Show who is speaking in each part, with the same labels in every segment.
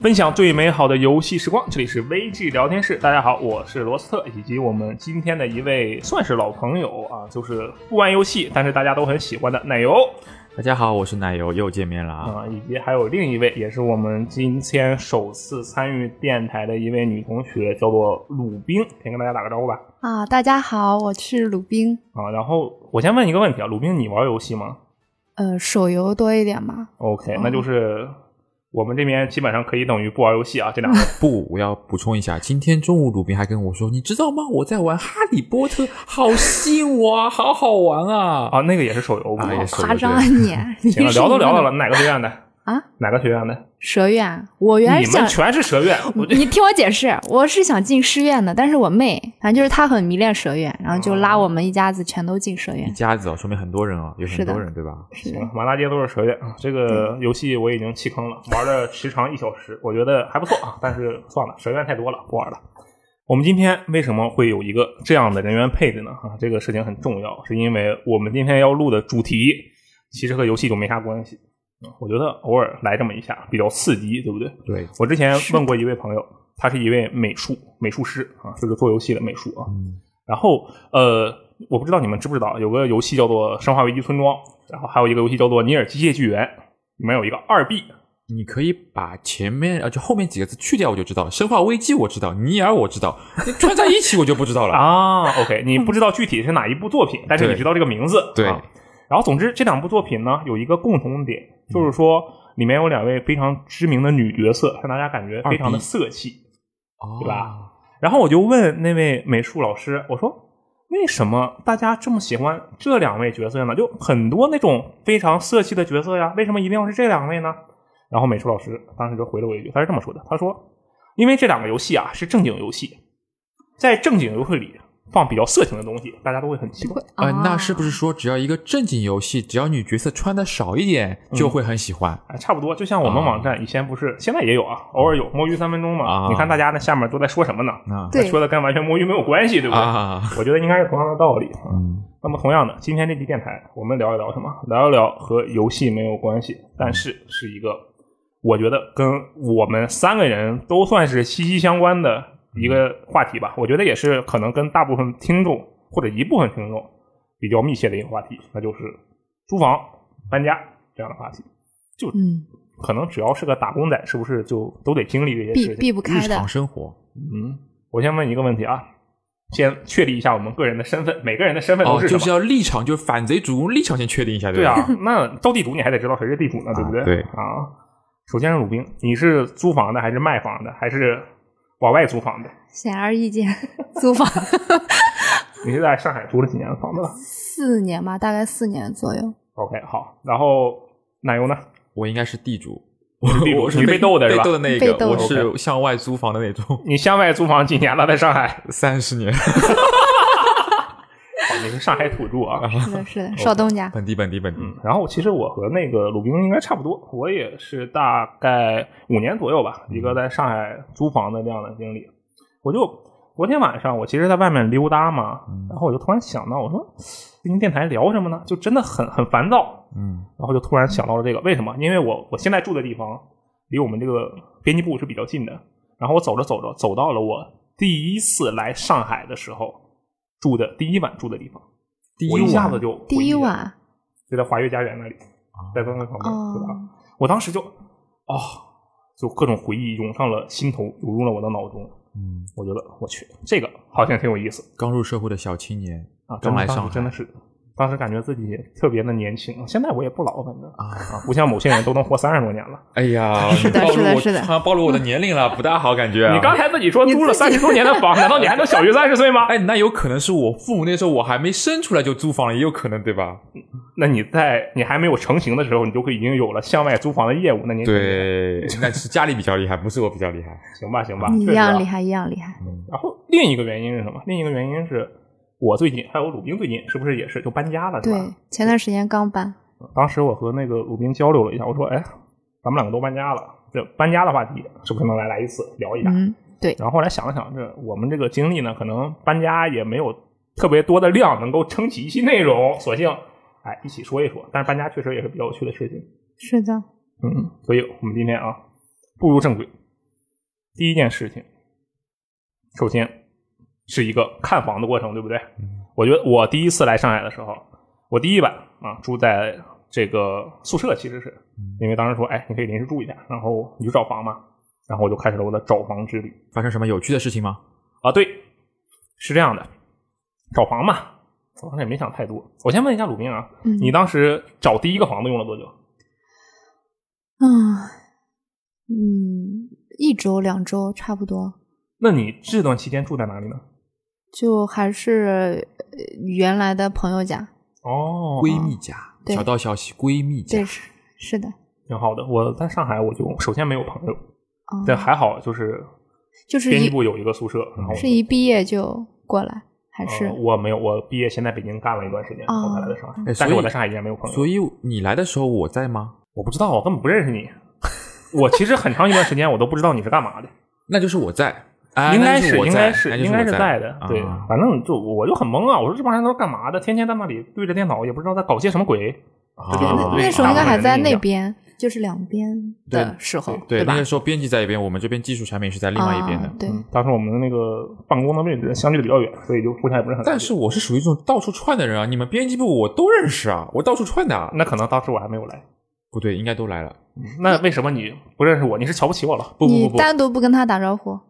Speaker 1: 分享最美好的游戏时光，这里是 VG 聊天室。大家好，我是罗斯特，以及我们今天的一位算是老朋友啊，就是不玩游戏，但是大家都很喜欢的奶油
Speaker 2: 大家好，我是奶油，又见面了啊！
Speaker 1: 啊，以及还有另一位，也是我们今天首次参与电台的一位女同学，叫做鲁冰，先跟大家打个招呼吧。
Speaker 3: 啊，大家好，我是鲁冰。
Speaker 1: 啊，然后我先问一个问题啊，鲁冰，你玩游戏吗
Speaker 3: 呃，手游多一点嘛，
Speaker 1: ？OK，
Speaker 2: 啊
Speaker 3: 嗯
Speaker 1: 那就是我们这边基本上可以等于不玩游戏啊，这两个。
Speaker 2: 不，我要补充一下，今天中午鲁宾还跟我说，你知道吗？我在玩《哈利波特》，好吸引我啊，好好玩啊！
Speaker 1: 啊，那个也是手游吧
Speaker 2: 啊？也是手游
Speaker 3: 夸张啊你！ 你
Speaker 1: 行了，
Speaker 3: 是
Speaker 1: 聊都
Speaker 3: 一个
Speaker 1: 聊到了，哪个学院的？
Speaker 3: 啊？
Speaker 1: 哪个学院的？
Speaker 3: 蛇院，我原来
Speaker 1: 你
Speaker 3: 想
Speaker 1: 们 全是蛇院，我这
Speaker 3: 你听我解释，我是想进师院的，但是我妹，反正就是她很迷恋蛇院，然后就拉我们一家子全都进蛇
Speaker 2: 一
Speaker 3: 院。
Speaker 2: 家子哦，说明很多人哦，有很多人对吧？
Speaker 3: 是的
Speaker 1: 行，满大街都是蛇院。啊这
Speaker 3: 嗯
Speaker 1: 个游戏我已经弃坑了，玩了时长一小时，我觉得还不错啊，但是算了，蛇院太多了，不玩了。我们今天为什么会有一个这样的人员配置呢？啊，这个事情很重要，是因为我们今天要录的主题其实和游戏就没啥关系。嗯我觉得偶尔来这么一下比较刺激，对不对？
Speaker 2: 对，
Speaker 1: 我之前
Speaker 3: 是的
Speaker 1: 问过一位朋友，他是一位美术美术师啊，就是做游戏的美术啊。
Speaker 2: 嗯，
Speaker 1: 然后呃，我不知道你们知不知道，有个游戏叫做《生化危机村庄》，然后还有一个游戏叫做《尼尔：机械纪元》，里面有一个二 B
Speaker 2: 你可以把前面啊，就后面几个字去掉，我就知道了。生化危机我知道，尼尔我知道，你串在一起我就不知道了。
Speaker 1: 啊。OK，你不知道具体是哪一部作品，但是你知道这个名字。
Speaker 2: 对
Speaker 1: 啊然后，总之这两部作品呢，有一个共同点，就是说里面有两位非常知名的女角色，让大家感觉非常的
Speaker 2: 二 B
Speaker 1: 色气。
Speaker 2: 哦
Speaker 1: 对吧？然后我就问那位美术老师，我说为什么大家这么喜欢这两位角色呢？就很多那种非常色气的角色呀，为什么一定要是这两位呢？然后美术老师当时就回了我一句，他是这么说的：“他说，因为这两个游戏啊是正经游戏，在正经游戏里放比较色情的东西，大家都会很奇怪。
Speaker 2: 呃，那
Speaker 3: 啊
Speaker 2: 是不是说只要一个正经游戏，只要女角色穿的少一点，就会很喜欢？
Speaker 1: 哎，差不多，就像我们网站以前不是，现在也有啊，偶尔有摸鱼三分钟嘛。
Speaker 2: 啊
Speaker 1: 你看大家那下面都在说什么呢？
Speaker 2: 啊
Speaker 3: 对
Speaker 1: 说的跟完全摸鱼没有关系，对不对？
Speaker 2: 啊，
Speaker 1: 我觉得应该是同样的道理。
Speaker 2: 嗯，
Speaker 1: 那么同样的，今天这期电台，我们聊一聊什么？聊一聊和游戏没有关系，但是是一个我觉得跟我们三个人都算是息息相关的一个话题吧。我觉得也是可能跟大部分听众或者一部分听众比较密切的一个话题，那就是租房、搬家这样的话题。
Speaker 3: 嗯，
Speaker 1: 可能只要是个打工仔，是不是就都得经历这些事
Speaker 3: 避
Speaker 1: 情？
Speaker 3: 避不
Speaker 2: 日
Speaker 3: 开的
Speaker 2: 常。生活
Speaker 1: 嗯，我先问一个问题啊，先确立一下我们个人的身份，每个人的身份都
Speaker 2: 哦，
Speaker 1: 是什
Speaker 2: 就
Speaker 1: 么？
Speaker 2: 是要立场，就是反贼主公立场先确定一下，
Speaker 1: 对
Speaker 2: 吧？
Speaker 1: 啊，那斗地主你还得知道谁是地主呢，对不对？
Speaker 2: 啊对
Speaker 1: 啊。首先是鲁冰，你是租房的还是卖房的，还是往外租房的？
Speaker 3: 显而易见，租房
Speaker 1: 你是在上海租了几年的房子了
Speaker 3: 四年吧，大概四年左右。
Speaker 1: ？OK，好。然后奶油呢？
Speaker 2: 我应该是地主，
Speaker 1: 地主
Speaker 2: 我是
Speaker 1: 你被斗的是吧
Speaker 2: 被斗的那
Speaker 3: 被
Speaker 2: 个，
Speaker 3: 斗
Speaker 2: 我
Speaker 3: 的
Speaker 2: 是向外租房的那种，
Speaker 1: 你向外租房几年了？在上海？
Speaker 2: 三十年，
Speaker 1: 哦你是上海土著 啊。
Speaker 3: 是的，是的，少东家。
Speaker 2: 本地本地本地，
Speaker 1: 嗯，然后其实我和那个鲁冰应该差不多，我也是大概五年左右吧，一
Speaker 2: 嗯
Speaker 1: 个在上海租房的这样的经历。我就昨天晚上，我其实在外面溜达嘛，
Speaker 2: 嗯
Speaker 1: 然后我就突然想到，我说最近电台聊什么呢？就真的很很烦躁，
Speaker 2: 嗯
Speaker 1: 然后就突然想到了这个，为什么？因为我我现在住的地方离我们这个编辑部是比较近的，然后我走着走着走到了我第一次来上海的时候住的第一晚住的地方，
Speaker 2: 嗯第
Speaker 1: 我一
Speaker 2: 一
Speaker 1: 下
Speaker 2: 晚
Speaker 1: 子就回
Speaker 3: 第一
Speaker 1: 忆了
Speaker 3: 晚
Speaker 1: 就在华悦家园那里，
Speaker 2: 啊
Speaker 1: 在东门旁边，对吧
Speaker 3: 哦？，
Speaker 1: 我当时就，哦，就各种回忆涌上了心头，涌入了我的脑中。
Speaker 2: 嗯，
Speaker 1: 我觉得我去，这个好像挺有意思
Speaker 2: 刚入社会的小青年
Speaker 1: 啊！真
Speaker 2: 刚
Speaker 1: 的
Speaker 2: 来
Speaker 1: 当时
Speaker 2: 上海
Speaker 1: 真的是，当时感觉自己特别的年轻。现在我也不老，反正啊，
Speaker 2: 啊，
Speaker 1: 不像某些人都能活三十多年了。
Speaker 2: 哎呀，
Speaker 3: 是 的
Speaker 2: 你暴露
Speaker 3: 是的
Speaker 2: 我
Speaker 3: 是的
Speaker 2: 好像暴露我的年龄了，不大好感觉啊。
Speaker 1: 你刚才自己说租了三十多年的 房，难道你还能小于三十岁吗？
Speaker 2: 哎，那有可能是我父母那时候我还没生出来就租房了，也有可能对吧？
Speaker 1: 那你在你还没有成型的时候，你就会已经有了向外租房的业务。那您
Speaker 2: 对，那是家里比较厉害，不是我比较厉害。
Speaker 1: 行吧，行吧，
Speaker 3: 一
Speaker 1: 确实啊
Speaker 3: 样厉害，一样厉害。
Speaker 1: 然后另一个原因是什么？另一个原因是我最近还有鲁冰最近是不是也是就搬家了，是吧？
Speaker 3: 对，前段时间刚搬，
Speaker 1: 当时我和那个鲁冰交流了一下，我说：“哎，咱们两个都搬家了，这搬家的话题是不是能来来一次聊一下？”
Speaker 3: 嗯，
Speaker 1: 然后后来想了想，这我们这个经历呢，可能搬家也没有特别多的量能够撑起一期内容，索性哎一起说一说。但是搬家确实也是比较有趣的事情，
Speaker 3: 是的。
Speaker 1: 嗯，所以我们今天啊步入正轨，第一件事情，首先是一个看房的过程，对不对？我觉得我第一次来上海的时候，我第一晚啊住在这个宿舍，其实是因为当时说，哎，你可以临时住一下，然后你去找房嘛，然后我就开始了我的找房之旅
Speaker 2: 发生什么有趣的事情吗？
Speaker 1: 啊。对，是这样的，找房嘛，我当时也没想太多。我先问一下鲁冰啊，
Speaker 3: 嗯
Speaker 1: 你当时找第一个房子用了多久？
Speaker 3: 嗯嗯，一周两周差不多，
Speaker 1: 那你这段期间住在哪里呢？
Speaker 3: 就还是呃原来的朋友家。
Speaker 1: 哦，
Speaker 2: 闺蜜家，
Speaker 3: 对
Speaker 2: 小道消息，闺蜜家
Speaker 3: 对，，是是的。
Speaker 1: 挺好的。我在上海，我就首先没有朋友，
Speaker 3: 哦、
Speaker 1: 但还好就是
Speaker 3: 就是
Speaker 1: 编辑
Speaker 3: 一
Speaker 1: 部有一个宿舍，然后
Speaker 3: 是一毕业就过来，还是、
Speaker 1: 呃我没有，我毕业先在北京干了一段时间，然
Speaker 3: 哦
Speaker 1: 后才来的上海
Speaker 2: 哎。
Speaker 1: 但
Speaker 2: 所
Speaker 1: 是
Speaker 2: 以
Speaker 1: 我在上海依然没有朋友，
Speaker 2: 所以你来的时候我在吗？
Speaker 1: 我不知道，我根本不认识你。我其实很长一段时间我都不知道你是干 嘛的，
Speaker 2: 那就是我在，啊
Speaker 1: 应
Speaker 2: 那
Speaker 1: 该
Speaker 2: 就是我
Speaker 1: 应
Speaker 2: 在
Speaker 1: 该
Speaker 2: 那
Speaker 1: 是
Speaker 2: 就是
Speaker 1: 应该
Speaker 2: 我
Speaker 1: 是
Speaker 2: 在
Speaker 1: 的，
Speaker 2: 啊
Speaker 1: 对，反正就我就很懵啊，我说这帮人都是干嘛的？天天在那里对着电脑，也不知道在搞些什么鬼。
Speaker 2: 啊
Speaker 1: 这
Speaker 3: 对
Speaker 1: 就是
Speaker 3: 那
Speaker 1: 我对
Speaker 3: 那时候应该还
Speaker 1: 大
Speaker 3: 在那
Speaker 1: 部分人的印象
Speaker 3: 边，就是两边的时候，
Speaker 2: 对，
Speaker 3: 吧
Speaker 2: 那个？时候编辑在一边，我们这边技术产品是在另外一边的
Speaker 3: 啊。对，
Speaker 1: 嗯当时我们那个办公的位置相距比较远，所以就互相也不是很了解。
Speaker 2: 但是我是属于这种到处串的人啊，你们编辑部我都认识啊，我到处串的啊。
Speaker 1: 那可能当时我还没有来，
Speaker 2: 不对，应该都来了。
Speaker 1: 那为什么你不认识我？你是瞧不起我了？
Speaker 2: 不不不
Speaker 3: 你
Speaker 2: 不，
Speaker 3: 单独不跟他打招呼，啊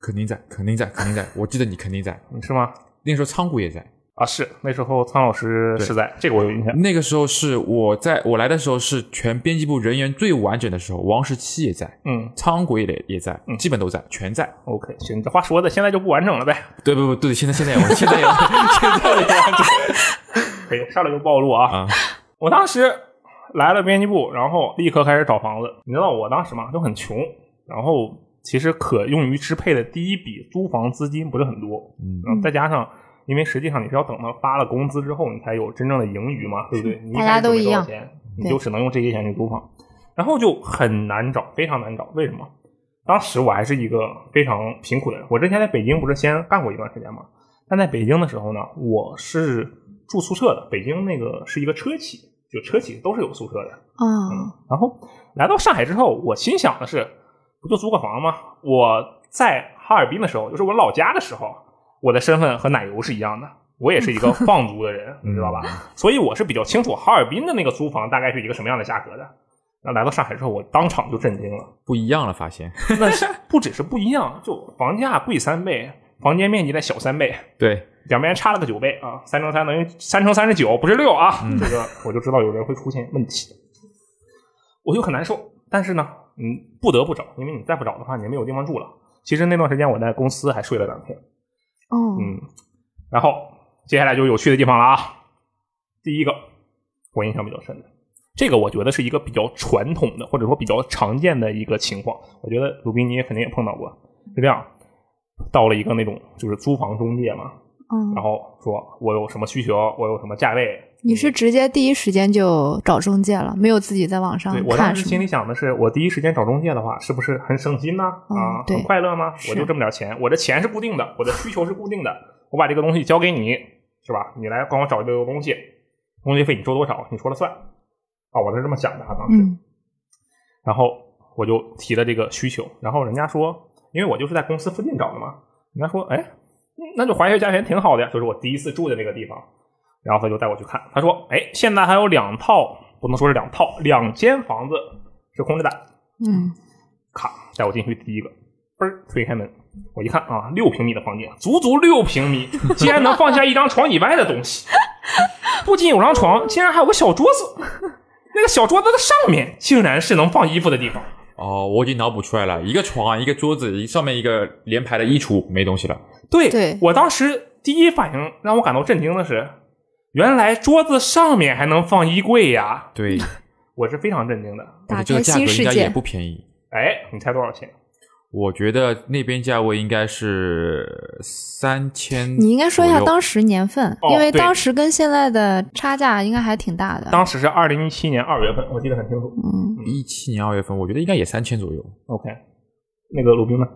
Speaker 2: 肯定在，肯定在，肯定在。 我记得你肯定在，
Speaker 1: 你是吗？
Speaker 2: 那个时候仓谷也在。
Speaker 1: 啊，是那时候苍老师
Speaker 2: 对嗯
Speaker 1: 是在，这个我有印象。
Speaker 2: 那个时候是我在我来的时候是全编辑部人员最完整的时候，王十七也在，
Speaker 1: 嗯
Speaker 2: 仓谷也也在，基本都在，全在。
Speaker 1: ，OK，行，你这话说的现在就不完整了呗。
Speaker 2: 对，不不对，现在现在也 完，现在也完现在也完
Speaker 1: 可以，哎上来就暴露啊！
Speaker 2: 啊，
Speaker 1: 我当时来了编辑部，然后立刻开始找房子。你知道我当时嘛，就很穷，然后其实可用于支配的第一笔租房资金不是很多，
Speaker 2: 嗯
Speaker 1: 然后再加上。因为实际上你是要等到发了工资之后，你才有真正的盈余嘛，对不对？你
Speaker 3: 大家都
Speaker 1: 一开始没多
Speaker 3: 一
Speaker 1: 少
Speaker 3: 样
Speaker 1: 钱，你就只能用这些钱去租房，然后就很难找，非常难找。为什么？当时我还是一个非常贫苦的人。我之前在北京不是先干过一段时间嘛，但在北京的时候呢，我是住宿舍的。北京那个是一个车企，就车企都是有宿舍的。
Speaker 3: 啊、
Speaker 1: 嗯，然后来到上海之后，我心想的是，不就租个房吗？我在哈尔滨的时候，就是我老家的时候，我的身份和奶油是一样的，我也是一个放逐的人，你知道吧？所以我是比较清楚哈尔滨的那个租房大概是一个什么样的价格的。那来到上海之后，我当场就震惊了。
Speaker 2: 不一样了，发现。
Speaker 1: 那是不只是不一样，就房价贵三倍，房间面积再小三倍，
Speaker 2: 对，
Speaker 1: 两边差了个九倍啊，三乘三等于三乘三十九，不是六啊。这个我就知道有人会出现问题，我就很难受。但是呢，嗯，不得不找，因为你再不找的话，你没有地方住了。其实那段时间我在公司还睡了两天，
Speaker 3: 哦，
Speaker 1: 嗯。然后接下来就有趣的地方了啊。第一个，我印象比较深的，这个我觉得是一个比较传统的，或者说比较常见的一个情况。我觉得鲁宾你也肯定也碰到过，是这样，到了一个那种就是租房中介嘛，
Speaker 3: 嗯
Speaker 1: 然，后说我有什么需求，我有什么价位。嗯
Speaker 3: 你是直接第一时间就找中介了，没有自己在网上
Speaker 1: 对我当
Speaker 3: 看
Speaker 1: 时
Speaker 3: 什
Speaker 1: 心
Speaker 3: 么？
Speaker 1: 里想的是，我第一时间找中介的话，是不是很省心呢？
Speaker 3: 嗯
Speaker 1: 啊，
Speaker 3: 对
Speaker 1: 很快乐吗？
Speaker 3: 是
Speaker 1: 我就这么点钱，我的钱是固定的，我的需求是固定的，我把这个东西交给你，是吧？你来帮我找这个东西，中介费你收多少，你说了算。啊，我是这么想的啊，当时。
Speaker 3: 嗯
Speaker 1: 然后我就提了这个需求，然后人家说，因为我就是在公司附近找的嘛，人家说，哎，那就华悦家园挺好的呀，就是我第一次住的那个地方。然后他就带我去看，他说，哎，现在还有两套，不能说是两套，两间房子是空着的，
Speaker 3: 嗯，
Speaker 1: 咔，带我进去第一个，嘣儿推开门，我一看啊，六平米的房间，足足六平米，竟然能放下一张床以外的东西。不仅有张床，竟然还有个小桌子，那个小桌子的上面竟然是能放衣服的地方。
Speaker 2: 哦，我已经脑补出来了，一个床啊，一个桌子，一上面一个连排的衣橱，没东西了。
Speaker 1: 对，
Speaker 3: 对
Speaker 1: 我当时第一反应让我感到震惊的是，原来桌子上面还能放衣柜呀！
Speaker 2: 对，
Speaker 1: 我是非常震惊的。
Speaker 2: 而
Speaker 3: 打
Speaker 2: 且这个
Speaker 3: 开
Speaker 2: 价格应
Speaker 3: 新世
Speaker 2: 该也
Speaker 3: 界，
Speaker 2: 不便宜。
Speaker 1: 哎，你猜多少钱？
Speaker 2: 我觉得那边价位应该是三千。
Speaker 3: 你应该说一下当时年份，
Speaker 1: 嗯哦
Speaker 3: 因为
Speaker 1: 对
Speaker 3: 当时跟现在的差价应该还挺大的。
Speaker 1: 当时是二零一七年二月份，我记得很清楚。
Speaker 3: 嗯，
Speaker 2: 一七年二月份，我觉得应该也三千左右。
Speaker 1: OK，那个鲁冰呢？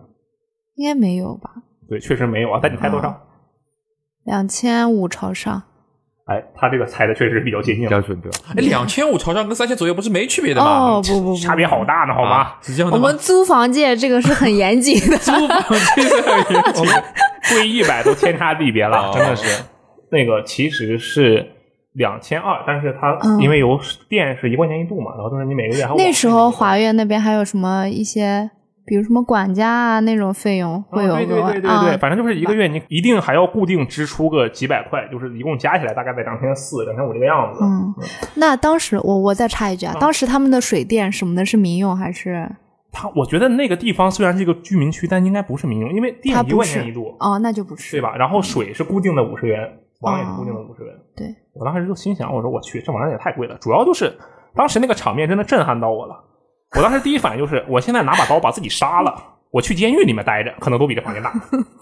Speaker 3: 应该没有吧？啊
Speaker 1: 对，确实没有啊。但你猜多少？
Speaker 3: 两千五朝上，
Speaker 1: 哎，他这个猜的确实比较接近了，
Speaker 2: 标准对吧？哎，两千五朝上跟三千左右不是没区别的吗？
Speaker 3: 哦，不不不，
Speaker 1: 差别好大呢，好吗？
Speaker 2: 啊，是这样
Speaker 3: 我
Speaker 2: 的吗？
Speaker 3: 们租房界这个是很严谨 的，
Speaker 2: 租房这个
Speaker 1: 贵一百都天差地别了，
Speaker 2: 哦
Speaker 1: 真的是。那个其实是两千二，但是它因为有电是一块钱一度嘛，然后就是你每个月还有
Speaker 3: 嗯那
Speaker 1: 网
Speaker 3: 时候华悦那边还有什么一些，比如什么管家啊那种费用会有
Speaker 1: 嗯对对
Speaker 3: 额外
Speaker 1: 对对对，
Speaker 3: 啊，
Speaker 1: 反正就是一个月你一定还要固定支出个几百块，就是一共加起来大概在两千四、两千五这个样子。
Speaker 3: 嗯，那当时我我再插一句啊，
Speaker 1: 嗯
Speaker 3: 当时他们的水电什么的是民用还是？
Speaker 1: 它我觉得那个地方虽然是一个居民区，但应该不是民用，因为电
Speaker 3: 它
Speaker 1: 一
Speaker 3: 不
Speaker 1: 块
Speaker 3: 是
Speaker 1: 钱一度，
Speaker 3: 哦，那就不是
Speaker 1: 对吧？然后水是固定的五十元，网也是
Speaker 3: 哦
Speaker 1: 固定的五十元。
Speaker 3: 对，
Speaker 1: 我当时就心想，我说我去，这玩意儿也太贵了。主要就是当时那个场面真的震撼到我了。我当时第一反应就是，我现在拿把刀把自己杀了，我去监狱里面待着，可能都比这房间大，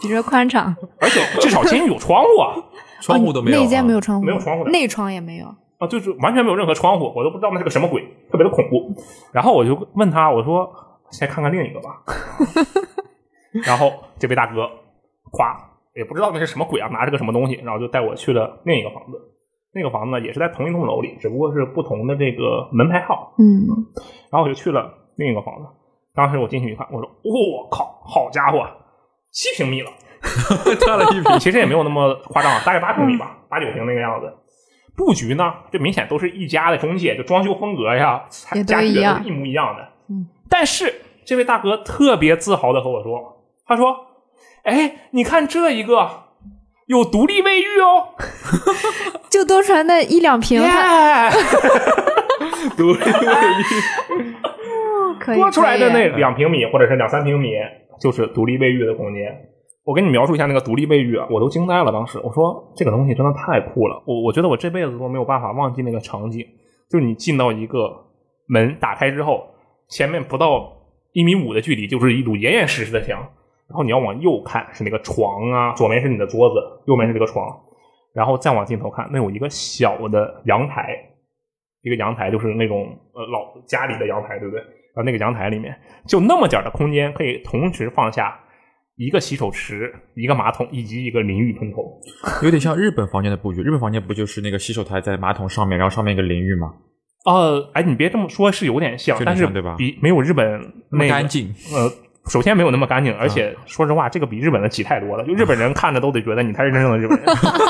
Speaker 3: 比这宽敞，
Speaker 1: 而且至少监狱有窗户啊，
Speaker 2: 窗户都没有啊，
Speaker 3: 哦那间没有窗户，
Speaker 1: 没有窗户的
Speaker 3: 内窗也没有。
Speaker 1: 啊，就是完全没有任何窗户，我都不知道那是个什么鬼，特别的恐怖。然后我就问他，我说先看看另一个吧。然后这位大哥，夸也不知道那是什么鬼啊，拿着个什么东西，然后就带我去了另一个房子。那个房子呢，也是在同一栋楼里，只不过是不同的这个门牌号。
Speaker 3: 嗯，
Speaker 1: 然后我就去了另一个房子。当时我进去一看，我说：“我、靠，好家伙，七平米了，
Speaker 2: 差了一米。
Speaker 1: 其实也没有那么夸张，啊大概八平米吧，八九平那个样子。布局呢，这明显都是一家的中介，就装修风格呀、
Speaker 3: 也都
Speaker 1: 家具
Speaker 3: 一样
Speaker 1: 都是一模一样的。
Speaker 3: 嗯，
Speaker 1: 但是这位大哥特别自豪的和我说，他说：“哎，你看这一个有独立卫浴哦，
Speaker 3: 就多出来那一两平，
Speaker 1: 耶，
Speaker 3: 它
Speaker 2: 独立卫浴，
Speaker 3: 可以
Speaker 1: 多出来的
Speaker 3: 可以
Speaker 1: 那两平米或者是两三平米就是独立卫浴的空间。我给你描述一下那个独立卫浴啊，我都惊呆了。当时我说这个东西真的太酷了，我我觉得我这辈子都没有办法忘记那个场景。就是你进到一个门打开之后，前面不到一米五的距离就是一堵严严实实的墙，然后你要往右看是那个床啊，左面是你的桌子，右面是这个床，然后再往尽头看，那有一个小的阳台，一个阳台就是那种呃老家里的阳台，对不对？然后呃那个阳台里面就那么点儿的空间，可以同时放下一个洗手池、一个马桶以及一个淋浴喷头。
Speaker 2: 有点像日本房间的布局。日本房间不就是那个洗手台在马桶上面，然后上面一个淋浴吗？
Speaker 1: 呃，哎，你别这么说，是有点像
Speaker 2: 有，点
Speaker 1: 但是
Speaker 2: 像对吧
Speaker 1: 比没有日本那
Speaker 2: 那么
Speaker 1: 个
Speaker 2: 干净，
Speaker 1: 呃，首先没有那么干净，
Speaker 2: 嗯
Speaker 1: 而且说实话，这个比日本的挤太多了。就日本人看着都得觉得你才是真正的日本人，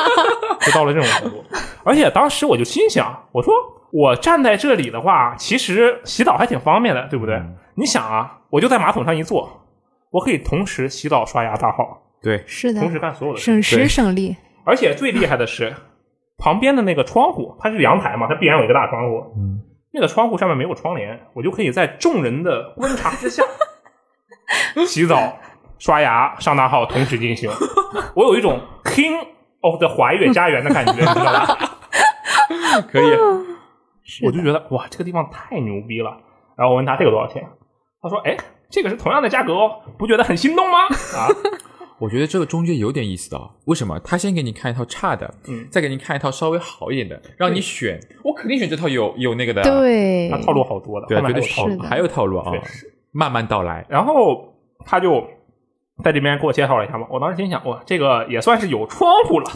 Speaker 1: 就到了这种程度。而且当时我就心想，我说我站在这里的话，其实洗澡还挺方便的，对不对？
Speaker 2: 嗯
Speaker 1: 你想啊，我就在马桶上一坐，我可以同时洗澡、刷牙、大号，
Speaker 2: 对，
Speaker 3: 是的，
Speaker 1: 同时干所有的事。
Speaker 3: 省时
Speaker 2: 对
Speaker 3: 省力。
Speaker 1: 而且最厉害的是，旁边的那个窗户，它是阳台嘛，它必然有一个大窗户。
Speaker 2: 嗯，
Speaker 1: 那个窗户上面没有窗帘，我就可以在众人的观察之 下洗澡、刷牙、上大号同时进 行。我有一种 King of the 华悦家园的感 觉，你知道吧？
Speaker 2: 可以。啊
Speaker 3: 是的
Speaker 1: 我就觉得哇，这个地方太牛逼了。然后我问他这个多少钱，他说：“哎，这个是同样的价格哦，不觉得很心动吗？”啊，
Speaker 2: 我觉得这个中间有点意思的、哦，为什么？他先给你看一套差的，
Speaker 1: 嗯
Speaker 2: 再给你看一套稍微好一点的，让你选。我肯定选这套有有那个的啊，
Speaker 3: 对
Speaker 1: 他套路好多的，
Speaker 2: 对
Speaker 1: 后
Speaker 2: 啊，
Speaker 1: 面
Speaker 2: 绝
Speaker 1: 还有套
Speaker 2: 对是套
Speaker 1: 路。
Speaker 2: 路，
Speaker 3: 是的
Speaker 2: 还有套路啊
Speaker 1: 确，
Speaker 2: 慢慢道来。
Speaker 1: 然后他就在这边给我介绍了一下嘛。我当时心想，哇，这个也算是有窗户了，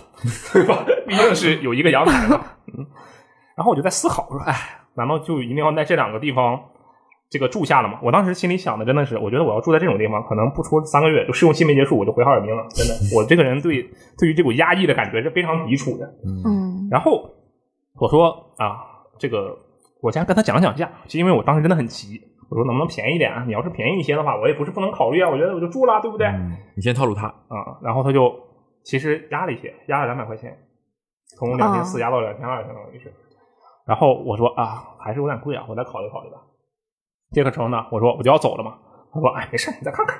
Speaker 1: 对吧？毕竟是有一个阳台嘛。嗯，然后我就在思考，我说，哎，难道就一定要在这两个地方这个住下了吗？我当时心里想的真的是，我觉得我要住在这种地方，可能不出三个月就试用期没结束，我就回哈尔滨了。真的，我这个人对对于这股压抑的感觉是非常抵触的。
Speaker 2: 嗯，
Speaker 3: 嗯，
Speaker 1: 然后我说啊，这个我先跟他讲讲价，是因为我当时真的很急，我说能不能便宜点啊？你要是便宜一些的话，我也不是不能考虑啊，我觉得我就住了，对不对？啊、
Speaker 2: 嗯，你先套路他，
Speaker 1: 然后他就其实压了一些，压了两百块钱，从两千四压到两千二，相当于是。然后我说啊，还是有点贵啊，我再考虑考虑吧。这个时候呢，我说我就要走了嘛，他说哎，没事，你再看看。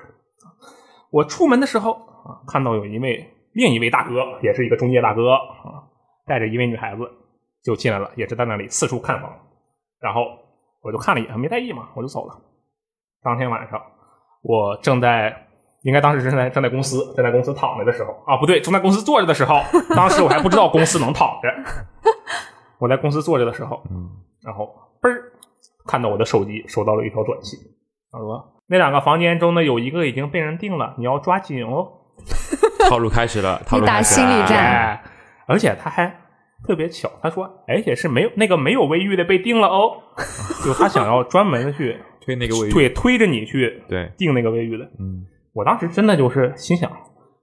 Speaker 1: 我出门的时候啊，看到有一位另一位大哥，也是一个中介大哥啊，带着一位女孩子就进来了，也是在那里四处看房。然后我就看了一眼，没在意嘛，我就走了。当天晚上，我正在应该当时正在正在公司正在公司躺着的时候啊，不对，正在公司坐着的时候，当时我还不知道公司能躺着。我在公司坐着的时候，
Speaker 2: 嗯，
Speaker 1: 然后嘣儿看到我的手机收到了一条短信，他说那两个房间中呢有一个已经被人定了，你要抓紧哦。
Speaker 2: 套路开始了，套路
Speaker 3: 你打
Speaker 2: 开始了
Speaker 3: 心理战
Speaker 1: 哎，而且他还特别巧，他说，而且是没有那个没有卫浴的被定了哦， 就他想要专门的去
Speaker 2: 推那个位置，
Speaker 1: 对推着你去
Speaker 2: 对，
Speaker 1: 定那个卫浴的。
Speaker 2: 嗯，
Speaker 1: 我当时真的就是心想，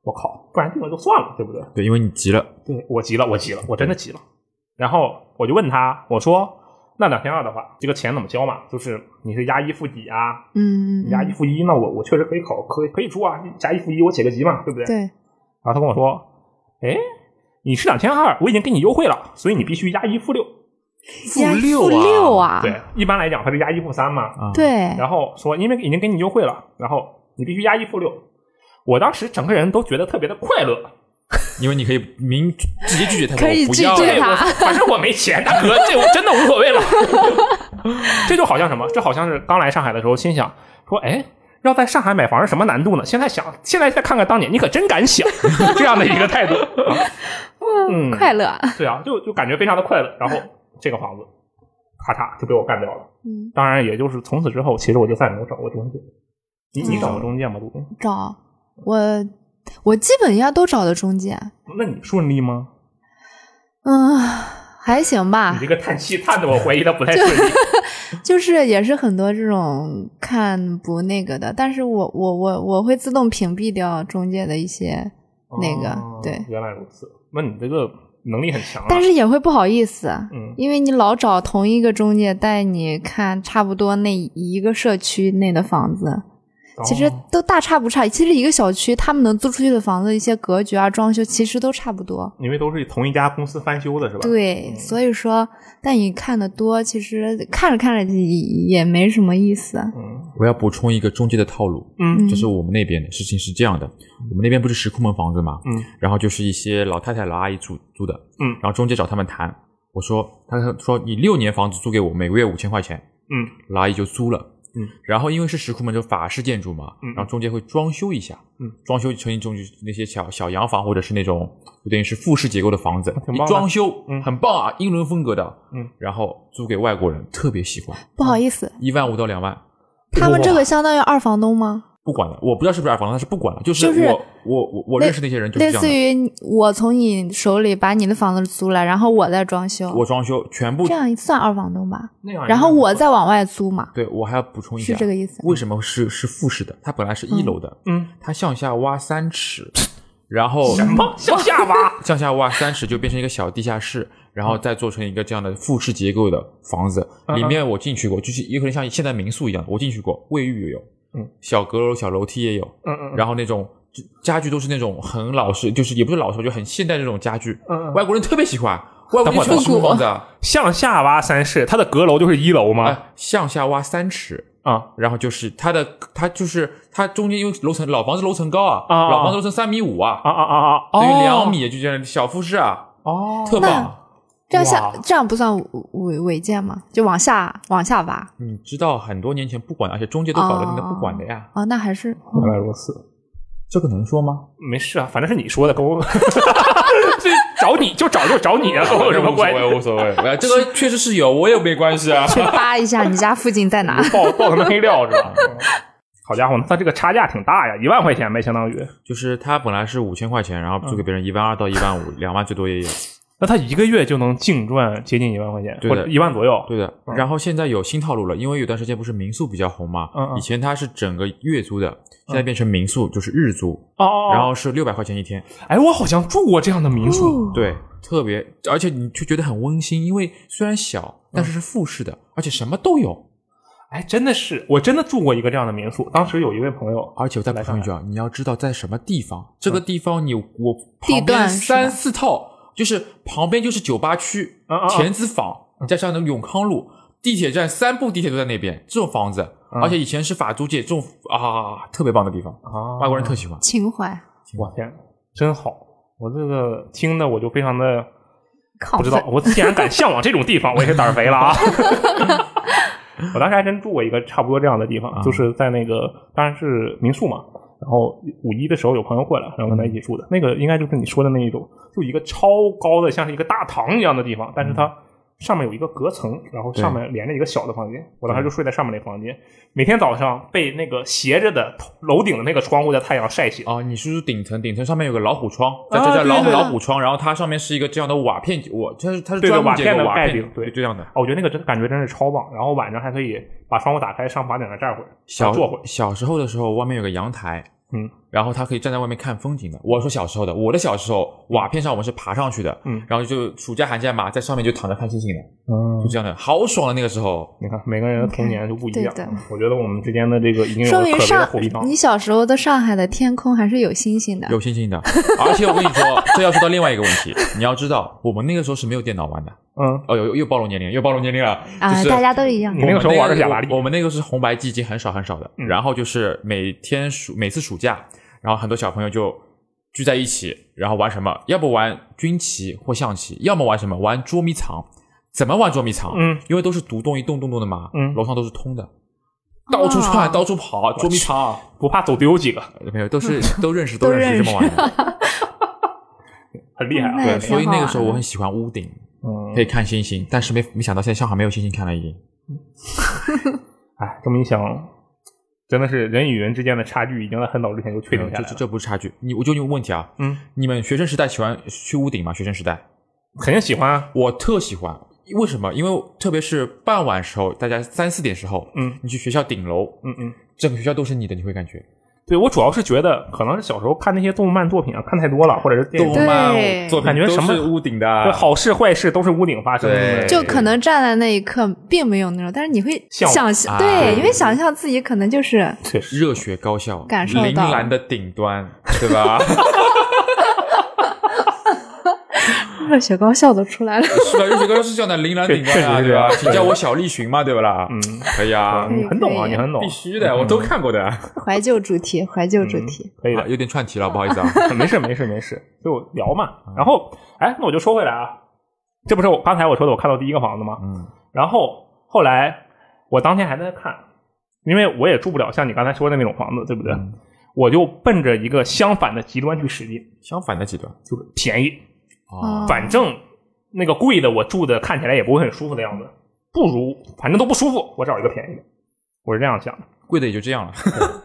Speaker 1: 我靠，不然定了就算了，对不对？
Speaker 2: 对，因为你急了，
Speaker 1: 对我急了，我急了，我真的急了。然后我就问他，我说那两千二的话，这个钱怎么交嘛？就是你是押一付几啊？
Speaker 3: 嗯，嗯
Speaker 1: 押一付一，那我我确实可以考，可以可以出啊，加一付一，我解个急嘛，对不对？
Speaker 3: 对，
Speaker 1: 然后他跟我说，哎，你是两千二，我已经给你优惠了，所以你必须押一付六。
Speaker 2: 负
Speaker 3: 压
Speaker 2: 六
Speaker 3: 负六啊，
Speaker 1: 对，一般来讲他是押一付三嘛。
Speaker 2: 啊，，
Speaker 3: 对
Speaker 1: 然后说因为已经给你优惠了，然后你必须押一付六。我当时整个人都觉得特别的快乐，
Speaker 2: 因为你可以明直接拒绝他，
Speaker 3: 可以
Speaker 2: 我不要
Speaker 3: 拒绝
Speaker 2: 了
Speaker 3: 他
Speaker 1: 我反正我没钱，大哥，这我真的无所 谓了。这就好像什么？这好像是刚来上海的时候，心想说，哎。要在上海买房是什么难度呢？现在想，现在再看看当年，你可真敢想， 这样的一个态度。啊嗯，
Speaker 3: 快乐，
Speaker 1: 对啊，就就感觉非常的快乐。然后这个房子，咔嚓就被我干掉了。
Speaker 3: 嗯，
Speaker 1: 当然，也就是从此之后，其实我就再没有找过中介。你
Speaker 3: 嗯
Speaker 1: 你找过中介吗，杜、工？
Speaker 3: 找我，我基本应该都找的中介，
Speaker 1: 那你顺利吗？
Speaker 3: 嗯，还行
Speaker 1: 你
Speaker 3: 吧
Speaker 1: 这，个叹气叹的，我怀疑他不太顺利。
Speaker 3: 就是也是很多这种看不那个的，但是我我我我会自动屏蔽掉中介的一些， 那个
Speaker 1: 哦
Speaker 3: 对
Speaker 1: 原来如此。那你这个能力很强、啊，
Speaker 3: 但是也会不好意思。
Speaker 1: 嗯，
Speaker 3: 因为你老找同一个中介带你看差不多那一个社区内的房子，其实
Speaker 1: 哦
Speaker 3: 都大差不差。其实一个小区他们能租出去的房子，一些格局啊、装修其实都差不多。
Speaker 1: 因为都是同一家公司翻修的是吧？，
Speaker 3: 对，
Speaker 1: 嗯
Speaker 3: 所以说，但你看的多，其实看着看着也也没什么意思。
Speaker 1: 嗯
Speaker 2: 我要补充一个中介的套路，
Speaker 1: 嗯
Speaker 2: 就是我们那边的事情是这样的，我们那边不是石库门房子嘛，
Speaker 1: 嗯，
Speaker 2: 然后就是一些老太太、老阿姨住住的，
Speaker 1: 嗯
Speaker 2: 然后中介找他们谈，我说，他说你六年房子租给我，每个月五千块钱，
Speaker 1: 嗯，
Speaker 2: 老阿姨就租了，
Speaker 1: 嗯，
Speaker 2: 然后因为是石库门就法式建筑嘛，
Speaker 1: 嗯
Speaker 2: 然后中介会装修一下，
Speaker 1: 嗯，
Speaker 2: 装修成一种就是那些小小洋房或者是那种有点是复式结构的房子，
Speaker 1: 挺棒的
Speaker 2: 一
Speaker 3: 啊
Speaker 2: 装修、
Speaker 1: 嗯
Speaker 2: 很棒啊，英伦风格的，
Speaker 1: 嗯，
Speaker 2: 然后租给外国人，特别喜欢，
Speaker 3: 不好意思，
Speaker 2: 一万五到两万。
Speaker 3: 他们这个相当于二房东吗？
Speaker 2: 不管了，我不知道是不是二房，但是不管了，就是
Speaker 3: 就
Speaker 2: 我、
Speaker 3: 是
Speaker 2: 我我我
Speaker 3: 类
Speaker 2: 认识那些人就是
Speaker 3: 类
Speaker 2: 这样
Speaker 3: 似
Speaker 2: 的，
Speaker 3: 于我从你手里把你的房子租了，然后我再装修，
Speaker 2: 我装修全部
Speaker 3: 这样算二房东吧？
Speaker 1: 那样。
Speaker 3: 然后我，再往外租嘛，
Speaker 2: 对我还要补充一下，
Speaker 3: 是这个意思
Speaker 2: 为什么是是复式的？它本来是一楼的，
Speaker 1: 嗯，
Speaker 2: 它向下挖三尺，然后
Speaker 1: 什么向下挖？
Speaker 2: 向下挖三尺就变成一个小地下室，然后再做成一个这样的复式结构的房子。
Speaker 1: 嗯
Speaker 2: 里面我进去过，就是有可能像现在民宿一样，我进去过，卫浴也有，
Speaker 1: 嗯，
Speaker 2: 小阁楼、小楼梯也有，
Speaker 1: 嗯嗯，
Speaker 2: 然后那种就家具都是那种很老式，就是也不是老式，就很现代那种家具。
Speaker 1: 嗯嗯
Speaker 2: 外国人特别喜欢，外国
Speaker 1: 等会儿
Speaker 2: 人喜欢什么
Speaker 3: 复古
Speaker 2: 房子啊？
Speaker 1: 向下挖三室，它的阁楼就是一楼吗？
Speaker 2: 啊，向下挖三尺，
Speaker 1: 啊，
Speaker 2: 然后就是它的，它就是它中间因为楼层老房子楼层高啊，
Speaker 1: 啊
Speaker 2: 老房子楼层三米五啊，
Speaker 1: 啊啊啊啊！
Speaker 2: 等于
Speaker 1: 哦
Speaker 2: 两米，就这样小复式啊，
Speaker 1: 哦，
Speaker 2: 特棒。
Speaker 3: 这样
Speaker 1: 哇
Speaker 3: 下这样不算违违建吗？就往下往下挖
Speaker 2: 你知道很多年前不管，而且中介都搞了，
Speaker 3: 哦
Speaker 2: 你都不管的呀，
Speaker 3: 哦，那还是
Speaker 1: 原来如此，
Speaker 2: 这个能说吗？
Speaker 1: 没事啊，反正是你说的，跟 我 这找你就找就找你啊，跟我有什么关系？？
Speaker 2: 无所谓，无所谓。哎这个确实是有，我也没关系啊。
Speaker 3: 去扒一下你家附近在哪
Speaker 1: 爆爆他们黑料是吧？好家伙，那他这个差价挺大呀，一万块钱呗，相当于。
Speaker 2: 就是它本来是五千块钱，然后租给别人一万二到一万五，两万最多也有。
Speaker 1: 那他一个月就能净赚接近一万块钱，
Speaker 2: 对
Speaker 1: 或
Speaker 2: 的
Speaker 1: 者一万左右。
Speaker 2: 对的，
Speaker 1: 嗯
Speaker 2: 然后现在有新套路了，因为有段时间不是民宿比较红嘛，
Speaker 1: 嗯嗯
Speaker 2: 以前它是整个月租的，现在变成民宿就是日租，
Speaker 1: 哦哦，哦
Speaker 2: 然后是六百块钱一天。
Speaker 1: 哎，我好像住过这样的民宿。
Speaker 3: 哦
Speaker 2: 对，特别，而且你就觉得很温馨，因为虽然小，
Speaker 1: 嗯
Speaker 2: 但是是复式的，而且什么都有。
Speaker 1: 哎，真的是，我真的住过一个这样的民宿。当时有一位朋友，
Speaker 2: 而且我再补
Speaker 1: 来嗯
Speaker 2: 充一句啊，你要知道在什么地方，这个地方你我
Speaker 3: 地
Speaker 2: 旁边
Speaker 3: 段是吧
Speaker 2: 三四套，就是旁边就是酒吧区
Speaker 1: 嗯嗯嗯、
Speaker 2: 田子坊，再上那个永康路地铁站，三步地铁都在那边，这种房子，
Speaker 1: 嗯
Speaker 2: 而且以前是法租界，这种啊特别棒的地方，
Speaker 1: 啊
Speaker 2: 外国人特喜欢。
Speaker 3: 情怀
Speaker 1: 我天，真好！我这个听的我就非常的不
Speaker 3: 亢
Speaker 2: 哦
Speaker 1: 知道，
Speaker 3: 奋，
Speaker 1: 我既然敢向往这种地方，我也是胆儿肥了 啊！我当时还真住过一个差不多这样的地方，
Speaker 2: 啊
Speaker 1: 就是在那个当然是民宿嘛。然后五一的时候有朋友过来，然后跟他一起住的、那个，应该就是你说的那一种，就一个超高的，像是一个大堂一样的地方，但是它上面有一个隔层，然后
Speaker 2: 嗯对
Speaker 1: 上面连着一个小的房间，我当时就
Speaker 2: 对
Speaker 1: 睡在上面那个房间，每天早上被那个斜着的头楼顶的那个窗户的太阳晒醒。
Speaker 2: 哦，你是不是顶层？顶层上面有个老虎窗，
Speaker 1: 啊
Speaker 2: 叫叫叫
Speaker 1: 对
Speaker 2: 老虎
Speaker 1: 对
Speaker 2: 老虎窗，然后它上面是一个这样的瓦片，我它是它是
Speaker 1: 对
Speaker 2: 专
Speaker 1: 对
Speaker 2: 门结构
Speaker 1: 瓦片的
Speaker 2: 瓦
Speaker 1: 盖
Speaker 2: 片
Speaker 1: 顶，对
Speaker 2: 这样的。
Speaker 1: 啊，我觉得那个真感觉真是超棒，然后晚上还可以把窗户打开，上房顶上站会儿，
Speaker 2: 小
Speaker 1: 坐会儿。
Speaker 2: 小时候的时候，外面有个阳台，
Speaker 1: 嗯，
Speaker 2: 然后他可以站在外面看风景的。我说小时候的，我的小时候瓦片上我们是爬上去的，
Speaker 1: 嗯
Speaker 2: 然后就暑假寒假嘛，在上面就躺着看星星的，
Speaker 1: 嗯
Speaker 2: 就这样的，好爽的啊那个时候。
Speaker 1: 你看，每个人的童年就不一样。
Speaker 3: 对的
Speaker 1: 我觉得我们之间的这个已经有
Speaker 3: 说
Speaker 1: 了可
Speaker 3: 明
Speaker 1: 别的
Speaker 3: 上
Speaker 1: 火地方。
Speaker 3: 你小时候的上海的天空还是有星星的。
Speaker 2: 有星星的，而且我跟你说，这要说到另外一个问题，你要知道，我们那个时候是没有电脑玩的，
Speaker 1: 嗯，
Speaker 2: 哦，又又暴露年龄，又暴露年龄了，
Speaker 3: 啊
Speaker 2: 就，是
Speaker 3: 大家都一样
Speaker 1: 你。那个时候玩的是雅达利
Speaker 2: 我我们那个是红白机已经很少很少的，
Speaker 1: 嗯
Speaker 2: 然后就是每天暑每次暑假，然后很多小朋友就聚在一起，然后玩什么？要不玩军棋或象棋，要么玩什么？玩捉迷藏。怎么玩捉迷藏？
Speaker 1: 嗯，
Speaker 2: 因为都是独栋一栋栋栋的嘛，
Speaker 1: 嗯
Speaker 2: 楼上都是通的，到处窜，到处跑，捉迷藏
Speaker 1: 不怕走丢几个，
Speaker 2: 没有，都 是都认识，
Speaker 3: 都
Speaker 2: 都认识
Speaker 3: 认
Speaker 2: 这么玩 的。
Speaker 1: 很厉害
Speaker 3: 嗯那也
Speaker 1: 啊。
Speaker 3: 挺
Speaker 2: 所以那个
Speaker 3: 好
Speaker 2: 时候
Speaker 3: 玩
Speaker 2: 我很喜欢屋顶，
Speaker 1: 嗯
Speaker 2: 可，以看星星，但是没没想到现在上海没有星星看了已经。
Speaker 1: 哎，这么一想，真的是人与人之间的差距已经在很早之嗯前就确
Speaker 2: 没
Speaker 1: 定
Speaker 2: 有
Speaker 1: 下
Speaker 2: 这
Speaker 1: 来
Speaker 2: 这
Speaker 1: 了。
Speaker 2: 嗯这不是差距。你我就问你个问题啊，
Speaker 1: 嗯，
Speaker 2: 你们学生时代喜欢去屋顶吗？学生时代，
Speaker 1: 肯定喜欢啊。
Speaker 2: 我特喜欢。为什么？因为特别是傍晚时候，大家三四点时候，
Speaker 1: 嗯
Speaker 2: 你去学校顶楼，
Speaker 1: 嗯嗯，
Speaker 2: 整个学校都是你的，你会感觉
Speaker 1: 对我主要是觉得，可能是小时候看那些动漫作品啊，看太多了，或者是电影
Speaker 3: 动，对
Speaker 2: 作品
Speaker 1: 感觉
Speaker 2: 哦都
Speaker 1: 什么
Speaker 2: 是屋顶
Speaker 1: 对
Speaker 2: 的，
Speaker 1: 好事坏事都是屋顶发生的。嗯
Speaker 2: 对
Speaker 3: 就可能站在那一刻并没有那种，但是你会
Speaker 1: 向
Speaker 3: 想
Speaker 1: 往
Speaker 3: 象，
Speaker 2: 啊
Speaker 3: 对，
Speaker 2: 对
Speaker 3: 因为想象自己可能就是
Speaker 1: 确实，
Speaker 2: 热血高校，
Speaker 3: 感受到
Speaker 2: 铃兰的顶端，对吧？
Speaker 3: 热血高校都出来了。
Speaker 2: 是的，热血高校是这样的，铃兰顶端啊，
Speaker 1: 确实
Speaker 2: 对吧？
Speaker 1: 是
Speaker 2: 请叫我小栗旬嘛，对不啦？
Speaker 1: 嗯，
Speaker 2: 可以啊，
Speaker 1: 你很懂啊，
Speaker 3: 可以
Speaker 1: 你很懂
Speaker 2: 必，须的，我都看过的。
Speaker 3: 怀旧主题，怀旧主
Speaker 1: 嗯
Speaker 3: 题，
Speaker 1: 可以的
Speaker 2: 啊。有点串题了，不好意思啊。
Speaker 1: 没事没事没事，就聊嘛。然后，哎，那我就说回来啊，这不是我刚才我说的，我看到第一个房子吗？
Speaker 2: 嗯，
Speaker 1: 然后后来我当天还在看，因为我也住不了像你刚才说的那种房子，对不对？
Speaker 2: 嗯
Speaker 1: 我就奔着一个相反的极端去使劲，
Speaker 2: 相反的几段
Speaker 1: 就是便宜，
Speaker 2: 啊，
Speaker 3: 哦
Speaker 1: 反正那个贵的我住的看起来也不会很舒服的样子，不如反正都不舒服，我找一个便宜的，我是这样想的。
Speaker 2: 贵的也就这样了。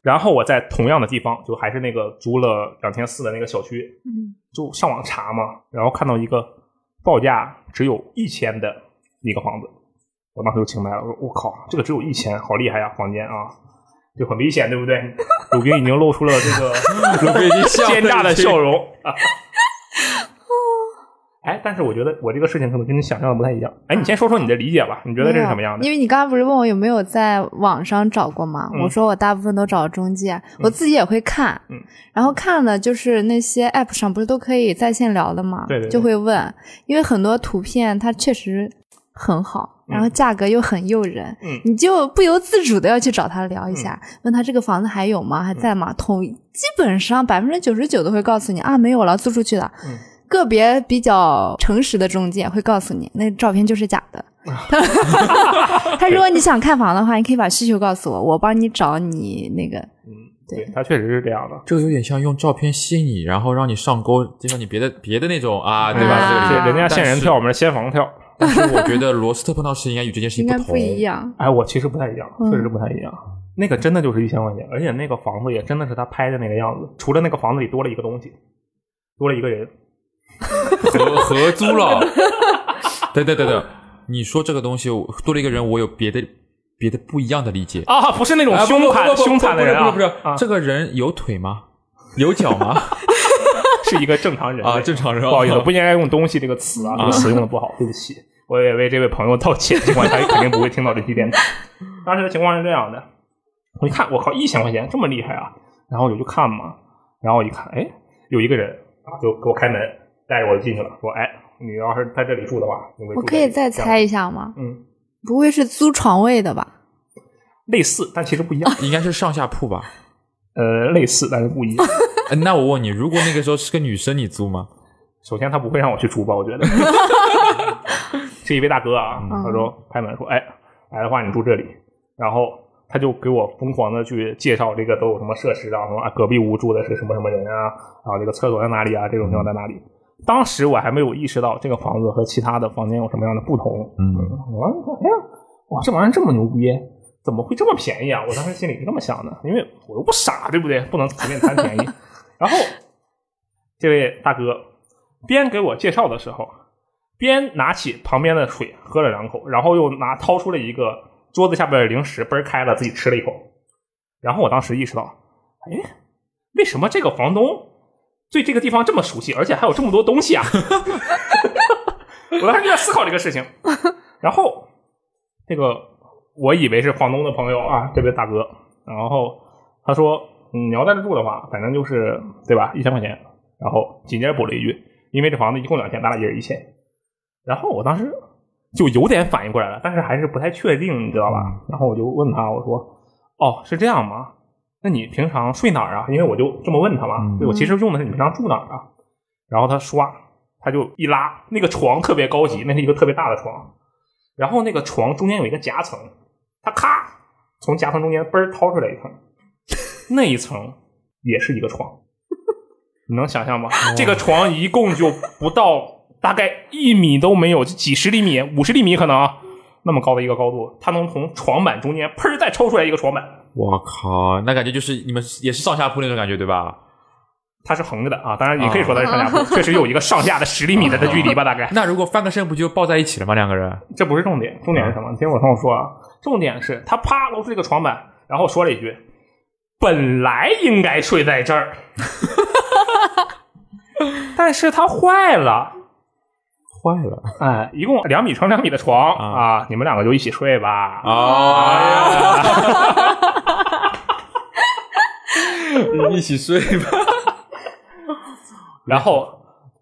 Speaker 1: 然后我在同样的地方，就还是那个租了两千四的那个小区，
Speaker 3: 嗯，
Speaker 1: 就上网查嘛，然后看到一个报价只有一千的一个房子，我当时就清白了，我说我靠，这个只有一千，好厉害呀、房间啊，就很危险，对不 对？鲁冰已经露出了这个
Speaker 2: 鲁冰已经笑了
Speaker 1: 奸诈的
Speaker 2: 已经
Speaker 1: 笑容。 哎，但是我觉得我这个事情可能跟你想象的不太一样。哎，你先说说你的理解吧，
Speaker 2: 嗯
Speaker 1: 你觉得这是什么样
Speaker 3: 没有
Speaker 1: 的？
Speaker 3: 因为你刚刚不是问我有没有在网上找过吗？
Speaker 1: 嗯
Speaker 3: 我说我大部分都找中介，我自己也会看，
Speaker 1: 嗯
Speaker 3: 然后看了就是那些 app 上不是都可以在线聊的嘛，
Speaker 1: 对对对
Speaker 3: 就会问，因为很多图片它确实很好，
Speaker 1: 嗯
Speaker 3: 然后价格又很诱人，
Speaker 1: 嗯
Speaker 3: 你就不由自主的要去找他聊一下，问他这个房子还有吗？还在吗？统基本上百分之九十九都会告诉你啊，没有了，租出去了。
Speaker 1: 嗯
Speaker 3: 个别比较诚实的中介会告诉你，那照片就是假的。
Speaker 1: 啊
Speaker 3: 他如果你想看房的话，你可以把需求告诉我，我帮你找你那个。
Speaker 1: 嗯对，它确实是这样的，
Speaker 2: 这个有点像用照片吸引你，然后让你上钩，就像你别的别的那种啊，对吧？
Speaker 3: 啊
Speaker 2: 这
Speaker 1: 对，
Speaker 2: 个
Speaker 1: 哎人家现人跳，我。们是先房跳。
Speaker 2: 但是但是我觉得罗斯特碰到事应该与这件事情
Speaker 3: 应该
Speaker 2: 同，
Speaker 3: 不一样，
Speaker 1: 哎，我其实不太一样，
Speaker 3: 嗯
Speaker 1: 确实不太一样。那个真的就是一千块钱，而且那个房子也真的是他拍的那个样子，除了那个房子里多了一个东西，多了一个人。
Speaker 2: 合合租了。对对对对，你说这个东西我多了一个人，我有别的别的不一样的理解。
Speaker 1: 啊，不是那种
Speaker 2: 啊
Speaker 1: 凶
Speaker 2: 不不
Speaker 1: 残
Speaker 2: 不不
Speaker 1: 凶残的人啊，
Speaker 2: 不是不是不
Speaker 1: 啊
Speaker 2: 是，这个人有腿吗？有脚吗？
Speaker 1: 是一个正常人
Speaker 2: 啊，正常人啊。
Speaker 1: 不好意思，不应该用“东西”这个词啊，这个词用的不好，对不起，我也为这位朋友道歉。尽管他肯定不会听到这期电台。当时的情况是这样的，我一看，我靠，一千块钱这么厉害啊！然后我就看嘛，然后我一看，哎，有一个人啊，就给我开门，带着我进去了，说，哎，你要是在这里住的话，你会住
Speaker 3: 我可以
Speaker 1: 这
Speaker 3: 再
Speaker 1: 里
Speaker 3: 猜，一下吗？
Speaker 1: 这样嗯，
Speaker 3: 不会是租床位的吧？
Speaker 1: 类似，但其实不一样，
Speaker 2: 应该是上下铺吧？
Speaker 1: 呃，类似但是不一样。
Speaker 2: 哎那我问你，如果那个时候是个女生，你租吗？
Speaker 1: 首先他不会让我去出吧，我觉得。是一位大哥啊，他说开门说，哎，来的话你住这里，然后他就给我疯狂的去介绍这个都有什么设施啊，什么啊隔壁屋住的是什么什么人啊，然后这个厕所在哪里啊，这种地方在哪里。当时我还没有意识到这个房子和其他的房间有什么样的不同。
Speaker 2: 嗯，
Speaker 1: 我一看，哎呀，哇，这玩意儿这么牛逼，怎么会这么便宜啊？我当时心里是这么想的，因为我又不傻，对不对？不能随便贪便宜。然后这位大哥边给我介绍的时候，边拿起旁边的水喝了两口，然后又拿掏出了一个桌子下边的零食，嘣儿开了，自己吃了一口。然后我当时意识到，哎，为什么这个房东对这个地方这么熟悉，而且还有这么多东西啊？ 我当时就在思考这个事情。然后这个我以为是房东的朋友啊，这位大哥，然后他说、嗯你要在这住的话，反正就是对吧，一千块钱。然后紧接着补了一句，因为这房子一共两千，咱俩一人一千。然后我当时就有点反应过来了，但是还是不太确定，你知道吧？然后我就问他，我说：“哦，是这样吗？那你平常睡哪儿啊？”因为我就这么问他嘛，
Speaker 2: 嗯
Speaker 1: 对我其实用的是你平常住哪儿啊？然后他唰，他就一拉，那个床特别高级，那是一个特别大的床，然后那个床中间有一个夹层，他咔从夹层中间嘣儿掏出来一层，那一层也是一个床，你能想象吗？这个床一共就不到大概一米都没有，就几十厘米、五十厘米可能啊那么高的一个高度，它能从床板中间砰儿再抽出来一个床板，
Speaker 2: 我靠，那感觉就是你们也是上下铺那种感觉对吧？
Speaker 1: 它是横着的啊。当然，你可以说它是上下 铺，确实有一个上下的十厘米的的距离吧，大概。
Speaker 2: 那如果翻个身不就抱在一起了吗？两个人？
Speaker 1: 这不是重点，重点是什么？你听我跟我说啊，重点是他啪搂住这个床板，然后说了一句：“本来应该睡在这儿， 但是它坏了。”
Speaker 2: 坏了
Speaker 1: 哎，一共两米乘两米的床
Speaker 2: 啊
Speaker 1: 啊你们两个就一起睡吧。
Speaker 2: 啊！一起睡吧。
Speaker 1: 然后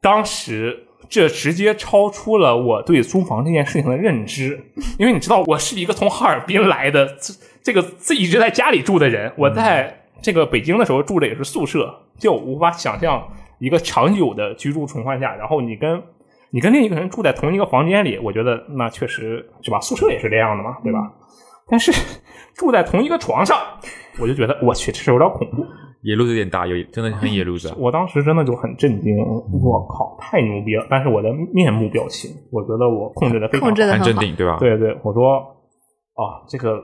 Speaker 1: 当时这直接超出了我对租房这件事情的认知，因为你知道，我是一个从哈尔滨来的，这这个自己一直在家里住的人。我在这个北京的时候住的也是宿舍，就无法想象一个长久的居住情况下，然后你跟你跟另一个人住在同一个房间里，我觉得那确实是吧？宿舍也是这样的嘛，对吧？但是 住在同一个床上，我就觉得我去，这是有点恐怖。
Speaker 2: 野路子有点大，有真的很野路子。啊
Speaker 1: 我当时真的就很震惊，
Speaker 3: 嗯
Speaker 1: 我靠，太牛逼了！但是我的面目表情，我觉得我控制的非常好
Speaker 3: 控制的
Speaker 2: 很
Speaker 3: 很
Speaker 2: 镇
Speaker 3: 好。
Speaker 2: 定，嗯对吧？，
Speaker 1: 对对，我说啊，这个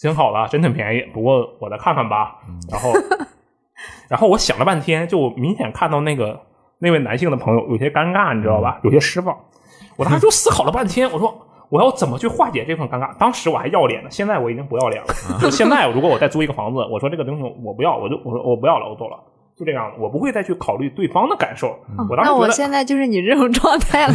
Speaker 1: 挺好的啊，真挺便宜，不过我再看看吧。然后，然后我想了半天，就明显看到那个那位男性的朋友有些尴尬，你知道吧？有些失望。我当时就思考了半天，我说。我要怎么去化解这份尴尬？当时我还要脸呢，现在我已经不要脸了。就现在，如果我再租一个房子，我说这个东西我不要，我就我说我不要了，我走了，就这样，我不会再去考虑对方的感受。我当时
Speaker 3: 那
Speaker 1: 觉
Speaker 3: 我
Speaker 1: 得
Speaker 3: 现在就是你这种状态了，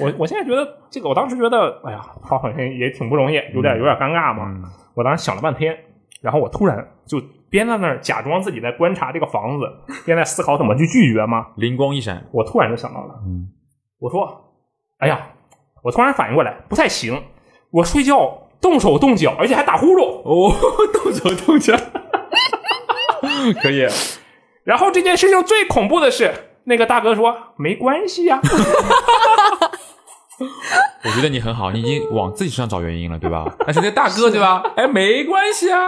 Speaker 1: 我我现在觉得这个，我当时觉得，哎呀，他好像也挺不容易，有点有点尴尬嘛。
Speaker 2: 嗯
Speaker 1: 我当时想了半天，然后我突然就边在那儿假装自己在观察这个房子，边在思考怎么去拒绝嘛。
Speaker 2: 灵光一闪，
Speaker 1: 我突然就想到了，
Speaker 2: 嗯
Speaker 1: 我说，哎呀，我突然反应过来，不太行，我睡觉动手动脚，而且还打呼噜，
Speaker 2: 哦，动手动脚，可以。
Speaker 1: 然后这件事情最恐怖的是，那个大哥说没关系呀、
Speaker 2: 我觉得你很好，你已经往自己身上找原因了，对 吧？但是那大哥，对吧？哎，没关系啊，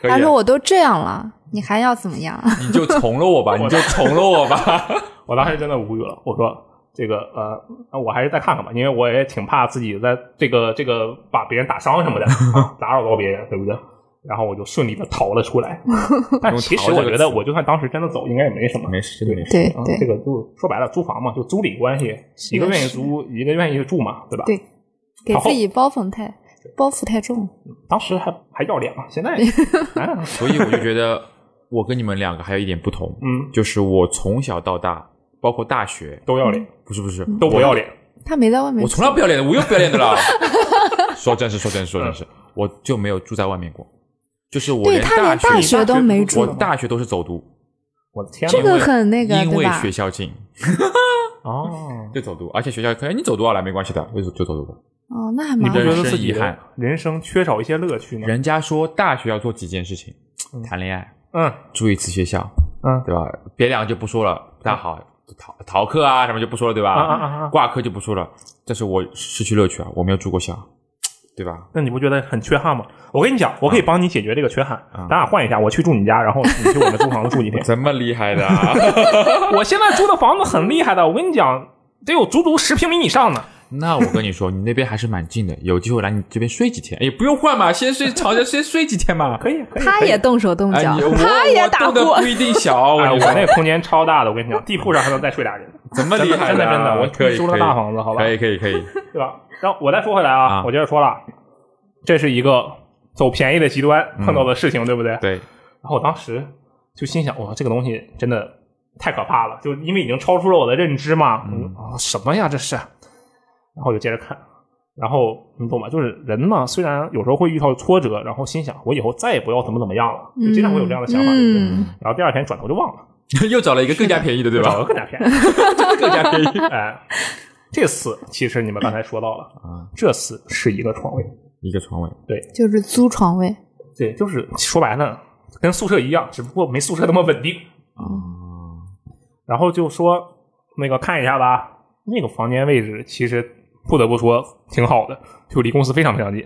Speaker 2: 可
Speaker 3: 他
Speaker 2: 以啊
Speaker 3: 说，我都这样了，你还要怎么样？
Speaker 2: 你就从了 我吧，你就从了我吧。
Speaker 1: 我当时真的无语了，我说这个呃，那我还是再看看吧，因为我也挺怕自己在这个这个把别人打伤什 么的，啊打扰到别人，对不对？然后我就顺利的逃了出来。 但其实我觉得，我就算当时真的走，应该也没什么。
Speaker 2: 没事，真的没事。
Speaker 3: 对
Speaker 1: 嗯，这
Speaker 3: 对
Speaker 1: 个就说白了，租房嘛，就租赁关系，一个愿意租，一个愿意住嘛，对吧？
Speaker 3: 对，给
Speaker 1: 然后
Speaker 3: 自己包袱太包袱太重。
Speaker 1: 当时还还要脸嘛，现在，哎
Speaker 2: 所以我就觉得，我跟你们两个还有一点不同，
Speaker 1: 嗯，
Speaker 2: 就是我从小到大，包括大学，
Speaker 1: 都要 脸，
Speaker 2: 不是不是，
Speaker 1: 都不要脸。
Speaker 3: 他嗯没在外面
Speaker 2: 我从来不要脸的，我又不要脸的 了。说真是，说真是，说真是，我就没有住在外面过，就是我
Speaker 3: 对他连大
Speaker 2: 学
Speaker 3: 学都没住
Speaker 2: 我大学都是走读，
Speaker 1: 我的天
Speaker 3: 这
Speaker 1: 哪！
Speaker 3: 个很那个，
Speaker 2: 因
Speaker 3: 对
Speaker 2: 为
Speaker 3: 吧
Speaker 2: 学？校近
Speaker 1: 哦，
Speaker 2: 就走读，而且学校可能你走读啊来没关系的，就就走读。
Speaker 3: 哦，那还
Speaker 1: 你
Speaker 3: 蛮
Speaker 1: 不
Speaker 3: 好
Speaker 1: 觉
Speaker 2: 人
Speaker 1: 得
Speaker 2: 生
Speaker 1: 自己
Speaker 2: 遗憾
Speaker 1: 人生缺少一些乐趣吗？
Speaker 2: 人家说大学要做几件事情：谈恋爱、
Speaker 1: 嗯
Speaker 2: 住一次学校，
Speaker 1: 嗯
Speaker 2: 对吧？别两个就不说了，不大好。逃逃课啊，什么就不说了，对吧？
Speaker 1: 啊啊啊啊
Speaker 2: 挂科就不说了。但是我失去乐趣啊，我没有住过校，对吧？
Speaker 1: 那你不觉得很缺憾吗？我跟你讲，我可以帮你解决这个缺憾，
Speaker 2: 啊。
Speaker 1: 咱俩换一下，我去住你家，然后你去我的租房子住几天
Speaker 2: 这么厉害的、 啊，
Speaker 1: 我现在租的房子很厉害的，我跟你讲，得有足足十平米以上呢。
Speaker 2: 那我跟你说，你那边还是蛮近的，有机会来你这边睡几天，也不用换嘛，先睡长沙，先睡几天 嘛。
Speaker 1: 可以，可以。
Speaker 3: 他
Speaker 1: 可以
Speaker 3: 也动手动
Speaker 2: 哎，
Speaker 3: 脚，
Speaker 2: 你我
Speaker 3: 他也打
Speaker 2: 我动
Speaker 3: 过
Speaker 2: 的不。一定 小，我
Speaker 1: 哎，
Speaker 2: 跟
Speaker 1: 我
Speaker 2: 你说，
Speaker 1: 那个空间超大的，我跟你讲，地铺上还能再睡俩人，
Speaker 2: 怎么厉害
Speaker 1: 真的
Speaker 2: 啊
Speaker 1: 真的，我
Speaker 2: 可以
Speaker 1: 租了
Speaker 2: 可以
Speaker 1: 大房子，好吧
Speaker 2: 可，以可以 可以，
Speaker 1: 对吧？然后我再说回来啊，
Speaker 2: 啊
Speaker 1: 我接着说了，这是一个走便宜的极端碰到的事情，对不对？
Speaker 2: 对，
Speaker 1: 然后我当时就心想，哇，这个东西真的太可怕了，就因为已经超出了我的认知嘛。嗯，啊、什么呀这是？然后我就接着看，然后你懂吧？就是人呢，虽然有时候会遇到挫折，然后心想我以后再也不要怎么怎么样了，就经常会有这样的想法，对不对？
Speaker 3: 嗯，
Speaker 1: 然后第二天转头就忘了，
Speaker 2: 又找了一个更加便宜的，对
Speaker 1: 找
Speaker 2: 吧
Speaker 1: 个？更加便宜。
Speaker 2: 更加便宜，
Speaker 1: 哎，这次其实你们刚才说到了，
Speaker 2: 啊
Speaker 1: 这次是一个床位，
Speaker 2: 一个床位，
Speaker 3: 就是租床位，
Speaker 1: 对，就是说白了跟宿舍一样，只不过没宿舍那么稳定。嗯
Speaker 2: 哦，
Speaker 1: 然后就说那个看一下吧，那个房间位置其实不得不说挺好的，就离公司非常非常近。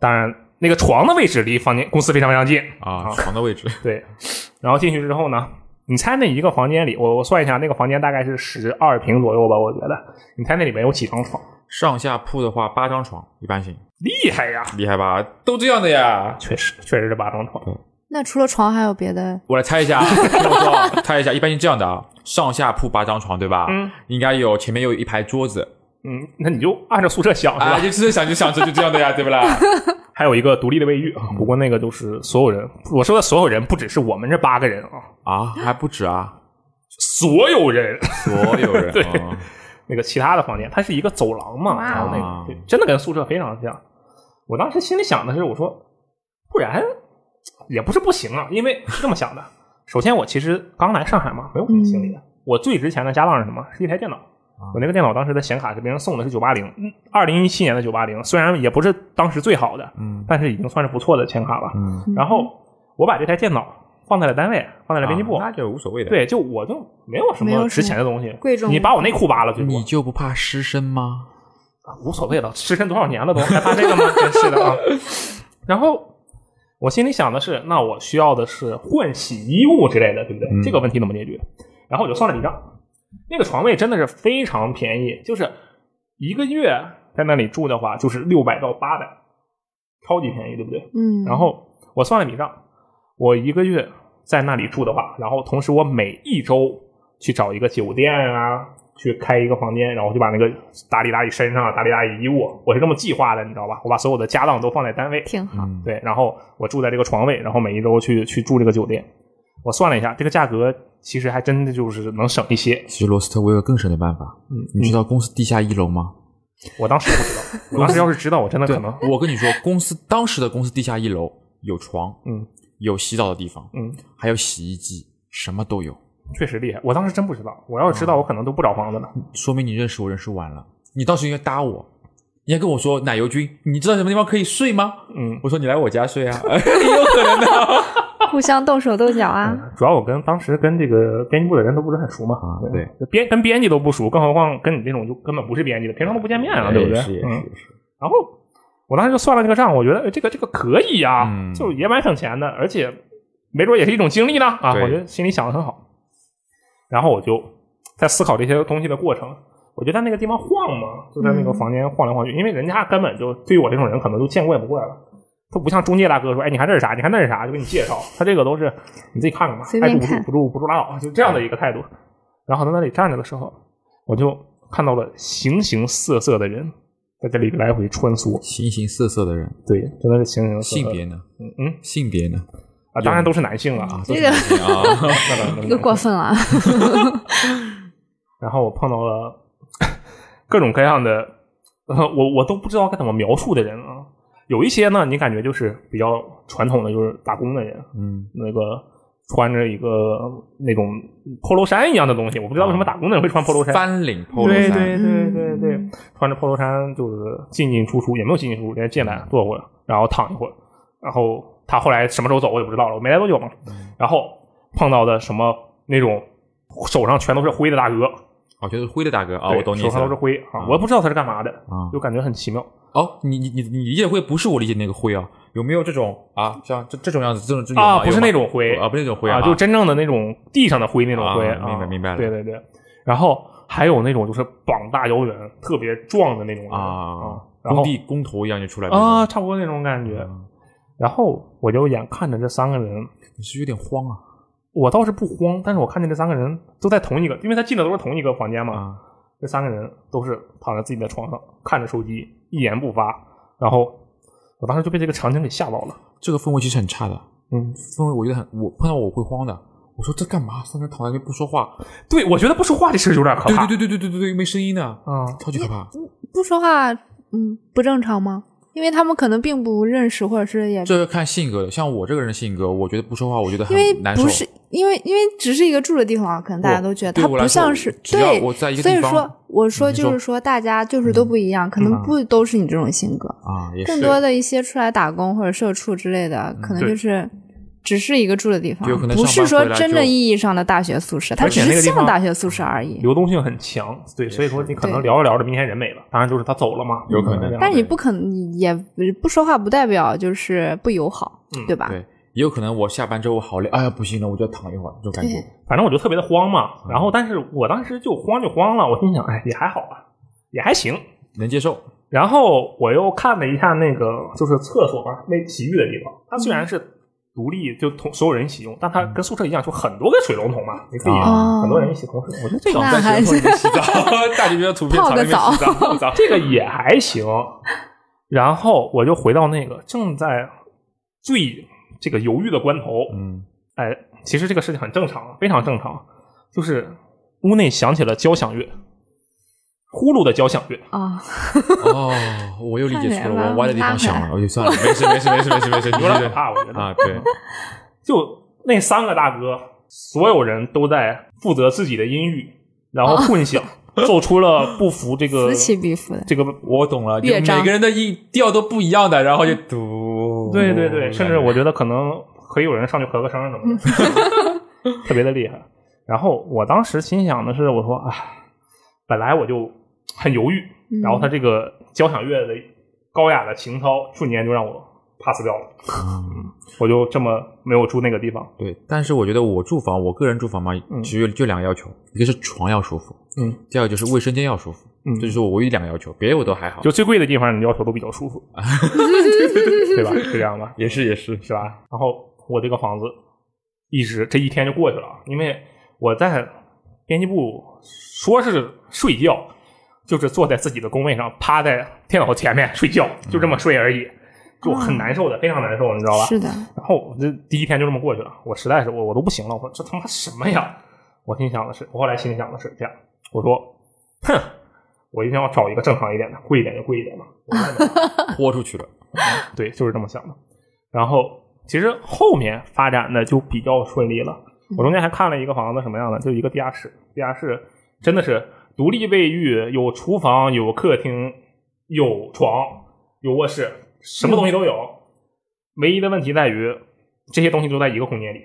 Speaker 1: 当然，那个床的位置离房间公司非常非常近
Speaker 2: 啊，床的位置，
Speaker 1: 对，然后进去之后呢，你猜那一个房间里，我我算一下，那个房间大概是十二平左右吧，我觉得。你猜那里面有几张床？
Speaker 2: 上下铺的话八张床一般性，
Speaker 1: 厉害呀！
Speaker 2: 厉害吧？都这样的呀。
Speaker 1: 确实，嗯确实是八张床。
Speaker 3: 那除了床还有别的？
Speaker 2: 我来猜一 下，啊，听我说啊，猜一下，一般是这样的啊，上下铺八张床，对吧？
Speaker 1: 嗯，
Speaker 2: 应该有前面有一排桌子，
Speaker 1: 嗯，那你就按照宿舍想是吧？
Speaker 2: 啊，就是想就想着就这样的呀，对不啦？
Speaker 1: 还有一个独立的卫浴啊，不过那个就是所有人，我说的所有人不只是我们这八个人啊，
Speaker 2: 啊，还不止啊，
Speaker 1: 所有人。
Speaker 2: 所有人，
Speaker 1: 对
Speaker 2: 哦
Speaker 1: 那个其他的房间，它是一个走廊嘛，
Speaker 3: 哇哦
Speaker 1: 然后那
Speaker 2: 啊
Speaker 1: 个对真的跟宿舍非常像。我当时心里想的是，我说不然也不是不行啊，因为是这么想的。首先，我其实刚来上海嘛，没有什么行李
Speaker 3: 嗯
Speaker 1: 的。我最值钱的家当是什么？是一台电脑。我那个电脑当时的显卡是别人送的，是九八零，嗯二零一七年的九八零，虽然也不是当时最好的，
Speaker 2: 嗯
Speaker 1: 但是已经算是不错的显卡了。
Speaker 2: 嗯，
Speaker 1: 然后我把这台电脑放在了单位，放在了编辑部。
Speaker 2: 啊那就无所谓的。，
Speaker 1: 对，就我就没有什
Speaker 3: 没有什
Speaker 1: 么
Speaker 3: 么
Speaker 1: 值钱的东西，
Speaker 3: 贵重
Speaker 1: 你把我内裤扒了，最多
Speaker 2: 你就不怕失身吗？
Speaker 1: 无所谓了，失身多少年了都还怕这个吗？ 真是的啊！然后我心里想的是，那我需要的是换洗衣物之类的，对不对？
Speaker 2: 嗯
Speaker 1: 这个问题怎么解决？然后我就算了笔账，那个床位真的是非常便宜，就是一个月在那里住的话，就是六百到八百，超级便宜，对不对？
Speaker 3: 嗯，
Speaker 1: 然后我算了笔账，我一个月在那里住的话，然后同时我每一周去找一个酒店啊，去开一个房间，然后就把那个打理打理身上啊，打理打理衣物，我是这么计划的，你知道吧？我把所有的家当都放在单位，
Speaker 3: 挺好，
Speaker 2: 嗯，
Speaker 1: 对，然后我住在这个床位，然后每一周去去住这个酒店。我算了一下，这个价格其实还真的就是能省一些。
Speaker 2: 其实罗斯特我有个更省的办法，
Speaker 1: 嗯，
Speaker 2: 你知道公司地下一楼吗？
Speaker 1: 我当时不 知道，我当时要是知道，我真的
Speaker 2: 对
Speaker 1: 可能，
Speaker 2: 我跟你说，公司当时的公司地下一楼有床，
Speaker 1: 嗯，
Speaker 2: 有洗澡的地方，
Speaker 1: 嗯，
Speaker 2: 还有洗衣机，什么都有，
Speaker 1: 确实厉害。我当时真不知道，我要是知
Speaker 2: 哦
Speaker 1: 道，我可能都不找房子了。
Speaker 2: 说明你认识我认识晚了。你当时应该搭我，你还跟我说奶油君，你知道什么地方可以睡吗？
Speaker 1: 嗯，
Speaker 2: 我说你来我家睡啊， 有可能的。
Speaker 3: 互相动手动脚啊。
Speaker 1: 嗯主要我跟当时跟这个编辑部的人都不是很熟嘛，
Speaker 2: 啊对，
Speaker 1: 就编跟编辑都不熟，更何况跟你这种就根本不是编辑的，平常都不见面啊，对不对？
Speaker 2: 哎是也
Speaker 1: 嗯。
Speaker 2: 是是，
Speaker 1: 然后我当时就算了这个账，我觉得哎这个这个可以啊，
Speaker 2: 嗯
Speaker 1: 就也蛮省钱的，而且没准也是一种经历呢啊，
Speaker 2: 对
Speaker 1: 我觉得心里想的很好。然后我就在思考这些东西的过程，我就在那个地方晃嘛，就在那
Speaker 2: 嗯
Speaker 1: 个房间晃来晃去，因为人家根本就对于我这种人可能就见怪不怪了。他不像中介大哥说，哎，你看这是啥？你看那是啥？就给你介绍。他这个都是你自己看看吧，
Speaker 3: 随
Speaker 1: 爱
Speaker 3: 便
Speaker 1: 住不住
Speaker 3: 看
Speaker 1: 不住不住拉倒，就这样的一个态度。然后在那里站着的时候，我就看到了形形色色的人在这里来回穿梭。
Speaker 2: 形形色色的 人，
Speaker 1: 对，真的是形形色色。
Speaker 2: 性别呢？
Speaker 1: 嗯嗯
Speaker 2: 性别呢？
Speaker 1: 啊，当然都是男性了啊
Speaker 2: 啊，。都
Speaker 3: 这
Speaker 2: 是
Speaker 3: 个
Speaker 2: 男性啊，
Speaker 1: 那当然都是
Speaker 3: 这
Speaker 1: 男性
Speaker 3: 个过分了啊，
Speaker 1: 然后我碰到了 各种各样的， 呃我我都不知道该怎么描述的人啊。有一些呢，你感觉就是比较传统的，就是打工的人，
Speaker 2: 嗯，
Speaker 1: 那个穿着一个那种 polo 衫一样的东西，我不知道为什么打工的人会穿 polo 衫。
Speaker 2: 啊翻领 polo
Speaker 1: 对
Speaker 2: 衫，
Speaker 1: 对对对对，
Speaker 3: 嗯
Speaker 1: 穿着 polo 衫就是进进出出，也没有进进出出，人家进来坐会儿，然后躺一会儿，然后他后来什么时候走我也不知道了，我没来多久嘛。
Speaker 2: 嗯
Speaker 1: 然后碰到的什么那种手上全都是灰的大哥
Speaker 2: 哦，就是灰的大哥啊，
Speaker 1: 对
Speaker 2: 我懂你意
Speaker 1: 手
Speaker 2: 思
Speaker 1: 上都是啊
Speaker 2: 了
Speaker 1: 灰啊，我也不知道他是干嘛的，
Speaker 2: 啊
Speaker 1: 就感觉很奇妙。
Speaker 2: 哦，你你你你理解的灰不是我理解的那个灰啊？有没有这种啊，像这这种样子，这种这种
Speaker 1: 啊
Speaker 2: 吗
Speaker 1: 不是
Speaker 2: 有吗
Speaker 1: 那种灰
Speaker 2: 啊，不是那种灰
Speaker 1: 啊，就真正的那种地上的灰那种灰，
Speaker 2: 啊明白明白了
Speaker 1: 对对对，然后还有那种就是膀大腰圆、特别壮的那种人
Speaker 2: 啊，
Speaker 1: 然
Speaker 2: 工
Speaker 1: 后
Speaker 2: 地工头一样就出来了
Speaker 1: 啊，，差不多那种感觉。
Speaker 2: 嗯
Speaker 1: 然后我就眼看着这三个人，
Speaker 2: 你是有点慌啊
Speaker 1: 我倒是不慌，但是我看见这三个人都在同一个，因为他进的都是同一个房间嘛，
Speaker 2: 啊，
Speaker 1: 这三个人都是躺在自己的床上看着手机，一言不发。然后我当时就被这个场景给吓到了。
Speaker 2: 这个氛围其实很差的，
Speaker 1: 嗯，
Speaker 2: 氛围我觉得很，我碰到我会慌的。我说这干嘛？三个人躺在那边不说话，
Speaker 1: 对，我觉得不说话这事儿有点可
Speaker 2: 对
Speaker 1: 怕。
Speaker 2: 对对对对对对对，没声音的，
Speaker 1: 啊、
Speaker 2: 超级可怕。
Speaker 3: 不说话，嗯，不正常吗？因为他们可能并不认识，或者是也
Speaker 2: 这要看性格的，像我这个人的性格，我觉得不说话，我觉得
Speaker 3: 因
Speaker 2: 很
Speaker 3: 为
Speaker 2: 难受。
Speaker 3: 不是因为因为只是一个住的地方啊，可能大家都觉得
Speaker 2: 对
Speaker 3: 它
Speaker 2: 我来说
Speaker 3: 不像是
Speaker 2: 只要
Speaker 3: 对
Speaker 2: 我在一个
Speaker 3: 所以
Speaker 2: 地方
Speaker 3: 说我说
Speaker 2: 你
Speaker 3: 就
Speaker 2: 说
Speaker 3: 是说大家就是都不一样，可能不都是你这种性格，
Speaker 2: 啊，嗯也是
Speaker 3: 更多的一些出来打工或者社畜之类的，可能
Speaker 1: 对
Speaker 3: 就是。只是一个住的地
Speaker 2: 就
Speaker 3: 方
Speaker 2: 有可，能
Speaker 3: 不
Speaker 2: 上
Speaker 3: 是
Speaker 2: 班
Speaker 3: 说
Speaker 2: 回来
Speaker 3: 真
Speaker 2: 就
Speaker 3: 正意义上的大学宿舍，它
Speaker 1: 而且
Speaker 3: 只
Speaker 1: 那
Speaker 3: 是
Speaker 1: 个地
Speaker 3: 像
Speaker 1: 方
Speaker 3: 大学宿舍而已。
Speaker 1: 流动性很强，对，所以说你可能
Speaker 3: 对
Speaker 1: 聊着聊着，明天人没了，当然就是他走了嘛，嗯
Speaker 2: 有可能
Speaker 1: 这样
Speaker 3: 但是你不可能你也不说话，不代表就是不友好，对吧？
Speaker 2: 嗯对，也有可能我下班之后我好累，哎呀不行了，我就要躺一会儿，这种感觉
Speaker 3: 对
Speaker 1: 反正我就特别的慌嘛。
Speaker 2: 嗯
Speaker 1: 然后，但是我当时就慌就慌了，我心想，哎，也还好吧，也还行。
Speaker 2: 能接受。
Speaker 1: 然后我又看了一下那个就是厕所嘛，那洗浴的地方，它虽然
Speaker 2: 嗯
Speaker 1: 是独立就同所有人使用，但它跟宿舍一样，就很多个水龙头嘛，你可以
Speaker 3: 哦
Speaker 1: 很多人一起同时。我觉得这个
Speaker 3: 那
Speaker 2: 躺在
Speaker 3: 还
Speaker 2: 水桶里面洗澡，大学边的图片
Speaker 3: 泡
Speaker 2: 躺在那
Speaker 3: 个
Speaker 2: 边洗澡，洗澡
Speaker 1: 这个也还行。然后我就回到那个正在最这个犹豫的关头，
Speaker 2: 嗯，
Speaker 1: 哎，其实这个事情很正常，非常正常，就是屋内响起了交响乐，呼噜的交响乐。
Speaker 3: 啊，
Speaker 2: 哦，我又理解错
Speaker 3: 看来吧
Speaker 2: 了，我歪的地方想了，我就算了，没事没事没事 没事没事，你
Speaker 1: 有点可
Speaker 2: 是
Speaker 1: 怕，我觉得
Speaker 2: 啊，对，
Speaker 1: 就那三个大哥，所有人都在负责自己的音域，然后混响，奏出了不服这个
Speaker 3: 哦
Speaker 2: 呃
Speaker 3: 此起彼伏的。
Speaker 1: 这个。
Speaker 2: 我懂了，就
Speaker 3: 乐章
Speaker 2: 每个人的音调都不一样的，然后就嘟，
Speaker 1: 嗯对对对，甚至我觉得可能可以有人上去合个声什么的， 特别的厉害。然后我当时心想的是，我说哎，本来我就很犹豫，
Speaker 3: 嗯
Speaker 1: 然后他这个交响乐的高雅的情操，瞬间就让我 pass 掉了，
Speaker 2: 嗯
Speaker 1: 我就这么没有住那个地方。
Speaker 2: 对，但是我觉得我住房，我个人住房嘛，
Speaker 1: 嗯
Speaker 2: 其实就两个要求，一个是床要舒服，
Speaker 1: 嗯，
Speaker 2: 第二个就是卫生间要舒服，
Speaker 1: 嗯
Speaker 2: 这就是我唯一两个要求，别的我都还好，
Speaker 1: 就最贵的地方，你要求都比较舒服，对吧？是这样吧？
Speaker 2: 也是也是，
Speaker 1: 是吧？然后我这个房子一直这一天就过去了，因为我在编辑部说是睡觉，就是坐在自己的工位上，趴在电脑前面睡觉，就这么睡而已，就很难受的，非常难受，你知道吧？
Speaker 3: 是的，
Speaker 1: 然后我这第一天就这么过去了，我实在是我我都不行了，我说这他妈什么呀？我心想的是，我后来心里想的是这样，我说，哼，我一定要找一个正常一点的，贵一点就贵一点吧。我再买
Speaker 2: 豁出去了，
Speaker 1: 对，就是这么想的。然后其实后面发展的就比较顺利了。我中间还看了一个房子，什么样的？就一个地下室，地下室真的是独立卫浴，有厨房，有客厅，有床，有卧室，什么东西都有。唯一的问题在于，这些东西都在一个空间里。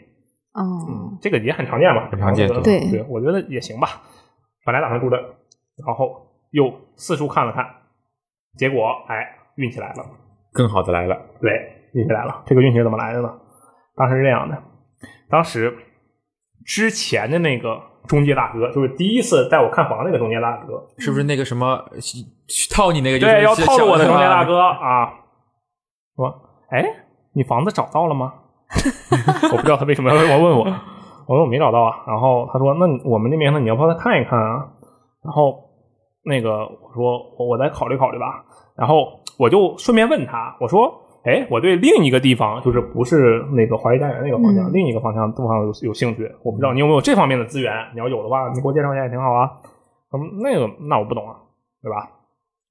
Speaker 3: 嗯，
Speaker 1: 这个也很常见嘛，
Speaker 2: 很常见
Speaker 1: 我觉得
Speaker 3: 对
Speaker 1: 对，我觉得也行吧。本来打算住这儿，然后又四处看了看，结果哎，运气来了。
Speaker 2: 更好的来了，
Speaker 1: 对，运气来了。这个运气是怎么来的呢？当时是这样的，当时之前的那个中介大哥，就是第一次带我看房那个中介大哥，
Speaker 2: 是不是那个什么去去套你那个？就是
Speaker 1: 对，要套路我的中介大，
Speaker 2: 是吧
Speaker 1: 哥啊，说，哎，你房子找到了吗？ 我不知道他为什么要这么问我，我说我没找到啊。然后他说，那你我们那边呢，你要不要再看一看啊？然后那个我说我我再考虑考虑吧。然后我就顺便问他，我说，哎，我对另一个地方，就是不是那个华谊家园那个方向，
Speaker 3: 嗯
Speaker 1: 另一个方向地方有有兴趣，我不知道你有没有这方面的资源，你要有的话，你给我介绍一下也挺好啊。嗯，那个那我不懂啊，对吧？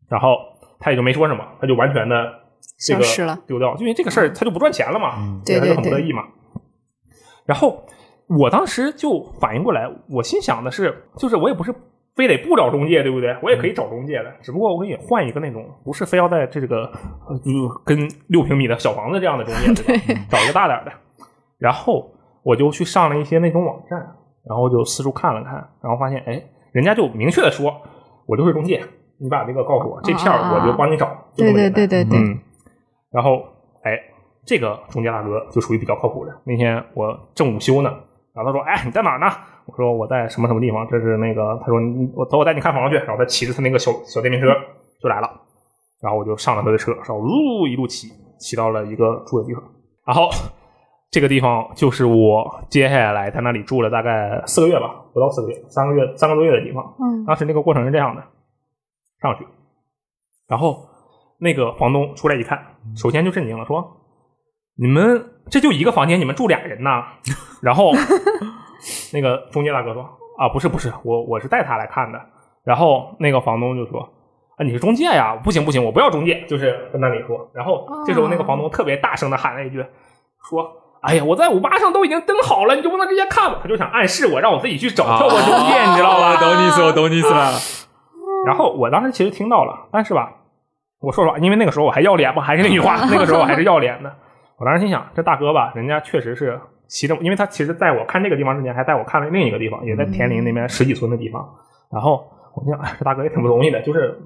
Speaker 1: 然后他也就没说什么，他就完全的这个
Speaker 3: 消失了
Speaker 1: 丢掉，因为这个事儿他就不赚钱了嘛，
Speaker 2: 嗯
Speaker 1: 所以
Speaker 3: 对
Speaker 1: 他就
Speaker 3: 对
Speaker 1: 很不
Speaker 3: 对
Speaker 1: 乐意嘛。然后我当时就反应过来，我心想的是，就是我也不是非得不找中介，对不对？我也可以找中介的，只不过我可以换一个那种不是非要在这个呃就跟六平米的小房子这样的中介，对吧
Speaker 3: 对
Speaker 1: 找一个大点儿的。然后我就去上了一些那种网站，然后就四处看了看，然后发现，哎，人家就明确的说，我就是中介，你把这个告诉我，这片
Speaker 3: 啊
Speaker 1: 儿
Speaker 3: 啊啊
Speaker 1: 我就帮你找。就这
Speaker 3: 对
Speaker 1: 么简单
Speaker 3: 对对对对，
Speaker 1: 嗯，然后哎，这个中介大哥就属于比较靠谱的。那天我正午休呢，然后他说：“哎，你在哪呢？”我说：“我在什么什么地方。”这是那个，他说你：“我走，我带你看房去。”然后他骑着他那个小小电瓶车就来了，然后我就上了他的车，然后呜一路骑，骑到了一个住的地方，然后。这个地方就是我接下来在那里住了大概四个月吧，不到四个月，三个月三个多月的地方。
Speaker 3: 嗯
Speaker 1: 当时那个过程是这样的，上去，然后那个房东出来一看，首先就震惊了，说：“你们这就一个房间，你们住俩人呐？”然后那个中介大哥说：“啊，不是不是，我我是带他来看的。”然后那个房东就说：“啊，你是中介呀？不行不行，我不要中介。”就是跟那里说。然后这时候那个房东特别大声的喊了一句：“说。”哎呀，我在五八上都已经登好了，你就不能直接看我？他就想暗示我，让我自己去找
Speaker 2: 啊
Speaker 1: 跳过中介，你知道吧？
Speaker 2: 懂你意思，我懂你意思了。
Speaker 1: 然后我当时其实听到了，但是吧，我说实话，因为那个时候我还要脸嘛，还是那句话，那个时候我还是要脸的。我当时心想，这大哥吧，人家确实是骑着，因为他其实带我看这个地方之前，还带我看了另一个地方，也在田林那边十几村的地方。然后我想，哎，这大哥也挺不容易的，就是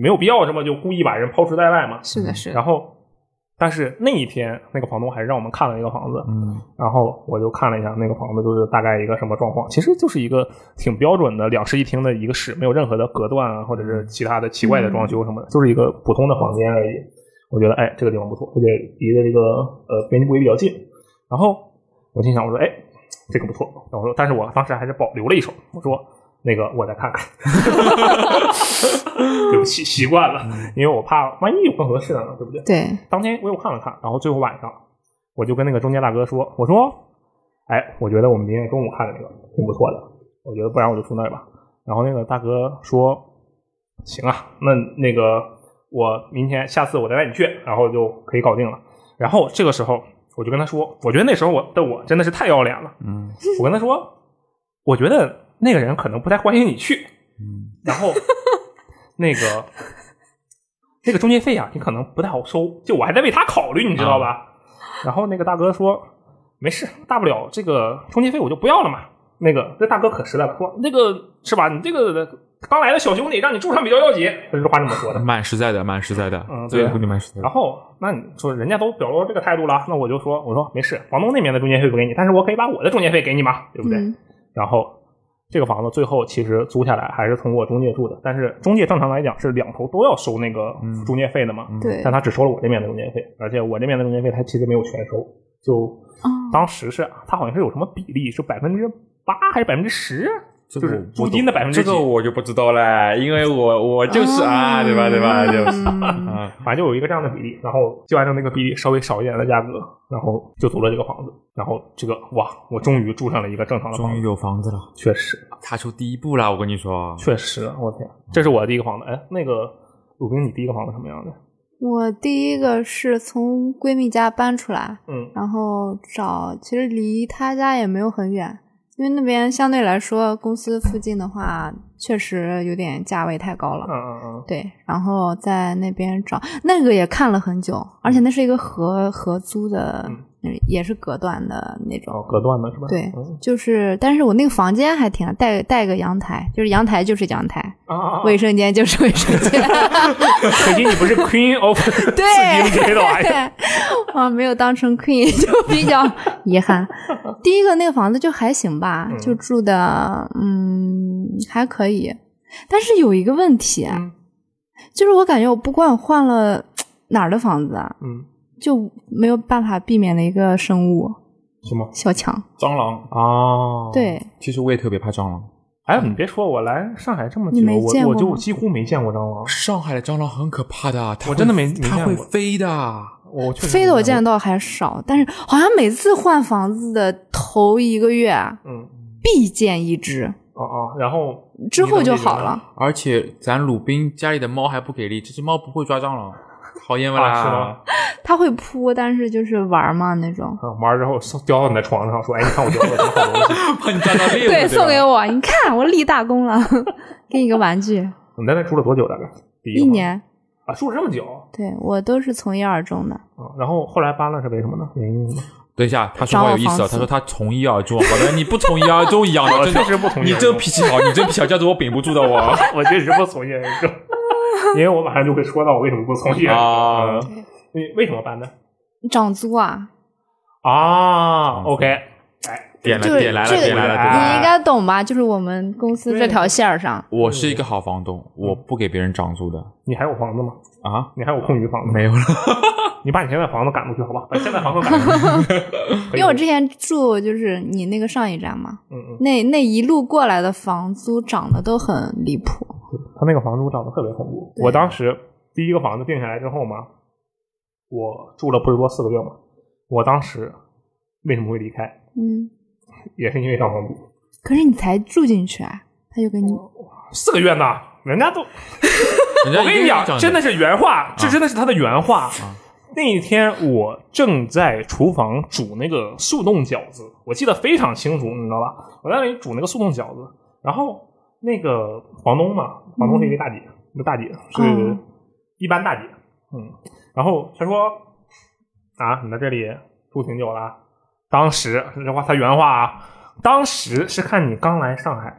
Speaker 1: 没有必要这么就故意把人抛出在外嘛。
Speaker 3: 是的，是
Speaker 1: 嗯
Speaker 3: 的，
Speaker 1: 然后，但是那一天那个房东还是让我们看了一个房子，
Speaker 2: 嗯，
Speaker 1: 然后我就看了一下那个房子，就是大概一个什么状况，其实就是一个挺标准的两室一厅的一个室，没有任何的隔断啊，或者是其他的奇怪的装修什么的，就是一个普通的房间而已。我觉得哎，这个地方不错，而且离着这个呃编辑部也比较近。然后我心想，我说哎，这个不错。然后我说，但是我当时还是保留了一手，我说那个我再看 看。对不起，习惯了，因为我怕万一有更合适的呢，对不对？
Speaker 3: 对，
Speaker 1: 当天我又看了看，然后最后晚上我就跟那个中介大哥说，我说，哎，我觉得我们明天中午看的那个挺不错的，我觉得不然我就住那儿吧。然后那个大哥说，行啊，那那个我明天下次我再带你去，然后就可以搞定了。然后这个时候我就跟他说，我觉得那时候我的我真的是太要脸了，
Speaker 2: 嗯，
Speaker 1: 我跟他说，我觉得那个人可能不太欢迎你去，
Speaker 2: 嗯
Speaker 1: 然后那个那个中介费啊，你可能不太好收，就我还在为他考虑，你知道吧？然后那个大哥说没事，大不了这个中介费我就不要了嘛。那个那大哥可实在了，说那个是吧？你这个刚来的小兄弟，让你住上比较要紧，他是话这么说的。
Speaker 2: 嗯蛮实在的，蛮实在的，
Speaker 1: 嗯
Speaker 2: 这个
Speaker 1: 对
Speaker 2: 姑娘蛮实在的
Speaker 1: 然。后，那你说人家都表露这个态度了，那我就说，我说没事，房东那边的中介费不给你，但是我可以把我的中介费给你嘛，对不对？
Speaker 3: 嗯
Speaker 1: 然后这个房子最后其实租下来还是通过中介住的，但是中介正常来讲是两头都要收那个
Speaker 2: 嗯
Speaker 1: 中介费的嘛，
Speaker 3: 对
Speaker 1: 但，他只收了我这边的中介费，而且我这边的中介费他其实没有全收，就
Speaker 3: 哦
Speaker 1: 当时是啊他好像是有什么比例是百分之八还是百分之十，啊
Speaker 2: 这
Speaker 1: 就
Speaker 2: 个
Speaker 1: 是
Speaker 2: 我
Speaker 1: 租
Speaker 2: 不
Speaker 1: 金的百分之
Speaker 2: 这
Speaker 1: 几
Speaker 2: 个，我就不知道了，因为我我就是啊，对吧？对吧？就是
Speaker 3: 嗯
Speaker 2: 啊，
Speaker 1: 反正就有一个这样的比例，然后就按照那个比例稍微少一点的价格，然后就租了这个房子，然后这个哇，我终于住上了一个正常的房
Speaker 2: 终于
Speaker 1: 子，
Speaker 2: 有房子了，
Speaker 1: 确实。
Speaker 2: 踏出第一步了，我跟你说，
Speaker 1: 确实，我天，这是我的第一个房子。哎，那个鲁冰，你第一个房子什么样的？
Speaker 3: 我第一个是从闺蜜家搬出来，
Speaker 1: 嗯
Speaker 3: 然后找，其实离她家也没有很远，因为那边相对来说公司附近的话，确实有点价位太高了。
Speaker 1: 嗯嗯嗯，
Speaker 3: 对，然后在那边找那个也看了很久，而且那是一个合合租的，
Speaker 1: 嗯
Speaker 3: 嗯也是隔断的那种。
Speaker 1: 哦，隔断的是吧？
Speaker 3: 对
Speaker 1: 嗯、
Speaker 3: 就是，但是我那个房间还挺大，啊带带个阳台，就是阳台就是阳台，
Speaker 1: 啊啊啊！
Speaker 3: 卫生间就是卫生间。
Speaker 1: 哦 可惜你不是 Queen of 自己这的 玩意儿。
Speaker 3: 啊，没有当成 queen 就 比较遗憾。第一个那个房子就还行吧，
Speaker 1: 嗯
Speaker 3: 就住的嗯还可以，但是有一个问题，啊
Speaker 1: 嗯
Speaker 3: 就是我感觉我不管我换了哪儿的房子啊，
Speaker 1: 嗯，
Speaker 3: 就没有办法避免的一个生物
Speaker 1: 什么？
Speaker 3: 小强。
Speaker 2: 蟑螂，
Speaker 1: 哦，。
Speaker 3: 对，
Speaker 2: 其实我也特别怕蟑螂。
Speaker 1: 哎，你别说，我来上海这么久
Speaker 3: 你，没见
Speaker 1: 我
Speaker 3: 过
Speaker 1: 我
Speaker 3: 吗
Speaker 1: 就几乎没见过蟑螂。
Speaker 2: 哦上海的蟑螂很可怕的，啊它
Speaker 1: 我
Speaker 2: 会
Speaker 1: 真的没没见过
Speaker 2: 它会飞的。啊
Speaker 1: 我确实
Speaker 3: 飞的我见
Speaker 1: 到。
Speaker 3: 到还少，但是好像每次换房子的头一个月啊
Speaker 1: 嗯，
Speaker 3: 必见一只，
Speaker 1: 哦哦，然后
Speaker 3: 之后就
Speaker 1: 你怎么解决
Speaker 3: 好
Speaker 1: 的
Speaker 3: 了。
Speaker 2: 而且咱鲁宾家里的猫还不给力，这只猫不会抓蟑螂，讨厌不啦、
Speaker 1: 啊是吗
Speaker 3: 它会扑，但是就是玩儿嘛那种。
Speaker 1: 啊，玩儿之后送叼到你的床上，说：“哎，你看我叼了什么好东西
Speaker 2: 把你抓到猎物。
Speaker 3: 对，
Speaker 2: 吧
Speaker 3: 送给。我，你看我立 大功了，给你个玩具，？”
Speaker 1: 你嗯在那住了多久？大概第一
Speaker 3: 一
Speaker 1: 个吗
Speaker 3: 年，
Speaker 1: 啊，住了这么久
Speaker 3: 对我都是从一而终的。
Speaker 1: 啊。然后后来搬了是为什么呢？原因是什么？
Speaker 2: 等一下，他说话有意思
Speaker 3: 蟑
Speaker 2: 啊，
Speaker 3: 螂
Speaker 2: 他
Speaker 3: 防
Speaker 2: 说他从 一而终，我觉得你不从一而终一样的，
Speaker 1: 我
Speaker 2: 真
Speaker 1: 确
Speaker 2: 的。
Speaker 1: 实不同意。
Speaker 2: 你这脾气好，你这脾气好，叫做我顶不住的我。
Speaker 1: 我确实不从业人生。因为我马上就会说到我为什么不从业
Speaker 2: 啊
Speaker 1: 嗯你为什么搬呢？
Speaker 3: 涨租啊，
Speaker 1: 啊，OK，哎，
Speaker 2: 点了
Speaker 3: 就是
Speaker 2: 点来了
Speaker 3: 这个
Speaker 2: 点来了
Speaker 1: 啊
Speaker 2: 点来了。
Speaker 3: 你应该懂吧？就是我们公司这条线儿上，
Speaker 2: 我是一个好房东，我不给别人涨租的
Speaker 1: 你还有房子吗？
Speaker 2: 啊，
Speaker 1: 你还有空余房子吗？
Speaker 2: 没有了。
Speaker 1: 你把你现在房子赶出去，好吧？把现在房子赶 出去。可以
Speaker 3: 因为我之前住就是你那个上一站嘛，
Speaker 1: 嗯嗯，
Speaker 3: 那那一路过来的房租涨得都很离谱，
Speaker 1: 他那个房租涨得特别恐怖。
Speaker 3: 对
Speaker 1: 我当时第一个房子定下来之后嘛，我住了不是说四个月嘛，我当时为什么会离开，
Speaker 3: 嗯，
Speaker 1: 也是因为涨房租。
Speaker 3: 可是你才住进去啊，他就给你
Speaker 1: 四个月呢，人家都
Speaker 2: 人家
Speaker 1: 我跟你讲，啊真的是原话，这真的是他的原话。啊那一天我正在厨房煮那个速冻饺子，我记得非常清楚，你知道吧？我在那里煮那个速冻饺子，然后那个房东嘛，房东是一个大姐，不是大姐是
Speaker 3: 嗯
Speaker 1: 一般大姐，嗯，然后她说啊，你在这里住挺久了，当时这话她原话啊，当时是看你刚来上海，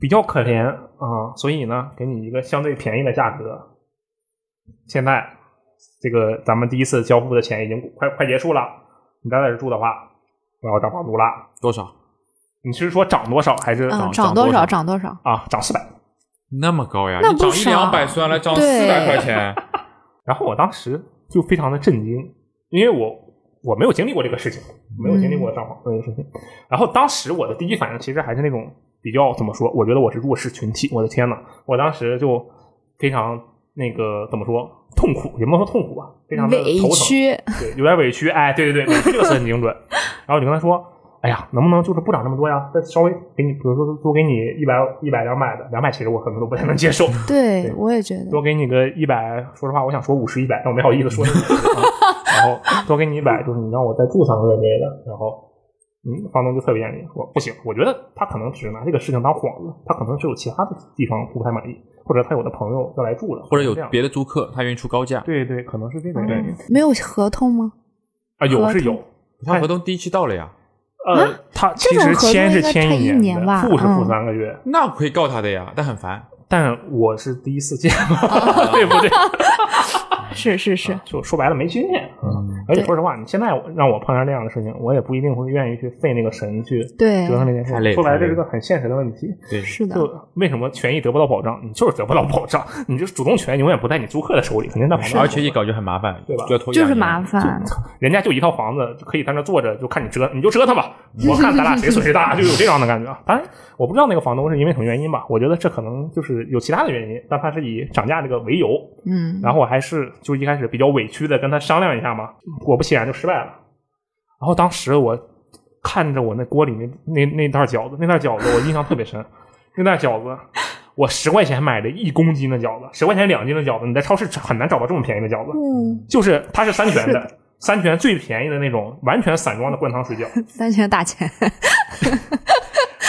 Speaker 1: 比较可怜啊、所以呢，给你一个相对便宜的价格。现在这个咱们第一次交付的钱已经快快结束了，你再在这住的话，我要涨房租了。
Speaker 2: 多少
Speaker 1: 你是说涨多少还是
Speaker 3: 嗯
Speaker 1: 涨、
Speaker 2: 涨
Speaker 3: 涨
Speaker 2: 多
Speaker 3: 多
Speaker 2: 少
Speaker 3: 少涨多少，
Speaker 1: 啊？涨四百。
Speaker 2: 那么高呀？
Speaker 3: 那
Speaker 2: 你
Speaker 3: 不
Speaker 2: 涨一
Speaker 3: 少
Speaker 2: 两百算来涨四
Speaker 3: 对
Speaker 2: 百块钱，
Speaker 1: 然后我当时就非常的震惊，因为我我没有经历过这个事情，没有经历
Speaker 3: 嗯
Speaker 1: 过涨房这个事情。然后当时我的第一反应其实还是那种比较怎么说？我觉得我是弱势群体。我的天呐，我当时就非常那个怎么说痛苦，也不能说痛苦吧，非常的
Speaker 3: 委
Speaker 1: 头疼。
Speaker 3: 屈，
Speaker 1: 对，有点委屈。哎，对对对，委屈这个词很精准。然后我就跟他说，哎呀，能不能就是不涨这么多呀？再稍微给你，比如说多给你一百、一百、两百的，两百其实我可能都不太能接受，对
Speaker 3: 对我也觉得，
Speaker 1: 多给你个一百。说实话，我想说五十、一百，但我没好意思说那个、啊。 然后多给你一百，就是你让我再住三个月之类的。然后，嗯，房东就特别严厉，说不行。我觉得他可能只是拿这个事情当幌子，他可能是有其他的地方不太满意，或者他有的朋友要来住了，
Speaker 2: 或者有
Speaker 1: 这样
Speaker 2: 别的租客他愿意出高价。
Speaker 1: 对对，可能是这个
Speaker 3: 嗯
Speaker 1: 原因
Speaker 3: 没有合同吗？
Speaker 1: 啊，有是
Speaker 3: 合同啊
Speaker 1: 有。
Speaker 2: 他合同第一期到了呀，
Speaker 1: 呃，他其
Speaker 3: 这
Speaker 1: 实
Speaker 3: 种合同
Speaker 1: 签是
Speaker 3: 应该
Speaker 1: 签
Speaker 3: 差一
Speaker 1: 年
Speaker 3: 年
Speaker 1: 的，
Speaker 3: 吧
Speaker 1: 付是付
Speaker 3: 嗯
Speaker 1: 三个月，
Speaker 2: 那我可以告他的呀，但 很烦。
Speaker 1: 但我是第一次见，啊对不对？
Speaker 3: 是是是，
Speaker 1: 就说白了没经验。嗯，而且
Speaker 3: 对
Speaker 1: 说实话，你现在让我碰上这样的事情，我也不一定会愿意去费那个神去
Speaker 3: 对啊
Speaker 1: 折腾这件事
Speaker 2: 太累。
Speaker 1: 说白
Speaker 2: 太
Speaker 1: 了，这
Speaker 2: 累
Speaker 1: 是个很现实的问题。
Speaker 2: 对，
Speaker 3: 是的，
Speaker 1: 就为什么权益得不到保障？你就是得不到保障，你这主动权永远不在你租客的手里，肯定在房东。
Speaker 2: 而且一搞就很麻烦，
Speaker 1: 对吧
Speaker 2: 就要拖一
Speaker 3: 就
Speaker 2: 两
Speaker 3: 是
Speaker 2: 年
Speaker 3: 麻。 烦，
Speaker 1: 人家就一套房子，就可以在那坐着，就看你折，你就折腾 吧。我看咱俩谁损失大，就有这样的感觉。啊当然，我不知道那个房东是因为什么原因吧，我觉得这可能就是有其他的原因，但他是以涨价这个为由。
Speaker 3: 嗯，
Speaker 1: 然后我还是就一开始比较委屈的跟他商量一下嘛，果不其然就失败了。然后当时我看着我那锅里那那那袋饺子，那袋饺子我印象特别深，那袋饺子。我十块钱买的一公斤的饺子，十块钱两斤的饺子，你在超市很难找到这么便宜的饺子。
Speaker 3: 嗯，
Speaker 1: 就是它是三全的，三全最便宜的那种完全散装的灌汤水饺。
Speaker 3: 三千大钱，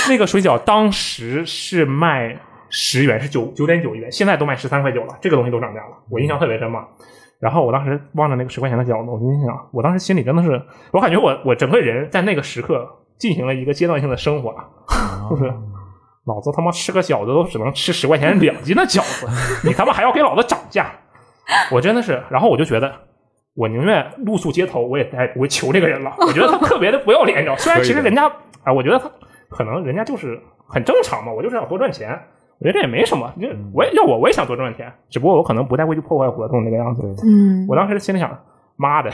Speaker 1: 那个水饺当时是卖十元，是九九点九元，现在都卖十三块九了，这个东西都涨价了，我印象特别深嘛。然后我当时望着那个十块钱的饺子，我心想，我当时心里真的是，我感觉我我整个人在那个时刻进行了一个阶段性的啊升华，就是老子他妈吃个饺子都只能吃十块钱两斤的饺子，你他妈还要给老子涨价，我真的是，然后我就觉得。我宁愿露宿街头，我也再也不会求这个人了。我觉得他特别的不要脸，你知道？虽然其实人家，啊，我觉得他可能人家就是很正常嘛，我就是想多赚钱，我觉得这也没什么。就我也要我我也想多赚钱，只不过我可能不太会去破坏合同那个样子。
Speaker 3: 嗯
Speaker 1: 我，当时心里想，妈的，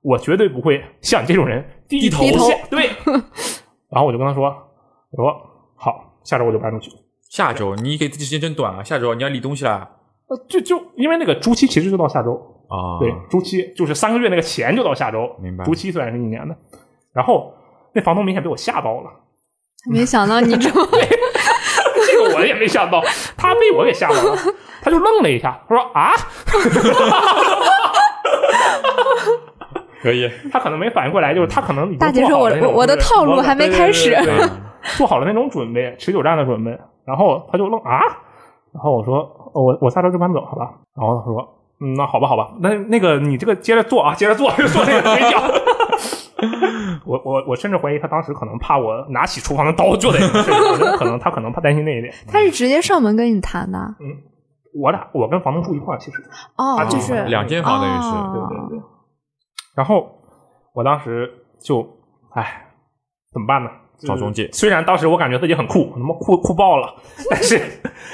Speaker 1: 我绝对不会像你这种人低头
Speaker 3: 低头
Speaker 1: 下对。然后我就跟他说，我说好，下周我就搬出去。
Speaker 2: 下周你给自己时间真短啊，下周你要理东西啦
Speaker 1: 呃就就因为那个租期其实就到下周，
Speaker 2: 啊。
Speaker 1: 对，租期就是三个月那个钱就到下周，
Speaker 2: 明白
Speaker 1: 租期虽然是一年的，然后那房东明显被我吓到了，
Speaker 3: 没想到你这么，
Speaker 1: 这个我也没想到，他被我给吓到了，他就愣了一下，他说啊，
Speaker 2: 可以。
Speaker 1: 他可能没反应过来，就是他可能已经
Speaker 3: 大姐
Speaker 1: 做好
Speaker 3: 说
Speaker 1: 了
Speaker 3: 我
Speaker 1: 那种
Speaker 3: 我我的
Speaker 1: 就是
Speaker 3: 套路
Speaker 1: 我
Speaker 3: 还没
Speaker 1: 对
Speaker 3: 开
Speaker 1: 对
Speaker 3: 始
Speaker 1: 对 对对
Speaker 2: 嗯
Speaker 1: 做好了那种准备，持久战的准备，然后他就愣啊，然后我说哦我我下周就搬走好吧，然后他说嗯那好吧好吧，那那个你这个接着做啊，接着做， 就做那个啊水饺。我我我甚至怀疑他当时可能怕我拿起厨房的刀做的这个事情，我觉得可能他可能怕担心那一点。
Speaker 3: 他是直接上门跟你谈的，
Speaker 1: 我俩我跟房东住一块儿，其实
Speaker 3: 哦
Speaker 1: 啊，
Speaker 3: 就是
Speaker 2: 两间房等于是
Speaker 1: 对
Speaker 3: 哦
Speaker 1: 对对。然后我当时就，哎，怎么办呢？就是
Speaker 2: 找中介
Speaker 1: 虽然当时我感觉自己很酷，他妈酷酷爆 了，但是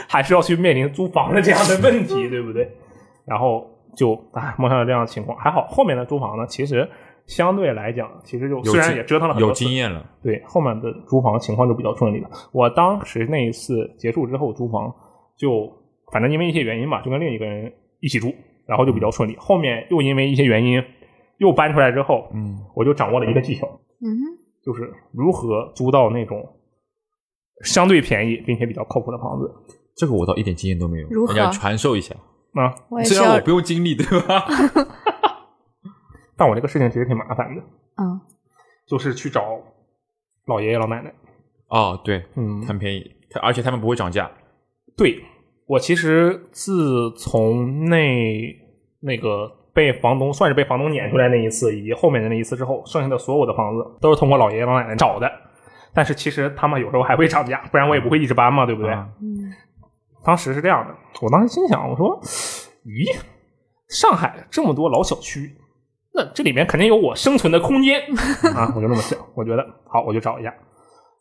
Speaker 1: 还是要去面临租房的这样的问题， 对不对？然后就哎，摸上了这样的情况，还好后面的租房呢，其实相对来讲，其实就
Speaker 2: 有
Speaker 1: 虽然
Speaker 2: 经
Speaker 1: 也折腾了很多
Speaker 2: 有
Speaker 1: 次
Speaker 2: 经验了，
Speaker 1: 对，后面的租房情况就比较顺利了。我当时那一次结束之后，租房就反正因为一些原因吧，就跟另一个人一起住，然后就比较顺利。后面又因为一些原因又搬出来之后，
Speaker 2: 嗯，
Speaker 1: 我就掌握了一个技巧，
Speaker 3: 嗯
Speaker 1: 就是如何租到那种相对便宜并且比较靠谱的房子。
Speaker 2: 这个我倒一点经验都没有，
Speaker 3: 如何
Speaker 2: 人家传授一下，
Speaker 1: 啊，
Speaker 3: 哼，我也
Speaker 2: 虽
Speaker 3: 是
Speaker 2: 然
Speaker 3: 要
Speaker 2: 我不用经历，对吧？
Speaker 1: 但我这个事情其实挺麻烦的，
Speaker 3: 嗯
Speaker 1: 就是去找老爷爷老奶奶。
Speaker 2: 哦，对，
Speaker 1: 嗯，
Speaker 2: 很便宜，它而且他们不会涨价，
Speaker 1: 对我其实自从那那个被房东算是被房东撵出来那一次，以及后面的那一次之后，剩下的所有的房子都是通过老爷爷老奶奶找的。但是其实他们有时候还会涨价，不然我也不会一直搬嘛，对不对？
Speaker 2: 啊
Speaker 3: 嗯
Speaker 1: 当时是这样的，我当时心想，我说，咦，上海这么多老小区，那这里面肯定有我生存的空间啊！我就这么想，我觉得好，我就找一下，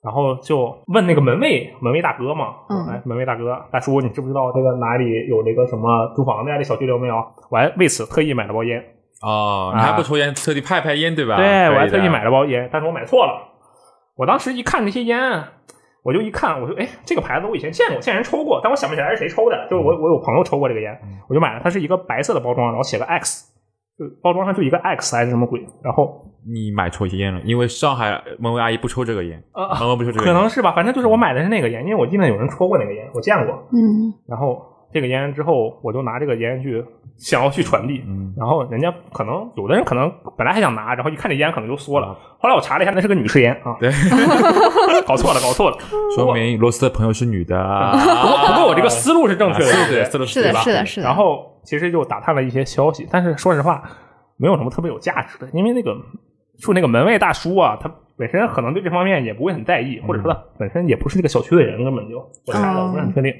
Speaker 1: 然后就问那个门卫，门卫大哥嘛，我说
Speaker 3: 嗯
Speaker 1: 哎，门卫大哥，大叔，你知不知道这个哪里有这个什么租房的呀？这小区里有没有？我还为此特意买了包烟，
Speaker 2: 哦，你还
Speaker 1: 啊
Speaker 2: 不抽烟，特地派派烟，对吧？
Speaker 1: 对我还
Speaker 2: 啊可以的
Speaker 1: 特意买了包烟，但是我买错了。我当时一看这些烟，我就一看，我说，哎，这个牌子我以前见过，见人抽过，但我想不起来是谁抽的。就是我，
Speaker 2: 嗯
Speaker 1: 我有朋友抽过这个烟，我就买了。它是一个白色的包装，然后写个 X，就包装上就一个 X 还是什么鬼。然后
Speaker 2: 你买抽烟了，因为上海门卫阿姨不抽这个烟，
Speaker 1: 啊
Speaker 2: 门卫不抽这
Speaker 1: 可
Speaker 2: 个烟，
Speaker 1: 能是吧，反正就是我买的是那个烟，因为我记得有人抽过那个烟，我见过。
Speaker 3: 嗯
Speaker 1: 然后这个烟之后，我就拿这个烟去想要去传递，
Speaker 2: 嗯
Speaker 1: 然后人家可能有的人可能本来还想拿，然后一看这烟可能就缩了
Speaker 2: 啊。
Speaker 1: 后来我查了一下，那是个女士烟啊，
Speaker 2: 对，
Speaker 1: 搞错了，搞错了。
Speaker 2: 说明罗斯的朋友是女的。啊
Speaker 1: 不过不过我这个思路是正确的，对不
Speaker 2: 对
Speaker 1: 对
Speaker 2: 思路
Speaker 3: 是
Speaker 2: 啊对
Speaker 3: 的
Speaker 2: 吧
Speaker 3: 是的是的，
Speaker 1: 然后其实就打探了一些消息，但是说实话，没有什么特别有价值的，因为那个就那个门卫大叔啊，他本身可能对这方面也不会很在意，或者说他本身也不是这个小区的人，根本就我查了，我不是很确定。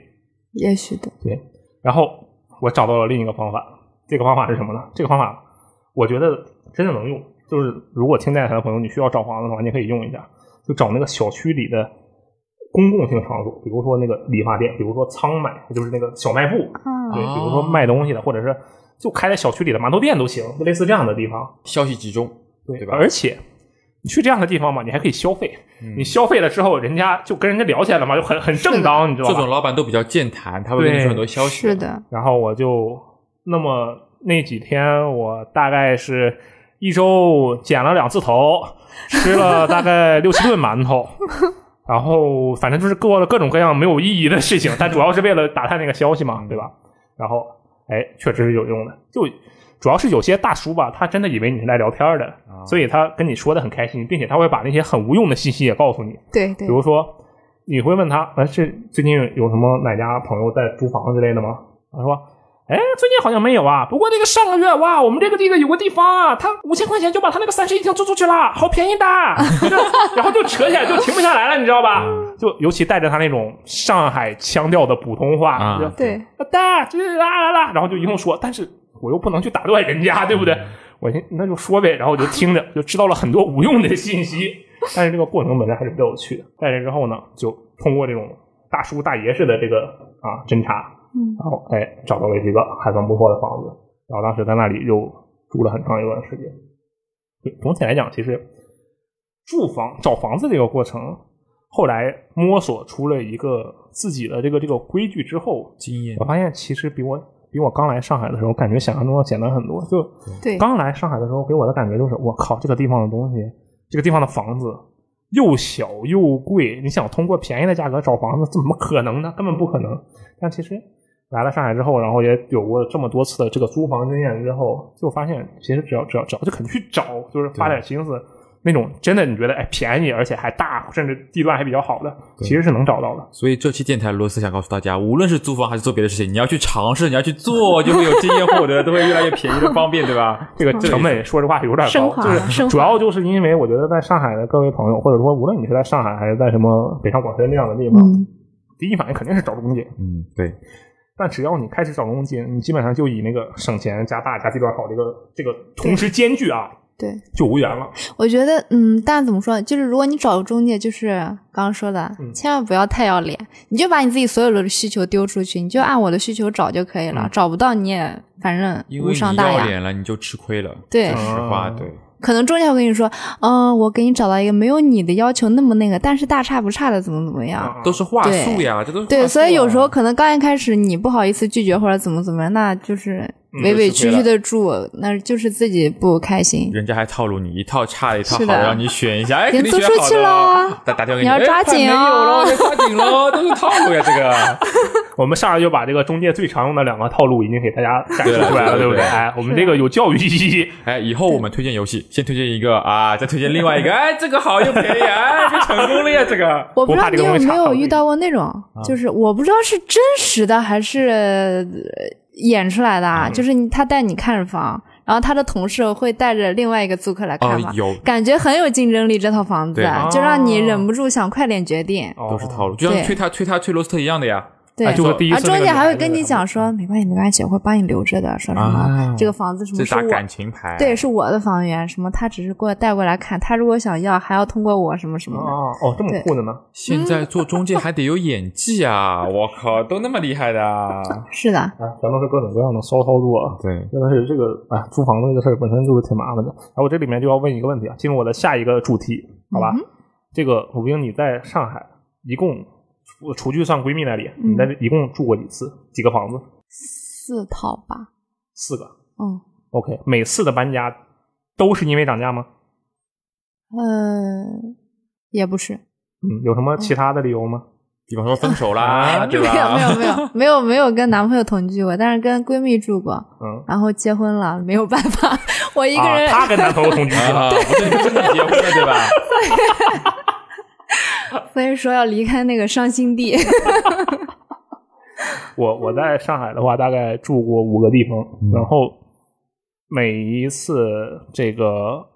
Speaker 3: 也许的
Speaker 1: 然后我找到了另一个方法，这个方法是什么呢？这个方法我觉得真的能用，就是如果听电台的朋友你需要找房子的话，你可以用一下，就找那个小区里的公共性场所，比如说那个理发店，比如说仓买，就是那个小卖部，
Speaker 3: 啊
Speaker 1: 对，
Speaker 2: 哦
Speaker 1: 比如说卖东西的，或者是就开在小区里的馒头店都行，就类似这样的地方，
Speaker 2: 消息集中，
Speaker 1: 对
Speaker 2: 对吧嗯
Speaker 1: 而且你去这样的地方嘛，你还可以消费，你消费了之后，人家就跟人家聊起来了嘛，就很很正当，你知道
Speaker 2: 这
Speaker 1: 吧？
Speaker 2: 种老板都比较健谈，他会跟你
Speaker 1: 对
Speaker 2: 说很多消息。啊
Speaker 3: 是，的，
Speaker 1: 然后我就那么那几天，我大概是一周剪了两次头，吃了大概六七顿馒头，然后反正就是做了各种各样没有意义的事情，但主要是为了打探那个消息嘛，对吧？然后哎，确实是有用的，就。主要是有些大叔吧，他真的以为你是来聊天的，所以他跟你说的很开心，并且他会把那些很无用的信息也告诉你。
Speaker 3: 对
Speaker 1: 比，
Speaker 3: 对
Speaker 1: 如说，你会问他，哎，是最近有什么哪家朋友在租房之类的吗？他说，哎，最近好像没有啊，不过那个上个月哇，我们这个地个有个地方啊，他五千块钱就把他那个三室一厅租出去了，好便宜的， 就然后就扯起来就停不下来了，你知道吧？就尤其带着他那种上海腔调的普通话，
Speaker 2: 啊
Speaker 1: 就
Speaker 3: 对
Speaker 1: 啊，哒，就是啦啦啦，然后就一通说，但是我又不能去打断人家，对不对？我寻那就说呗，然后我就听着，就知道了很多无用的信息。但是这个过程本来还是比较有趣的。在这之后呢，就通过这种大叔大爷式的这个啊侦查，
Speaker 3: 嗯
Speaker 1: 然后哎找到了一个还算不错的房子，然后当时在那里又住了很长一段时间。对总体来讲，其实住房找房子这个过程，后来摸索出了一个自己的这个这个规矩之后，
Speaker 2: 经验
Speaker 1: 我发现其实比我比我刚来上海的时候，感觉想象中要简单很多。就
Speaker 3: 对
Speaker 1: 刚来上海的时候，给我的感觉就是，我靠，这个地方的东西，这个地方的房子又小又贵，你想通过便宜的价格找房子，怎么可能呢？根本不可能。但其实来了上海之后，然后也有过这么多次的这个租房经验之后，就发现其实只要只要只要就肯去找，就是花点心思。那种真的你觉得哎便宜，而且还大，甚至地段还比较好的，
Speaker 2: 对
Speaker 1: 其实是能找到的。
Speaker 2: 所以这期电台罗斯想告诉大家，无论是租房还是做别的事情，你要去尝试，你要去做，就会有经验获得，都会越来越便宜的方便，对 吧？
Speaker 1: 这个成本说实话有点
Speaker 3: 嗯升
Speaker 1: 高，
Speaker 3: 华
Speaker 1: 就是
Speaker 3: 升华
Speaker 1: 主要就是因为我觉得在上海的各位朋友，或者说无论你是在上海还是在什么北上广深这样的地方，
Speaker 3: 嗯
Speaker 1: 第一反应肯定是找中介。
Speaker 2: 嗯，对，
Speaker 1: 但只要你开始找佣金，你基本上就以那个省钱加大加地段好这个这个同时兼具啊，
Speaker 3: 对，
Speaker 1: 就无缘了。
Speaker 3: 我觉得，嗯，但怎么说呢？就是如果你找中介，就是刚刚说的，
Speaker 1: 嗯
Speaker 3: 千万不要太要脸，你就把你自己所有的需求丢出去，你就按我的需求找就可以了，
Speaker 1: 嗯
Speaker 3: 找不到你也反正
Speaker 2: 因
Speaker 3: 无
Speaker 2: 为
Speaker 3: 伤
Speaker 2: 你
Speaker 3: 大
Speaker 2: 要
Speaker 3: 雅。
Speaker 2: 脸了，你就吃亏了。
Speaker 3: 对
Speaker 2: 说实话，
Speaker 1: 嗯
Speaker 2: 对，
Speaker 3: 可能中介会跟你说，嗯、我给你找到一个没有你的要求那么那个，但是大差不差的，怎么怎么样。
Speaker 1: 啊
Speaker 2: 都是话术呀，这都是话
Speaker 3: 对，
Speaker 2: 术
Speaker 3: 所以有时候
Speaker 2: 啊
Speaker 3: 可能刚一开始你不好意思拒绝或者怎么怎么样，那就是
Speaker 1: 嗯
Speaker 3: 委
Speaker 2: 就
Speaker 3: 委
Speaker 2: 吃亏
Speaker 3: 屈
Speaker 2: 了
Speaker 3: 屈的住，那就是自己不开心。
Speaker 2: 人家还套路你一套差一套好
Speaker 3: 是
Speaker 2: 的，
Speaker 3: 的
Speaker 2: 让你选一下，哎，
Speaker 3: 已经
Speaker 2: 肯定
Speaker 3: 租
Speaker 2: 选
Speaker 3: 出
Speaker 2: 好
Speaker 3: 去
Speaker 2: 的
Speaker 3: 了
Speaker 2: 了，打打电话给
Speaker 3: 你要
Speaker 2: 哎
Speaker 3: 抓
Speaker 2: 快
Speaker 3: 紧
Speaker 2: 没有
Speaker 3: 哦
Speaker 2: 了，要抓 紧喽，都是套路呀，这个。
Speaker 1: 我们上来就把这个中介最常用的两个套路已经给大家展示出来了，
Speaker 2: 对
Speaker 1: 对不
Speaker 2: 对
Speaker 1: 对？
Speaker 2: 对
Speaker 1: 哎，我们
Speaker 3: 啊
Speaker 1: 这个有教育意 义。
Speaker 2: 哎，以后我们推荐游戏，先推荐一个啊，再推荐另外 一个，哎，这个好又便宜，哎，这成功了呀，这个。
Speaker 3: 我不知
Speaker 1: 不怕
Speaker 3: 道
Speaker 1: 这
Speaker 3: 你
Speaker 1: 个啊
Speaker 3: 有
Speaker 1: 东西
Speaker 3: 没
Speaker 1: 查到
Speaker 3: 有
Speaker 1: 自己
Speaker 3: 遇到过那种，就是我不知道是真实的还是呃演出来的，啊，
Speaker 1: 嗯
Speaker 3: 就是你他带你看房，然后他的同事会带着另外一个租客来
Speaker 2: 哦
Speaker 3: 看房，，
Speaker 2: 有
Speaker 3: 感觉很有竞争力。这套房子啊
Speaker 2: 对
Speaker 3: 就让你
Speaker 1: 哦
Speaker 3: 忍不住想快点决定。
Speaker 1: 哦啊
Speaker 2: 都是套路，就像
Speaker 3: 对
Speaker 2: 催他催他催罗斯特一样的呀。
Speaker 3: 对，
Speaker 2: 哎
Speaker 1: 就和第一
Speaker 3: 然
Speaker 1: 次
Speaker 3: 后
Speaker 1: 那嗯
Speaker 3: 中
Speaker 1: 个
Speaker 3: 介还会
Speaker 1: 女孩
Speaker 3: 跟
Speaker 1: 子
Speaker 3: 你讲说，没关系，没关系，我会帮你留着的。说什
Speaker 2: 啊
Speaker 3: 么这个房子什
Speaker 2: 这
Speaker 3: 么是
Speaker 2: 打
Speaker 3: 我
Speaker 2: 感情牌，
Speaker 3: 对，是我的房源，什么他只是过来带过来看，他如果想要还要通过我什么什么的。
Speaker 1: 哦哦，这么
Speaker 3: 对
Speaker 1: 酷的呢？
Speaker 2: 现在做中介还得有演技啊！
Speaker 3: 嗯
Speaker 2: 我靠，都那么厉害的啊，
Speaker 3: 是的，
Speaker 1: 啊，全都是各种各样的骚操作啊。
Speaker 2: 对，
Speaker 1: 真的是这个啊，租房子这个事儿本身就是挺麻烦的。然后这里面就要问一个问题啊，进入我的下一个主题，好吧？这个武兵你在上海一共除除去算闺蜜那里，
Speaker 3: 嗯
Speaker 1: 你在这一共住过几次？几个房子？
Speaker 3: 四套吧，
Speaker 1: 四个。
Speaker 3: 嗯。
Speaker 1: OK，每次的搬家都是因为涨价吗？
Speaker 3: 呃，也不是，
Speaker 1: 嗯，有什么其他的理由吗？
Speaker 2: 比方说分手 啦，
Speaker 1: 啊
Speaker 2: 对
Speaker 3: 没有哎没有
Speaker 2: 吧？
Speaker 3: 没有没有没有跟男朋友同居过，但是跟闺蜜住过，
Speaker 1: 嗯，
Speaker 3: 然后结婚了，没有办法， 我一个
Speaker 1: 啊，
Speaker 3: 人，
Speaker 1: 她跟男朋友同居了。
Speaker 2: 啊，不对，真的结婚了，对吧？
Speaker 3: 所以说要离开那个伤心地。
Speaker 1: 我我在上海的话，大概住过五个地方，然后每一次这个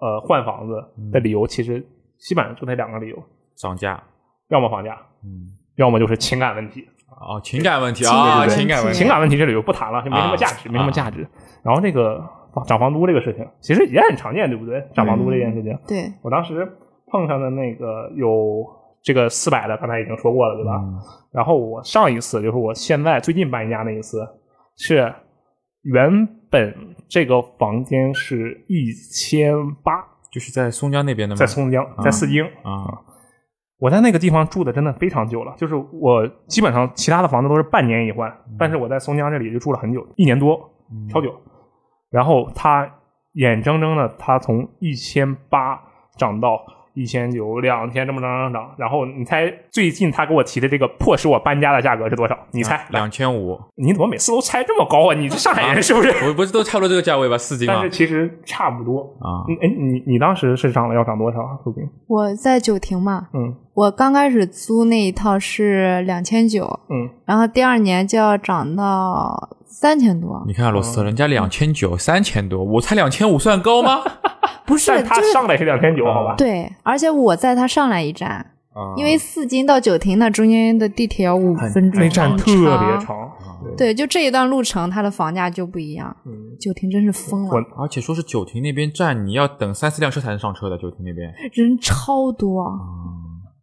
Speaker 1: 呃换房子的理由，其实基本上就那两个理由，
Speaker 2: 涨价，
Speaker 1: 要么房价，
Speaker 2: 嗯，
Speaker 1: 要么就是情感问题。
Speaker 2: 哦，情感问题
Speaker 3: 情感
Speaker 2: 啊，
Speaker 3: 问题
Speaker 2: 情感问题，
Speaker 1: 情感问题这里就不谈了，就没什么价值，
Speaker 2: 啊
Speaker 1: 没什么价值。然后这个啊涨房租这个事情，其实也很常见，对不对？涨房租这件事情，
Speaker 2: 嗯
Speaker 3: 对，
Speaker 1: 我当时碰上的那个有这个四百的，刚才已经说过了，对吧？
Speaker 2: 嗯
Speaker 1: 然后我上一次就是我现在最近搬家那一次，是原本这个房间是一千八，
Speaker 2: 就是在松江那边的吗？
Speaker 1: 在松江，
Speaker 2: 嗯
Speaker 1: 在四京。
Speaker 2: 啊，
Speaker 1: 我在那个地方住的真的非常久了，就是我基本上其他的房子都是半年一换，但是我在松江这里就住了很久，一年多，超久。然后它眼睁睁的，它从一千八涨到一千九，两千这么涨涨涨。然后你猜最近他给我提的这个迫使我搬家的价格是多少？你猜？来
Speaker 2: 啊两千五，
Speaker 1: 你怎么每次都猜这么高啊？你这上海人是不是？
Speaker 2: 我不是都差不多这个价位吧？四斤
Speaker 1: 但
Speaker 2: 嘛
Speaker 1: 是，其实差不多。
Speaker 2: 啊，
Speaker 1: 嗯，哎，你你当时是涨了要涨多少啊？苏斌？
Speaker 3: 我在九亭嘛，
Speaker 1: 嗯
Speaker 3: 我刚开始租那一套是两千九，
Speaker 1: 嗯，
Speaker 3: 然后第二年就要涨到三千多
Speaker 2: 你，看罗斯特，人家两千
Speaker 1: 嗯
Speaker 2: 九、三千多，我才两千五，算高吗？
Speaker 3: 不是
Speaker 1: 但他
Speaker 3: 就是
Speaker 1: 上来是两千九，好吧？
Speaker 3: 对，而且我在他上来一站，
Speaker 1: 嗯
Speaker 2: 啊
Speaker 3: 因为四京到九亭那中间的地铁要五
Speaker 2: 很
Speaker 3: 分钟，
Speaker 1: 那站
Speaker 3: 很
Speaker 1: 特别长，
Speaker 2: 嗯啊
Speaker 3: 对，就这一段路程，它的房价就不一样。
Speaker 1: 嗯，
Speaker 3: 九亭真是疯
Speaker 1: 我
Speaker 3: 了，
Speaker 2: 而且说是九亭那边站，你要等三四辆车才能上车的，九亭那边。
Speaker 3: 人超多，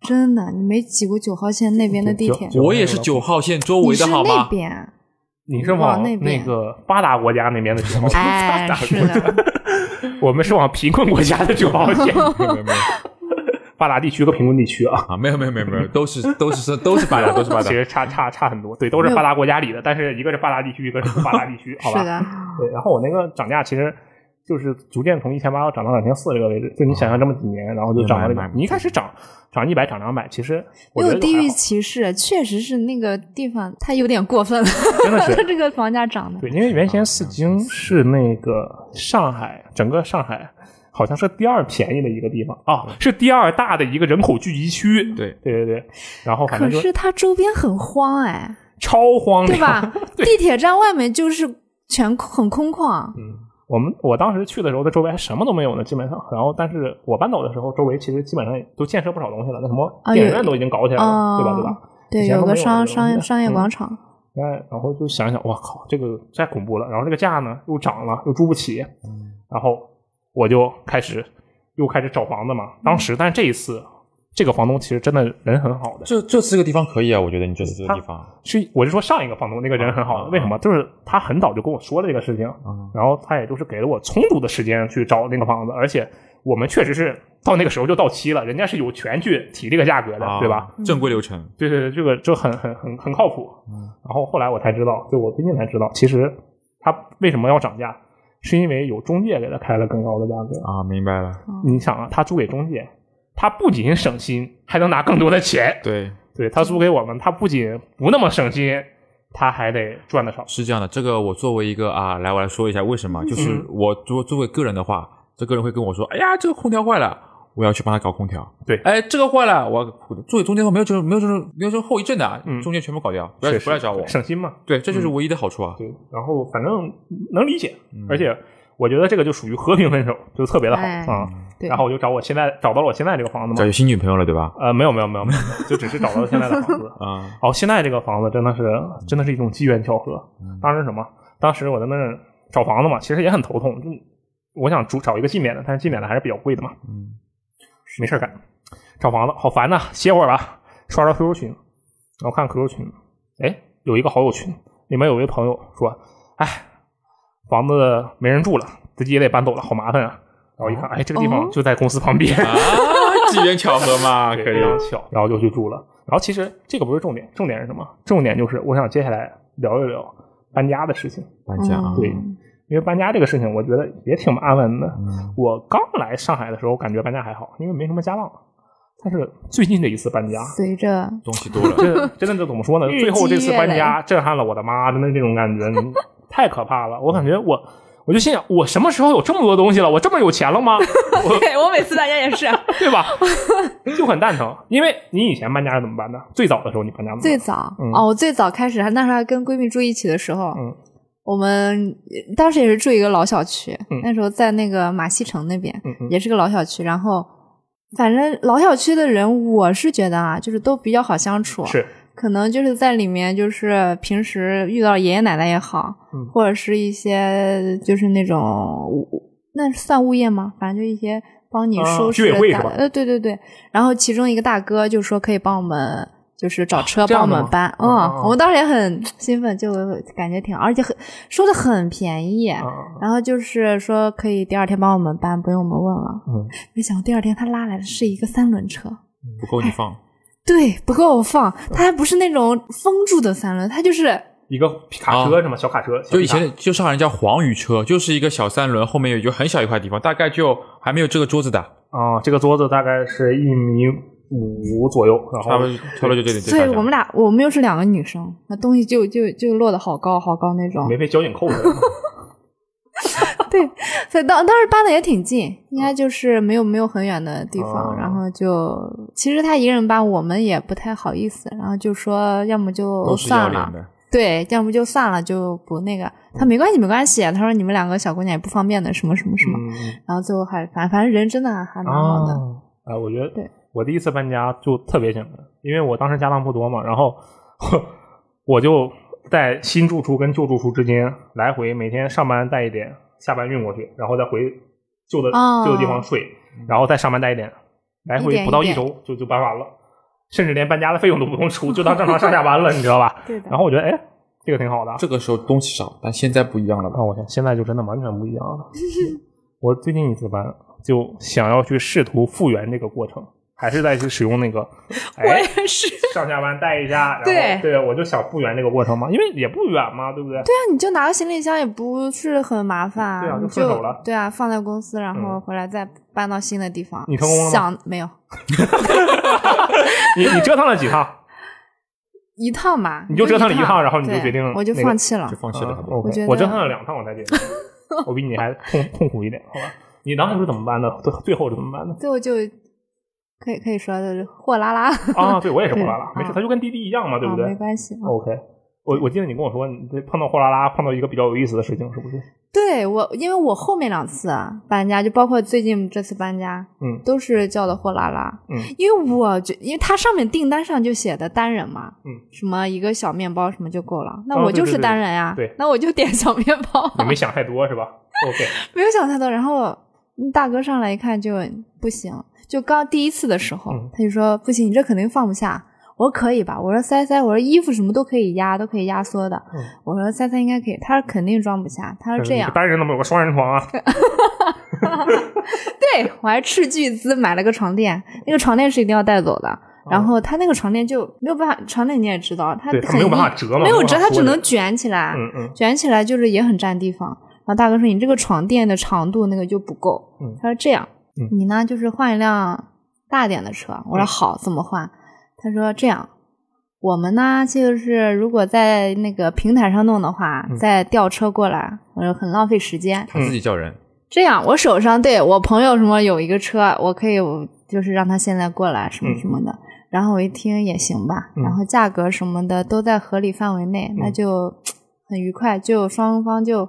Speaker 3: 真的，你没挤过九号线那边的地铁，
Speaker 1: 九
Speaker 2: 啊我也是九号线周围
Speaker 3: 你
Speaker 2: 的
Speaker 3: 是
Speaker 2: 好
Speaker 3: 那
Speaker 2: 吗？
Speaker 3: 边，
Speaker 1: 你是往
Speaker 3: 往那边
Speaker 1: 个发达国家那边的九号线，
Speaker 3: 哎，是的，
Speaker 1: 我们是往贫困国家的九号线，
Speaker 2: 没有没有没有
Speaker 1: 发达地区和贫困地区啊。
Speaker 2: 啊，没有没有没有没有，都是都是都是发 达，都是发达
Speaker 1: 其。实差差差很多，对，都是
Speaker 3: 没有
Speaker 1: 发达国家里的，但是一个是发达地区，一个是不发达地 区，好吧？
Speaker 3: 是的，
Speaker 1: 对，然后我那个涨价其实就是逐渐从一千八涨到两千四这个位置，就你想象这么几年，然后就涨到这
Speaker 2: 明白
Speaker 1: 个
Speaker 2: 明。白
Speaker 1: 你一开始涨涨一百，涨两百，其实我
Speaker 3: 没
Speaker 1: 觉得
Speaker 3: 有地
Speaker 1: 就还
Speaker 3: 域
Speaker 1: 好
Speaker 3: 歧视，确实是那个地方它有点过分了，
Speaker 1: 真的是
Speaker 3: 这个房价涨的
Speaker 1: 对，因为原先
Speaker 3: 啊
Speaker 1: 四京是那个上海，整个上海好像是第二便宜的一个地方啊，是第二大的一个人口聚集区。
Speaker 2: 对，
Speaker 1: 对对对，然后反
Speaker 3: 可
Speaker 1: 正就是
Speaker 3: 它周边很荒哎，
Speaker 1: 超荒凉，
Speaker 3: 对？吧？地铁站外面就是全很空旷，
Speaker 1: 我们我当时去的时候，它周围还什么都没有呢，基本上。然后，但是我搬走的时候，周围其实基本上也都建设不少东西了，那什么
Speaker 3: 啊
Speaker 1: 电影
Speaker 3: 有
Speaker 1: 院都已经搞起来了，
Speaker 3: 啊
Speaker 1: 对吧？对吧？
Speaker 3: 对，
Speaker 1: 以前
Speaker 3: 有
Speaker 1: 都
Speaker 3: 个
Speaker 1: 没有
Speaker 3: 商
Speaker 1: 这个东
Speaker 3: 商
Speaker 1: 西
Speaker 3: 商业
Speaker 1: 嗯
Speaker 3: 广场，
Speaker 1: 但然后就想一想，哇靠，这个太恐怖了。然后这个价呢又涨了，又住不起，
Speaker 2: 嗯
Speaker 1: 然后我就开始又开始找房子嘛。当
Speaker 2: 嗯
Speaker 1: 时，但是这一次，这个房东其实真的人很好的，
Speaker 2: 这这次个地方可以啊，我觉得你这次这个地方，
Speaker 1: 是我是说上一个房东那个人很好
Speaker 2: 啊啊啊
Speaker 1: 的，为什么？就是他很早就跟我说了这个事情，然后他也就是给了我充足的时间去找那个房子，而且我们确实是到那个时候就到期了，人家是有权去提这个价格的，
Speaker 2: 啊
Speaker 1: 对吧？？
Speaker 3: 嗯
Speaker 2: 正规流程，
Speaker 1: 对对对，这个这很很很很靠谱。
Speaker 2: 嗯
Speaker 1: 然后后来我才知道，就我最近才知道，其实他为什么要涨价，是因为有中介给他开了更高的价格。
Speaker 2: 啊，明白了。
Speaker 1: 你想啊，他租给中介，他不仅省心，还能拿更多的钱。
Speaker 2: 对，
Speaker 1: 对他租给我们，他不仅不那么省心，他还得赚的少。
Speaker 2: 是这样的。这个我作为一个啊，来我来说一下为什么，
Speaker 1: 嗯
Speaker 2: 就是我作作为个人的话，这个人会跟我说，哎呀，这个空调坏了。我要去帮他搞空调，
Speaker 1: 对
Speaker 2: 哎，这个坏了，我作为中间没有这种没有这种没有这种后遗症的啊，
Speaker 1: 嗯
Speaker 2: 中间全部搞掉，不要
Speaker 1: 确实
Speaker 2: 不要找我，
Speaker 1: 省心嘛。
Speaker 2: 对，这就是唯一的好处啊，
Speaker 1: 对，然后反正能理解，
Speaker 2: 嗯
Speaker 1: 而且我觉得这个就属于和平分手，就特别的好
Speaker 3: 哎
Speaker 1: 啊。
Speaker 3: 对
Speaker 1: 然后我就找我现在找到了我现在这个房子
Speaker 2: 找
Speaker 1: 嘛，
Speaker 2: 有新女朋友了，对吧？
Speaker 1: 呃，没有没有没有没有，没有就只是找到了现在的房子。
Speaker 2: 啊，
Speaker 1: 哦，现在这个房子真的是真的是一种机缘巧合。
Speaker 3: 嗯
Speaker 1: 当时什么？当时我在那儿找房子嘛，其实也很头痛。就我想主找一个近点的，但是近点的还是比较贵的嘛。嗯，没事儿干，找房子好烦呐、歇会儿吧。刷刷 QQ 群，然后看 QQ 群，哎，有一个好友群，里面有位朋友说：“哎，房子没人住了，自己也得搬走了，好麻烦啊。”然后一看，哎，这个地方
Speaker 3: 哦
Speaker 1: 就在公司旁边。
Speaker 2: 啊，机缘巧合嘛，可
Speaker 1: 非
Speaker 2: 以。
Speaker 1: 常巧，然后就去住了。然后其实这个不是重点，重点是什么？重点就是我想接下来聊一聊搬家的事情，
Speaker 2: 搬家
Speaker 3: 嗯
Speaker 2: 啊，
Speaker 1: 对因为搬家这个事情，我觉得也挺麻烦的。
Speaker 3: 嗯
Speaker 1: 我刚来上海的时候，感觉搬家还好，因为没什么家当。但是最近这一次搬家，
Speaker 3: 随着
Speaker 2: 东西多了，
Speaker 1: 这真的就怎么说 呢？
Speaker 3: 日积
Speaker 1: 最后这次搬
Speaker 3: 月
Speaker 1: 家震撼了我的妈，真的这种感觉你 太可怕了。我感觉我，我就心想，我什么时候有这么多东西了？我这么有钱了吗？
Speaker 3: 对 我每次搬家也是啊
Speaker 1: 对吧？ 就很蛋疼。因为你以前搬家是怎么搬的？最早的时候你搬家怎么办
Speaker 3: 最早、
Speaker 1: 嗯
Speaker 3: 哦，我最早开始还那时候还跟闺蜜住一起的时候，
Speaker 1: 嗯
Speaker 3: 我们呃当时也是住一个老小区，
Speaker 1: 嗯
Speaker 3: 那时候在那个马戏城那边、
Speaker 1: 嗯嗯
Speaker 3: 也是个老小区，然后反正老小区的人，我是觉得啊，就是都比较好相处，
Speaker 1: 是
Speaker 3: 可能就是在里面，就是平时遇到爷爷奶奶也好，
Speaker 1: 嗯
Speaker 3: 或者是一些就是那种物那算物业吗？反正就一些帮你
Speaker 1: 啊
Speaker 3: 收
Speaker 1: 居
Speaker 3: 拾
Speaker 1: 委会
Speaker 3: 的
Speaker 1: 是吧
Speaker 3: 呃，对对对。然后其中一个大哥就说可以帮我们。就是找车
Speaker 1: 啊这
Speaker 3: 帮
Speaker 1: 样
Speaker 3: 我
Speaker 1: 的吗
Speaker 3: 们搬，嗯，
Speaker 1: 哦
Speaker 3: 我们当时也很兴奋，就感觉挺，而且很说的很便宜，
Speaker 1: 啊，
Speaker 3: 然后就是说可以第二天帮我们搬，不用我们问了。
Speaker 1: 嗯，
Speaker 3: 没想到第二天他拉来的是一个三轮车，
Speaker 2: 不够你 放。
Speaker 3: 对，不够我放。它还不是那种封住的三轮，它就是
Speaker 1: 一个皮卡车是吗？小卡车，
Speaker 2: 哦就以
Speaker 1: 小皮卡
Speaker 2: 前就上海人叫黄鱼车，就是一个小三轮，后面有一个很小一块地方，大概就还没有这个桌子大，
Speaker 1: 啊，这个桌子大概是一米五左右，然
Speaker 2: 差不
Speaker 1: 后
Speaker 2: 多差不多就这里。
Speaker 3: 对我们俩，我们又是两个女生，那东西就就就落得好高好高那种
Speaker 1: 没。被交警 扣下嗯来。
Speaker 3: 所以当当时搬的也挺近，应该就是没有没有很远的地
Speaker 1: 哦
Speaker 3: 方。然后就其实他一个人搬，我们也不太好意思，然后就说要么就
Speaker 2: 都是要
Speaker 3: 算
Speaker 2: 脸
Speaker 3: 了，
Speaker 2: 的，
Speaker 3: 对，要么就算了，就不那个。他没关系没关系，他说你们两个小姑娘也不方便的，什么什么什么。
Speaker 1: 嗯
Speaker 3: 然后最后还反反正人真的还蛮好的，
Speaker 1: 啊，哎，我觉得
Speaker 3: 对
Speaker 1: 我第一次搬家就特别简单，因为我当时家当不多嘛，然后 我就在新住处跟旧住处之间来回，每天上班带一点，下班运过去，然后再回旧的
Speaker 3: 哦
Speaker 1: 旧的地方睡，然后再上班带一点，来
Speaker 3: 一
Speaker 1: 回
Speaker 3: 点
Speaker 1: 不到
Speaker 3: 一
Speaker 1: 一
Speaker 3: 点
Speaker 1: 周就就搬完了，甚至连搬家的费用都不用出，就当正常上下 班了，你知道吧？
Speaker 3: 对的
Speaker 1: 然后我觉得，哎，这个挺好的。
Speaker 2: 这个时候东西少，但现在不一样了吧
Speaker 1: 啊，？我天，现在就真的完全不一样了。 我最近一次搬，就想要去试图复原这个过程，还是再去使用那 个，哎，
Speaker 3: 也是。
Speaker 1: 上下班带一下，然后
Speaker 3: 对
Speaker 1: 我就想复原这个过程嘛，因为也不远嘛，对不对？
Speaker 3: 对啊，你就拿个行李箱也不是很麻烦啊，
Speaker 1: 对啊就
Speaker 3: 你
Speaker 1: 顺手了
Speaker 3: 对啊，放在公司，然后
Speaker 1: 嗯
Speaker 3: 回来再搬到新的地方。
Speaker 1: 你成功了吗
Speaker 3: 想没有
Speaker 1: 你你折腾了几 趟？
Speaker 3: 一趟吧，
Speaker 1: 你就折腾了一
Speaker 3: 一
Speaker 1: 趟然后你就
Speaker 3: 对
Speaker 1: 决定
Speaker 3: 我就
Speaker 1: 那个
Speaker 3: 放弃了
Speaker 2: 就。放弃了
Speaker 1: 啊
Speaker 2: 它吧。
Speaker 1: OK，
Speaker 3: 我觉得
Speaker 1: 我折腾了两趟，我才 决定，我比你还痛痛苦一点，好吧？你当时是怎么搬的？最最后是怎么搬的？
Speaker 3: 最后就可以可以说的货拉拉，
Speaker 1: 啊，对我也是货拉拉，没
Speaker 3: 对
Speaker 1: 事，
Speaker 3: 啊
Speaker 1: 它就跟滴滴一样嘛，对不
Speaker 3: 啊
Speaker 1: 对
Speaker 3: 没关系啊。
Speaker 1: ？OK，我我记得你跟我说，你这碰到货拉拉碰到一个比较有意思的事情，是 不是？
Speaker 3: 对我，因为我后面两次啊搬家，就包括最近这次搬家，
Speaker 1: 嗯
Speaker 3: 都是叫的货拉拉，
Speaker 1: 嗯
Speaker 3: 因为我觉，因为它上面订单上就写的单人嘛，
Speaker 1: 嗯，
Speaker 3: 什么一个小面包什么就够了，那
Speaker 1: 哦
Speaker 3: 我
Speaker 1: 对
Speaker 3: 就
Speaker 1: 对
Speaker 3: 是
Speaker 1: 对
Speaker 3: 单人呀，
Speaker 1: 对嗯
Speaker 3: 那我就点小面包，
Speaker 1: 你没想太多 是吧？OK，
Speaker 3: 没有想太多。然后大哥上来一看就不行，就刚第一次的时候，
Speaker 1: 嗯
Speaker 3: 他就说不行，你这肯定放不下。我说可以吧？我说塞塞，我说衣服什么都可以压，都可以压缩的。
Speaker 1: 嗯
Speaker 3: 我说塞塞应该可以，他说肯定装不下。他说这样
Speaker 1: 你，单人怎么有个双人床啊？
Speaker 3: 对我还斥巨资买了个床垫，那个床垫是一定要带走的。然后他那个床垫就没有办法，床垫你也知道，它
Speaker 1: 哦对，
Speaker 3: 肯
Speaker 1: 它
Speaker 3: 定
Speaker 1: 没有办法折嘛，
Speaker 3: 没有折，
Speaker 1: 办法
Speaker 3: 它
Speaker 1: 缩
Speaker 3: 只
Speaker 1: 着
Speaker 3: 能卷起来，
Speaker 1: 嗯 嗯
Speaker 3: 卷起来就是也很占地方。然后大哥说：“你这个床垫的长度那个就不够。
Speaker 1: 嗯
Speaker 3: 他说：“这样，
Speaker 1: 嗯
Speaker 3: 你呢就是换一辆大点的车。”我说：“好，怎么换？”他说：“这样，我们呢就是如果在那个平台上弄的话，
Speaker 1: 嗯
Speaker 3: 再调车过来，我说很浪费时间。
Speaker 2: 他自己叫人，
Speaker 3: 这样，我手上对我朋友什么有一个车，我可以我就是让他现在过来什么
Speaker 1: 嗯
Speaker 3: 什么的。然后我一听也行吧，
Speaker 1: 嗯
Speaker 3: 然后价格什么的都在合理范围内，那就嘖很愉快，就双方就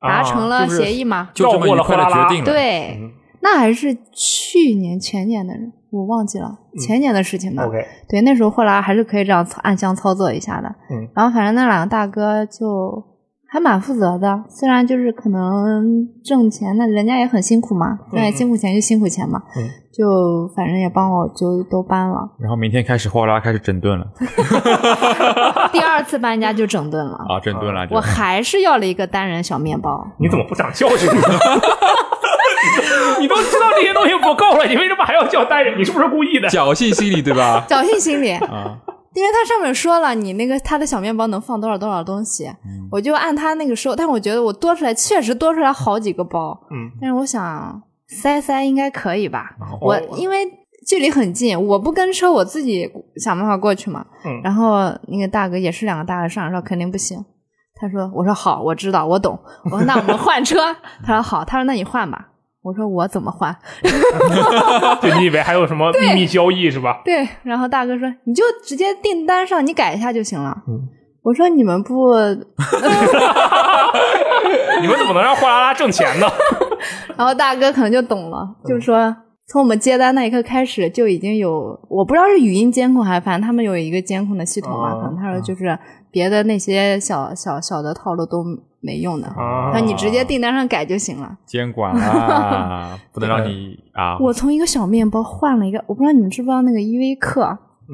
Speaker 3: 达成
Speaker 1: 啊
Speaker 3: 了
Speaker 1: 就是
Speaker 3: 协议嘛。
Speaker 2: 就这么愉快的决定了。，
Speaker 3: 对，
Speaker 1: 嗯
Speaker 3: 那还是去年前年的，我忘记了前年的事情吧。
Speaker 1: 嗯，OK，
Speaker 3: 对，那时候后来还是可以这样操暗箱操作一下的。
Speaker 1: 嗯
Speaker 3: 然后反正那两个大哥就还蛮负责的，虽然就是可能挣钱，那人家也很辛苦嘛，那也辛苦钱就辛苦钱嘛，
Speaker 1: 嗯
Speaker 3: 就反正也帮我就都搬了。
Speaker 2: 然后明天开始货拉拉开始整顿了
Speaker 3: 第二次搬家就整顿了，
Speaker 2: 啊，整顿了就
Speaker 3: 我还是要了一个单人小面包。？
Speaker 1: 你怎么不长教训呢？ 你都知道这些东西不够了，你为什么还要叫单人？你是不是故意的？
Speaker 2: 侥幸心理对吧
Speaker 3: 侥幸心理，
Speaker 2: 啊，
Speaker 3: 因为它上面说了，你那个它的小面包能放多少多少东西，
Speaker 1: 嗯
Speaker 3: 我就按它那个收。但我觉得我多出来确实多出来好几个包，
Speaker 1: 嗯，
Speaker 3: 但是我想塞塞应该可以吧？
Speaker 1: 哦
Speaker 3: 我因为距离很近，我不跟车，我自己想办法过去嘛。
Speaker 1: 嗯
Speaker 3: 然后那个大哥也是两个大哥上来说肯定不行，他说：“我说好，我知道，我懂。”我说：“那我们换车。” 他说：“好。”他说：“那你换吧。”我说：“我怎么换
Speaker 1: 对，你以为还有什么秘密交易是？”吧？
Speaker 3: 对，然后大哥说：“你就直接订单上你改一下就行了。
Speaker 1: 嗯
Speaker 3: 我说：“你们 不
Speaker 1: 你们怎么能让货拉拉挣钱呢？
Speaker 3: 然后大哥可能就懂了，
Speaker 1: 嗯
Speaker 3: 就说从我们接单那一刻开始就已经有，我不知道是语音监控还是反正他们有一个监控的系统吧，
Speaker 1: 哦
Speaker 3: 可能他说就是别的那些小小小的套路都没用的，
Speaker 1: 啊
Speaker 3: 那你直接订单上改就行了。
Speaker 2: 监管啦，不能让 你啊
Speaker 1: 哦
Speaker 3: 我从一个小面包换了一个，我不知道你们知不知道那个 E 依维柯，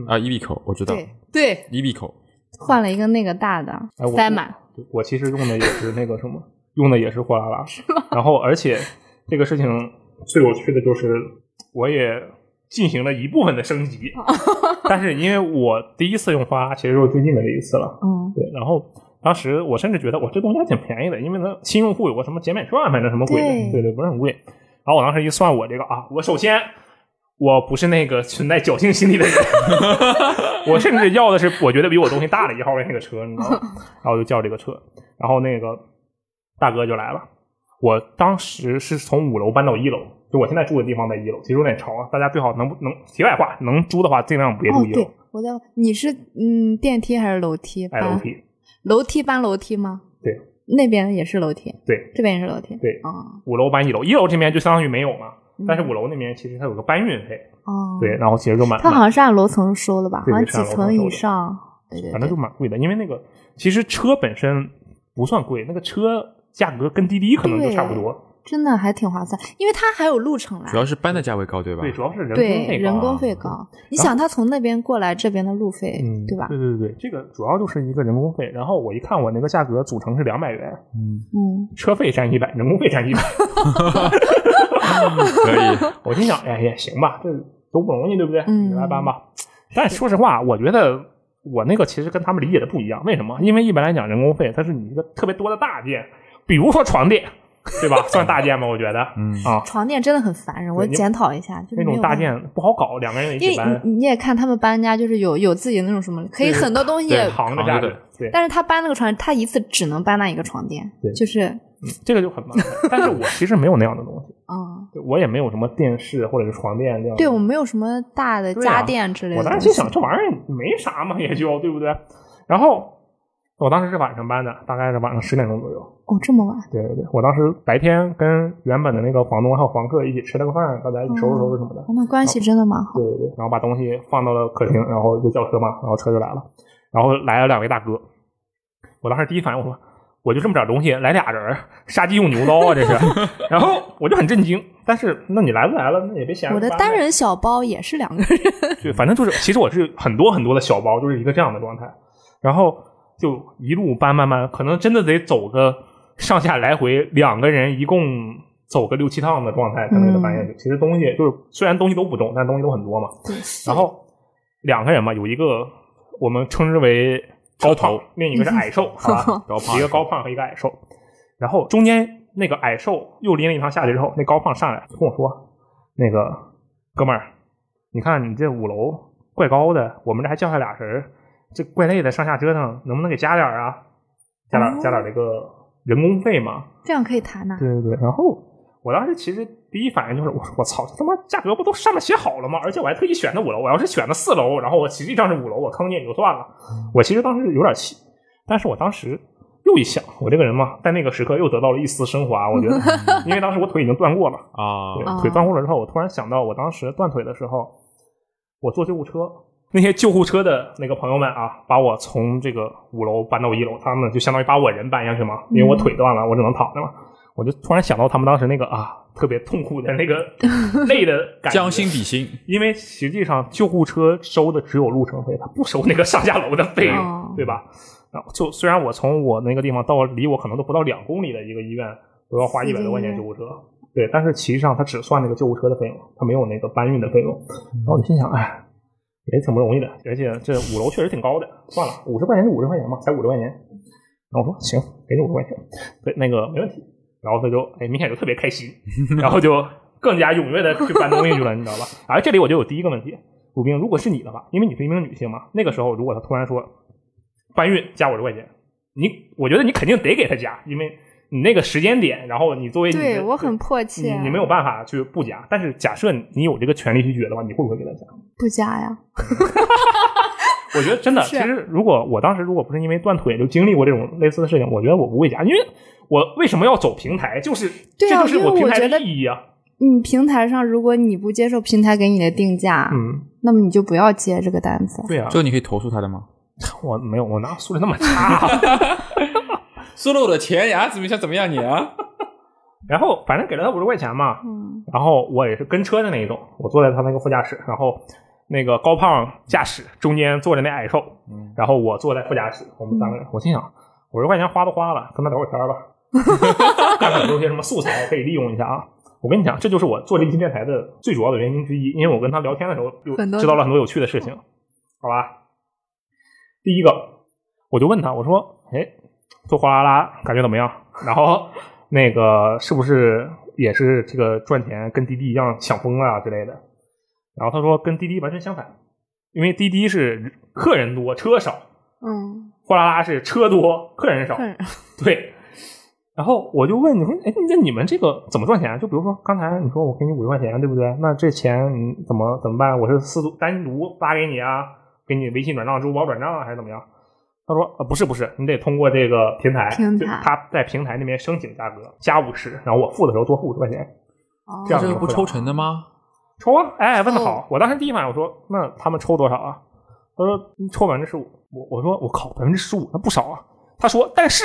Speaker 2: 啊一闭口，我知道
Speaker 3: 对对，
Speaker 2: 一闭口
Speaker 3: 换了一个那个大的
Speaker 1: 哎我
Speaker 3: 塞满，
Speaker 1: 我其实用的也是那个什么，用的也是货拉拉。然后，而且这个事情 最有趣的就是，我也进行了一部分的升级，但是因为我第一次用货拉拉，其实就是最近的这一次了。
Speaker 3: 嗯，
Speaker 1: 对，然后当时我甚至觉得我这东西还挺便宜的，因为它新用户有个什么减免券，反正什么鬼的，
Speaker 3: 对
Speaker 1: 对对，不是很贵。然后我当时一算，我这个啊，我首先我不是那个存在侥幸心理的人， 我甚至要的是我觉得比我东西大了一号位那个车，你知 道吗？然后我就叫这个车，然后那个大哥就来了。我当时是从五楼搬到一楼，就我现在住的地方在一楼，其实有点潮啊。大家最好能不能题外话，能租的话尽量别
Speaker 3: 哦
Speaker 1: 住一楼，
Speaker 3: 对，我在你是嗯电梯还是楼梯
Speaker 1: 哎
Speaker 3: 搬
Speaker 1: 楼梯。
Speaker 3: 楼梯搬楼梯吗？
Speaker 1: 对，
Speaker 3: 那边也是楼梯，
Speaker 1: 对，
Speaker 3: 这边也是楼梯，
Speaker 1: 对
Speaker 3: 啊、
Speaker 1: 五楼搬一楼，一楼这边就相当于没有嘛。
Speaker 3: 嗯
Speaker 1: 但是五楼那边其实它有个搬运费，
Speaker 3: 哦，
Speaker 1: 对，，然后其实就蛮，
Speaker 3: 它好像是按楼层收的吧？
Speaker 1: 对
Speaker 3: 好像
Speaker 1: 是按楼
Speaker 3: 几
Speaker 1: 层
Speaker 3: 层
Speaker 1: 收的
Speaker 3: 以上，对对
Speaker 1: 反正
Speaker 3: 对
Speaker 1: 就，蛮贵的，因为那个其实车本身不算贵，那个车价格跟滴滴可能就差不多，
Speaker 3: 真的还挺划算，因为它还有路程来
Speaker 2: 主，要是搬的价位高对吧？
Speaker 1: 对，主要是人工
Speaker 3: 对，
Speaker 1: 费高
Speaker 3: 人
Speaker 1: 啊
Speaker 3: 工费高。你想，它从那边过来，这边的路费
Speaker 1: 嗯，，
Speaker 3: 对吧
Speaker 1: 对？对对，这个主要就是一个人工费。然后我一看，我那个价格组成是两百元，
Speaker 2: 嗯，
Speaker 3: 嗯，
Speaker 1: 车费占一百，人工费占一百。
Speaker 2: 可 以，
Speaker 1: 我心想，哎，也行吧，这都不容易，对不对？
Speaker 3: 嗯
Speaker 1: 你来搬吧。但说实话，我觉得我那个其实跟他们理解的不一样。为什么？因为一般来讲，人工费它是你一个特别多的大件，比如说床垫，对吧？ 算大件吗？我觉得，
Speaker 2: 嗯
Speaker 1: 啊，
Speaker 3: 床垫真的很烦人，我
Speaker 1: 你
Speaker 3: 检讨一下，就是
Speaker 1: 那
Speaker 3: 没
Speaker 1: 种
Speaker 3: 有
Speaker 1: 大
Speaker 3: 办法。
Speaker 1: 件不好搞，两个人一
Speaker 3: 因
Speaker 1: 起
Speaker 3: 为
Speaker 1: 搬，
Speaker 3: 你你也看他们搬家，就是有有自己那种什么，可以
Speaker 1: 对
Speaker 3: 很多东西，
Speaker 2: 对
Speaker 1: 扛着架
Speaker 2: 扛
Speaker 1: 子
Speaker 2: 着，
Speaker 1: 对，
Speaker 3: 但是他搬那个床，他一次只能搬那一个床垫
Speaker 1: 对，
Speaker 3: 就是
Speaker 1: 这个就很麻烦。但是我其实没有那样的东西，
Speaker 3: 嗯，
Speaker 1: 对我也没有什么电视或者是床垫这样的。
Speaker 3: 对我们没有什么大的
Speaker 1: 对啊
Speaker 3: 家电之类的
Speaker 1: 我
Speaker 3: 东西。
Speaker 1: 当时心想，这玩意儿没啥嘛，也就对不对？然后我当时是晚上搬的，大概是晚上十点钟左右。
Speaker 3: 哦，这么晚，
Speaker 1: 对对对，我当时白天跟原本的那个房东还有房客一起吃了个饭，大家一起收拾收拾什么的。
Speaker 3: 那关系真的蛮好。
Speaker 1: 对对对，然后把东西放到了客厅，然后就叫车嘛，然后车就来了，然后来了两位大哥，我当时第一反应我说。我就这么点东西，来俩人儿，杀鸡用牛刀啊， 这是。然后我就很震惊，但是那你来不来了，那也别闲着。
Speaker 3: 我的
Speaker 1: 搬呗
Speaker 3: 单人小包也是两个 人，
Speaker 1: 对，反正就是，其实我是很多很多的小包，就是一个这样的状态，然后就一路搬搬搬，可能真的得走个上下来回两个人一共走个六七趟的状态才能给它搬下去。其实东西就是虽然东西都不重，但东西都很多嘛。
Speaker 3: 对，
Speaker 1: 然后两个人嘛，有一个我们称之为高胖，另一个是矮瘦，好吧
Speaker 2: 高胖
Speaker 1: 一个高胖和一个矮瘦。然后中间那个矮瘦又拎了一趟下去之后，那高胖上来跟我说：“那个哥们儿，你看你这五楼怪高的，我们这还叫下俩人儿，这怪累的，上下折腾，能不能给加点儿啊？加点儿
Speaker 3: 哦
Speaker 1: 加点儿这个人工费嘛？
Speaker 3: 这样可以谈呐、
Speaker 1: 对对对，然后我当时其实第一反应就是我我操，这他妈价格不都上面写好了吗？而且我还特意选的五楼，我要是选的四楼，然后我实际上是五楼，我坑你也就算了。我其实当时有点气，但是我当时又一想，我这个人嘛，在那个时刻又得到了一丝升华，我觉得，因为当时我腿已经断过了，
Speaker 2: 啊，
Speaker 1: 对，
Speaker 3: 哦
Speaker 1: 腿断过了之后，我突然想到，我当时断腿的时候，我坐救护车，那些救护车的那个朋友们啊，把我从这个五楼搬到一楼，他们就相当于把我人搬下去嘛，因为我腿断了，我只能躺着嘛。我就突然想到他们当时那个啊，特别痛苦的那 个累的感觉，
Speaker 2: 将心比心，
Speaker 1: 因为实际上救护车收的只有路程费，他不收那个上下楼的费用，
Speaker 3: 哦
Speaker 1: 对吧？然后就虽然我从我那个地方到离我可能都不到两公里的一个医院，都要花一百多块钱救护车，对，但是其实上他只算那个救护车的费用，他没有那个搬运的费用。然后你心想，哎，也挺不容易的，而且这五楼确实挺高的，算了，五十块钱就五十块钱吧，才五十块钱。然后我说行，给你五十块钱，对，那个没问题。然后他就哎，明显就特别开心， 然后就更加踊跃的去搬东西去了，你知道吧？ 而这里我就有第一个问题，鲁冰，如果是你的话，因为你是一名女性嘛，那个时候如果她突然说搬运加五十块钱，你我觉得你肯定得给她加，因为你那个时间点，然后你作为你
Speaker 3: 对
Speaker 1: 的
Speaker 3: 我很迫
Speaker 1: 你
Speaker 3: 切啊，
Speaker 1: 你没有办法去不加，但是假设你有这个权利去决的话，你会不会给她加？
Speaker 3: 不加呀？
Speaker 1: 我觉得真的，
Speaker 3: 是
Speaker 1: 其实如果我当时如果不是因为断腿就经历过这种类似的事情，我觉得我不会加，因为我为什么要走平台？就是
Speaker 3: 对
Speaker 1: 这
Speaker 3: 啊
Speaker 1: 就是
Speaker 3: 因为
Speaker 1: 平
Speaker 3: 我
Speaker 1: 台
Speaker 3: 觉
Speaker 1: 的
Speaker 3: 得
Speaker 1: 意义啊。
Speaker 3: 嗯，平台上如果你不接受平台给你的定价，
Speaker 1: 嗯，
Speaker 3: 那么你就不要接这个单子。
Speaker 1: 对啊，
Speaker 2: 这个你可以投诉他的吗？
Speaker 1: 我没有，我哪有素质那么差？啊
Speaker 2: 收了我的钱呀，怎么想怎么样你啊？
Speaker 1: 然后反正给了他五十块钱嘛，
Speaker 3: 嗯，
Speaker 1: 然后我也是跟车的那一种，我坐在他那个副驾驶，然后那个高胖驾驶中间坐着那矮瘦，
Speaker 2: 嗯
Speaker 1: 然后我坐在副驾驶，我们三个
Speaker 3: 嗯
Speaker 1: 人，我心想五十块钱花都花了，跟他聊会儿天儿吧，看看有没有些什么素材可以利用一下啊。我跟你讲，这就是我做这期电台的最主要的原因之一，因为我跟他聊天的时候，就
Speaker 3: 很多
Speaker 1: 知道了很多有趣的事情，好吧？第一个，我就问他，我说，哎，做货拉拉感觉怎么样？然后那个是不是也是这个赚钱跟滴滴一样抢疯了啊之类的？然后他说跟滴滴完全相反，因为滴滴是客人多车少，
Speaker 3: 嗯，
Speaker 1: 货拉拉是车多客人少，
Speaker 3: 客人
Speaker 1: 对。然后我就问你说，哎，那你们这个怎么赚钱啊？就比如说刚才你说我给你五十块钱，对不对？那这钱你怎么怎么办？我是私独单独发给你啊，给你微信转账、支付宝转账啊，还是怎么样？他说，呃，不是不是，你得通过这个平台，
Speaker 3: 平台
Speaker 1: 就他在平台那边申请价格加五十，然后我付的时候多付五十块钱，
Speaker 3: 哦
Speaker 1: 这样
Speaker 2: 这
Speaker 1: 就
Speaker 2: 个不抽成的吗？
Speaker 1: 抽啊！哎，问的好，我当时第一反应我说，那他们抽多少啊？他说嗯抽百分之十五，我我说我靠，百分之十五那不少啊。他说，但是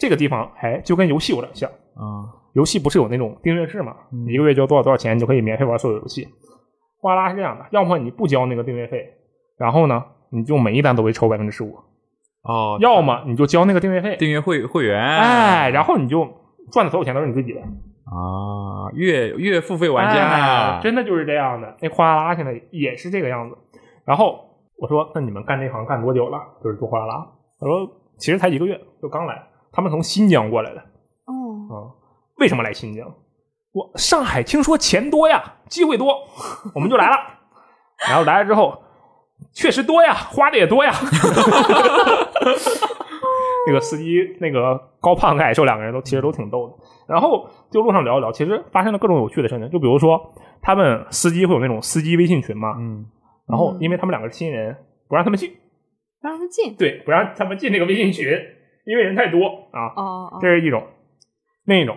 Speaker 1: 这个地方哎，就跟游戏有点像，
Speaker 2: 啊，
Speaker 1: 游戏不是有那种订阅制嘛，
Speaker 2: 嗯
Speaker 1: 一个月交多少多少钱，你就可以免费玩所有游戏。哗啦是这样的，要么你不交那个订阅费，然后呢，你就每一单都会抽百分之十五；
Speaker 2: 哦，
Speaker 1: 要么你就交那个订阅费，
Speaker 2: 订阅会会员，
Speaker 1: 哎，然后你就赚的所有钱都是你自己的。
Speaker 2: 啊，月月付费玩家啊
Speaker 1: 哎，真的就是这样的。那货拉拉现在也是这个样子。然后我说：“那你们干这行干多久了？就是做货拉拉。”他说：“其实才一个月，就刚来。他们从新疆过来的啊、
Speaker 3: 哦，
Speaker 1: 嗯为什么来新疆？我上海听说钱多呀，机会多，我们就来了。然后来了之后，确实多呀，花的也多呀。 那个司机，那个高胖跟矮瘦两个人都其实都挺逗的。然后就路上聊一聊，其实发生了各种有趣的事情，就比如说他们司机会有那种司机微信群嘛，
Speaker 2: 嗯，
Speaker 1: 然后因为他们两个是新人，不让他们进，
Speaker 3: 不让他进。
Speaker 1: 对，不让他们进这个微信群，因为人太多啊，
Speaker 3: 哦哦
Speaker 1: 这是一种。另一种，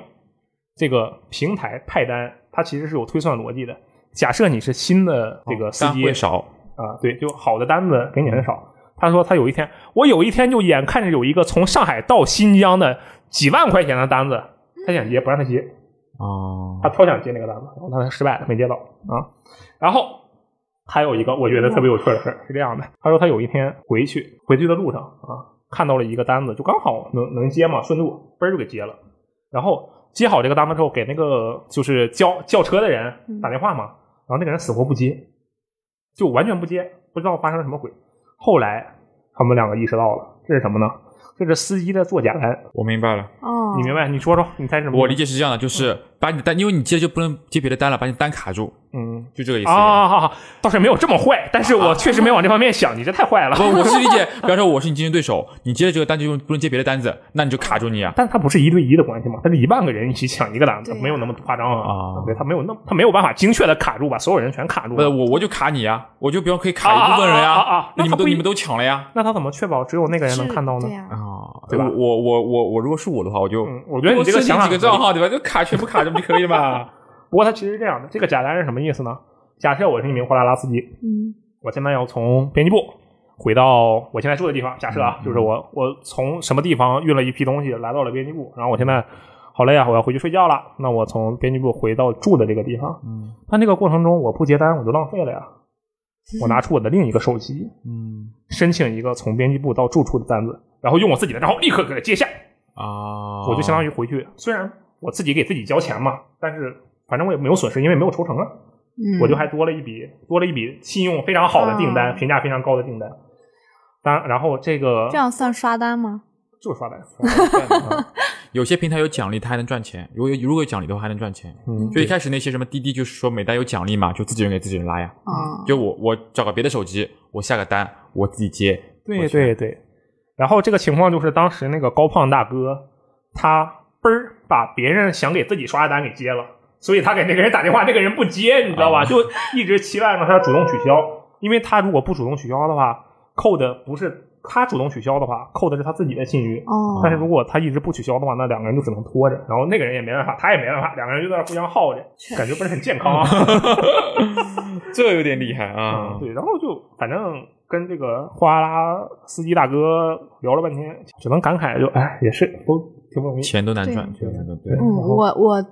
Speaker 1: 这个平台派单，它其实是有推算逻辑的。假设你是新的这个司
Speaker 2: 哦单
Speaker 1: 机
Speaker 2: 会少，
Speaker 1: 啊，对，就好的单子给你很少。他说他有一天，我有一天就眼看着有一个从上海到新疆的几万块钱的单子，他想接不让他接，
Speaker 2: 哦
Speaker 1: 他超想接那个单子，然后他失败了，没接到啊。然后还有一个我觉得特别有趣的事儿是这样的，他说他有一天回去，回去的路上啊，看到了一个单子，就刚好能能接嘛，顺路嘣儿就给接了。然后接好这个单子之后，给那个就是叫叫车的人
Speaker 3: 嗯
Speaker 1: 打电话嘛，然后那个人死活不接，就完全不接，不知道发生了什么鬼。后来他们两个意识到了，这是什么呢？这是司机在作假单，
Speaker 2: 我明白了。
Speaker 3: 哦，
Speaker 1: 你明白？你说说，你猜是什么？
Speaker 2: 我理解是这样的，就是把你的单，因为你接就不能接别的单了，把你单卡住，
Speaker 1: 嗯，
Speaker 2: 就这个意思。
Speaker 1: 啊，倒是没有这么坏，但是我确实没往这方面想，你这太坏
Speaker 2: 啊不，
Speaker 1: 了。
Speaker 2: 我是理解，比方说我是你竞争对手，你接了这个单就不能接别的单子，那你就卡住你啊。
Speaker 1: 但它不是一对一的关系嘛，它是一万个人一起抢一个单子，
Speaker 3: 对啊
Speaker 1: 没有那么夸张啊
Speaker 2: 啊
Speaker 1: 对，它没有那么，它没有办法精确的卡住把所有人全卡住
Speaker 2: 不是
Speaker 1: 了。
Speaker 2: 我，我就卡你啊，我就比方可以卡一部分人
Speaker 1: 啊啊啊啊啊啊那
Speaker 2: 你
Speaker 1: 他
Speaker 2: 们都
Speaker 1: 不一
Speaker 2: 你们都抢了呀。
Speaker 1: 那他怎么确保只有那个人能看到呢
Speaker 3: 对？呀，
Speaker 2: 啊，
Speaker 1: 哦对吧
Speaker 2: 我我我我我如果是我的话，我就
Speaker 1: 嗯，我觉得你这个
Speaker 2: 多申
Speaker 1: 想
Speaker 2: 请
Speaker 1: 法
Speaker 2: 几个
Speaker 1: 很合
Speaker 2: 账
Speaker 1: 理
Speaker 2: 号对吧？就卡全部卡着不就可以 了嘛？
Speaker 1: 不过它其实是这样的，这个假单是什么意思呢？假设我是一名货拉拉司机，
Speaker 3: 嗯，
Speaker 1: 我现在要从编辑部回到我现在住的地方。假设啊，
Speaker 2: 嗯
Speaker 1: 就是我我从什么地方运了一批东西来到了编辑部，然后我现在好累啊，我要回去睡觉了。那我从编辑部回到住的这个地方，
Speaker 2: 嗯
Speaker 1: 但这个过程中我不接单，我就浪费了呀。我拿出我的另一个手机，
Speaker 2: 嗯
Speaker 1: 申请一个从编辑部到住处的单子，然后用我自己的账号立刻给它接下，
Speaker 2: 啊，
Speaker 1: 我就相当
Speaker 2: 于
Speaker 1: 于回去。虽然我自己给自己交钱嘛，但是反正我也没有损失，因为没有抽成啊。
Speaker 3: 嗯
Speaker 1: 我就还多了一笔，多了一笔信用非常好的订单，
Speaker 3: 啊
Speaker 1: 评价非常高的订单。当然，然后这个
Speaker 3: 这样算刷单吗？
Speaker 1: 就是刷单， 啊
Speaker 2: 有些平台有奖励，它还能赚钱。如果有如果有奖励的话，还能赚钱。
Speaker 1: 嗯，
Speaker 2: 就一开始那些什么滴滴，就是说每单有奖励嘛，就自己人给自己人拉呀。
Speaker 1: 嗯
Speaker 3: 啊，
Speaker 2: 就我我找个别的手机，我下个单，我自己接。
Speaker 1: 对
Speaker 2: 我去
Speaker 1: 对对。然后这个情况就是当时那个高胖大哥，他嘣儿把别人想给自己刷的单给接了，所以他给那个人打电话，那个人不接，你知道吧？
Speaker 2: 啊
Speaker 1: 就一直期望着他主动取消，因为他如果不主动取消的话，扣的不是他主动取消的话，扣的是他自己的信誉。
Speaker 3: 哦，
Speaker 1: 但是如果他一直不取消的话，那两个人就只能拖着，然后那个人也没办法，他也没办法，两个人就在那互相耗着，感觉不是很健康 啊。
Speaker 2: 这有点厉害啊
Speaker 1: 嗯，对，然后就反正跟这个货拉拉司机大哥聊了半天，只能感慨就哎，也是都挺不容易。
Speaker 2: 钱都难赚，
Speaker 1: 对
Speaker 2: 钱都难赚对
Speaker 1: 对
Speaker 3: 嗯，我我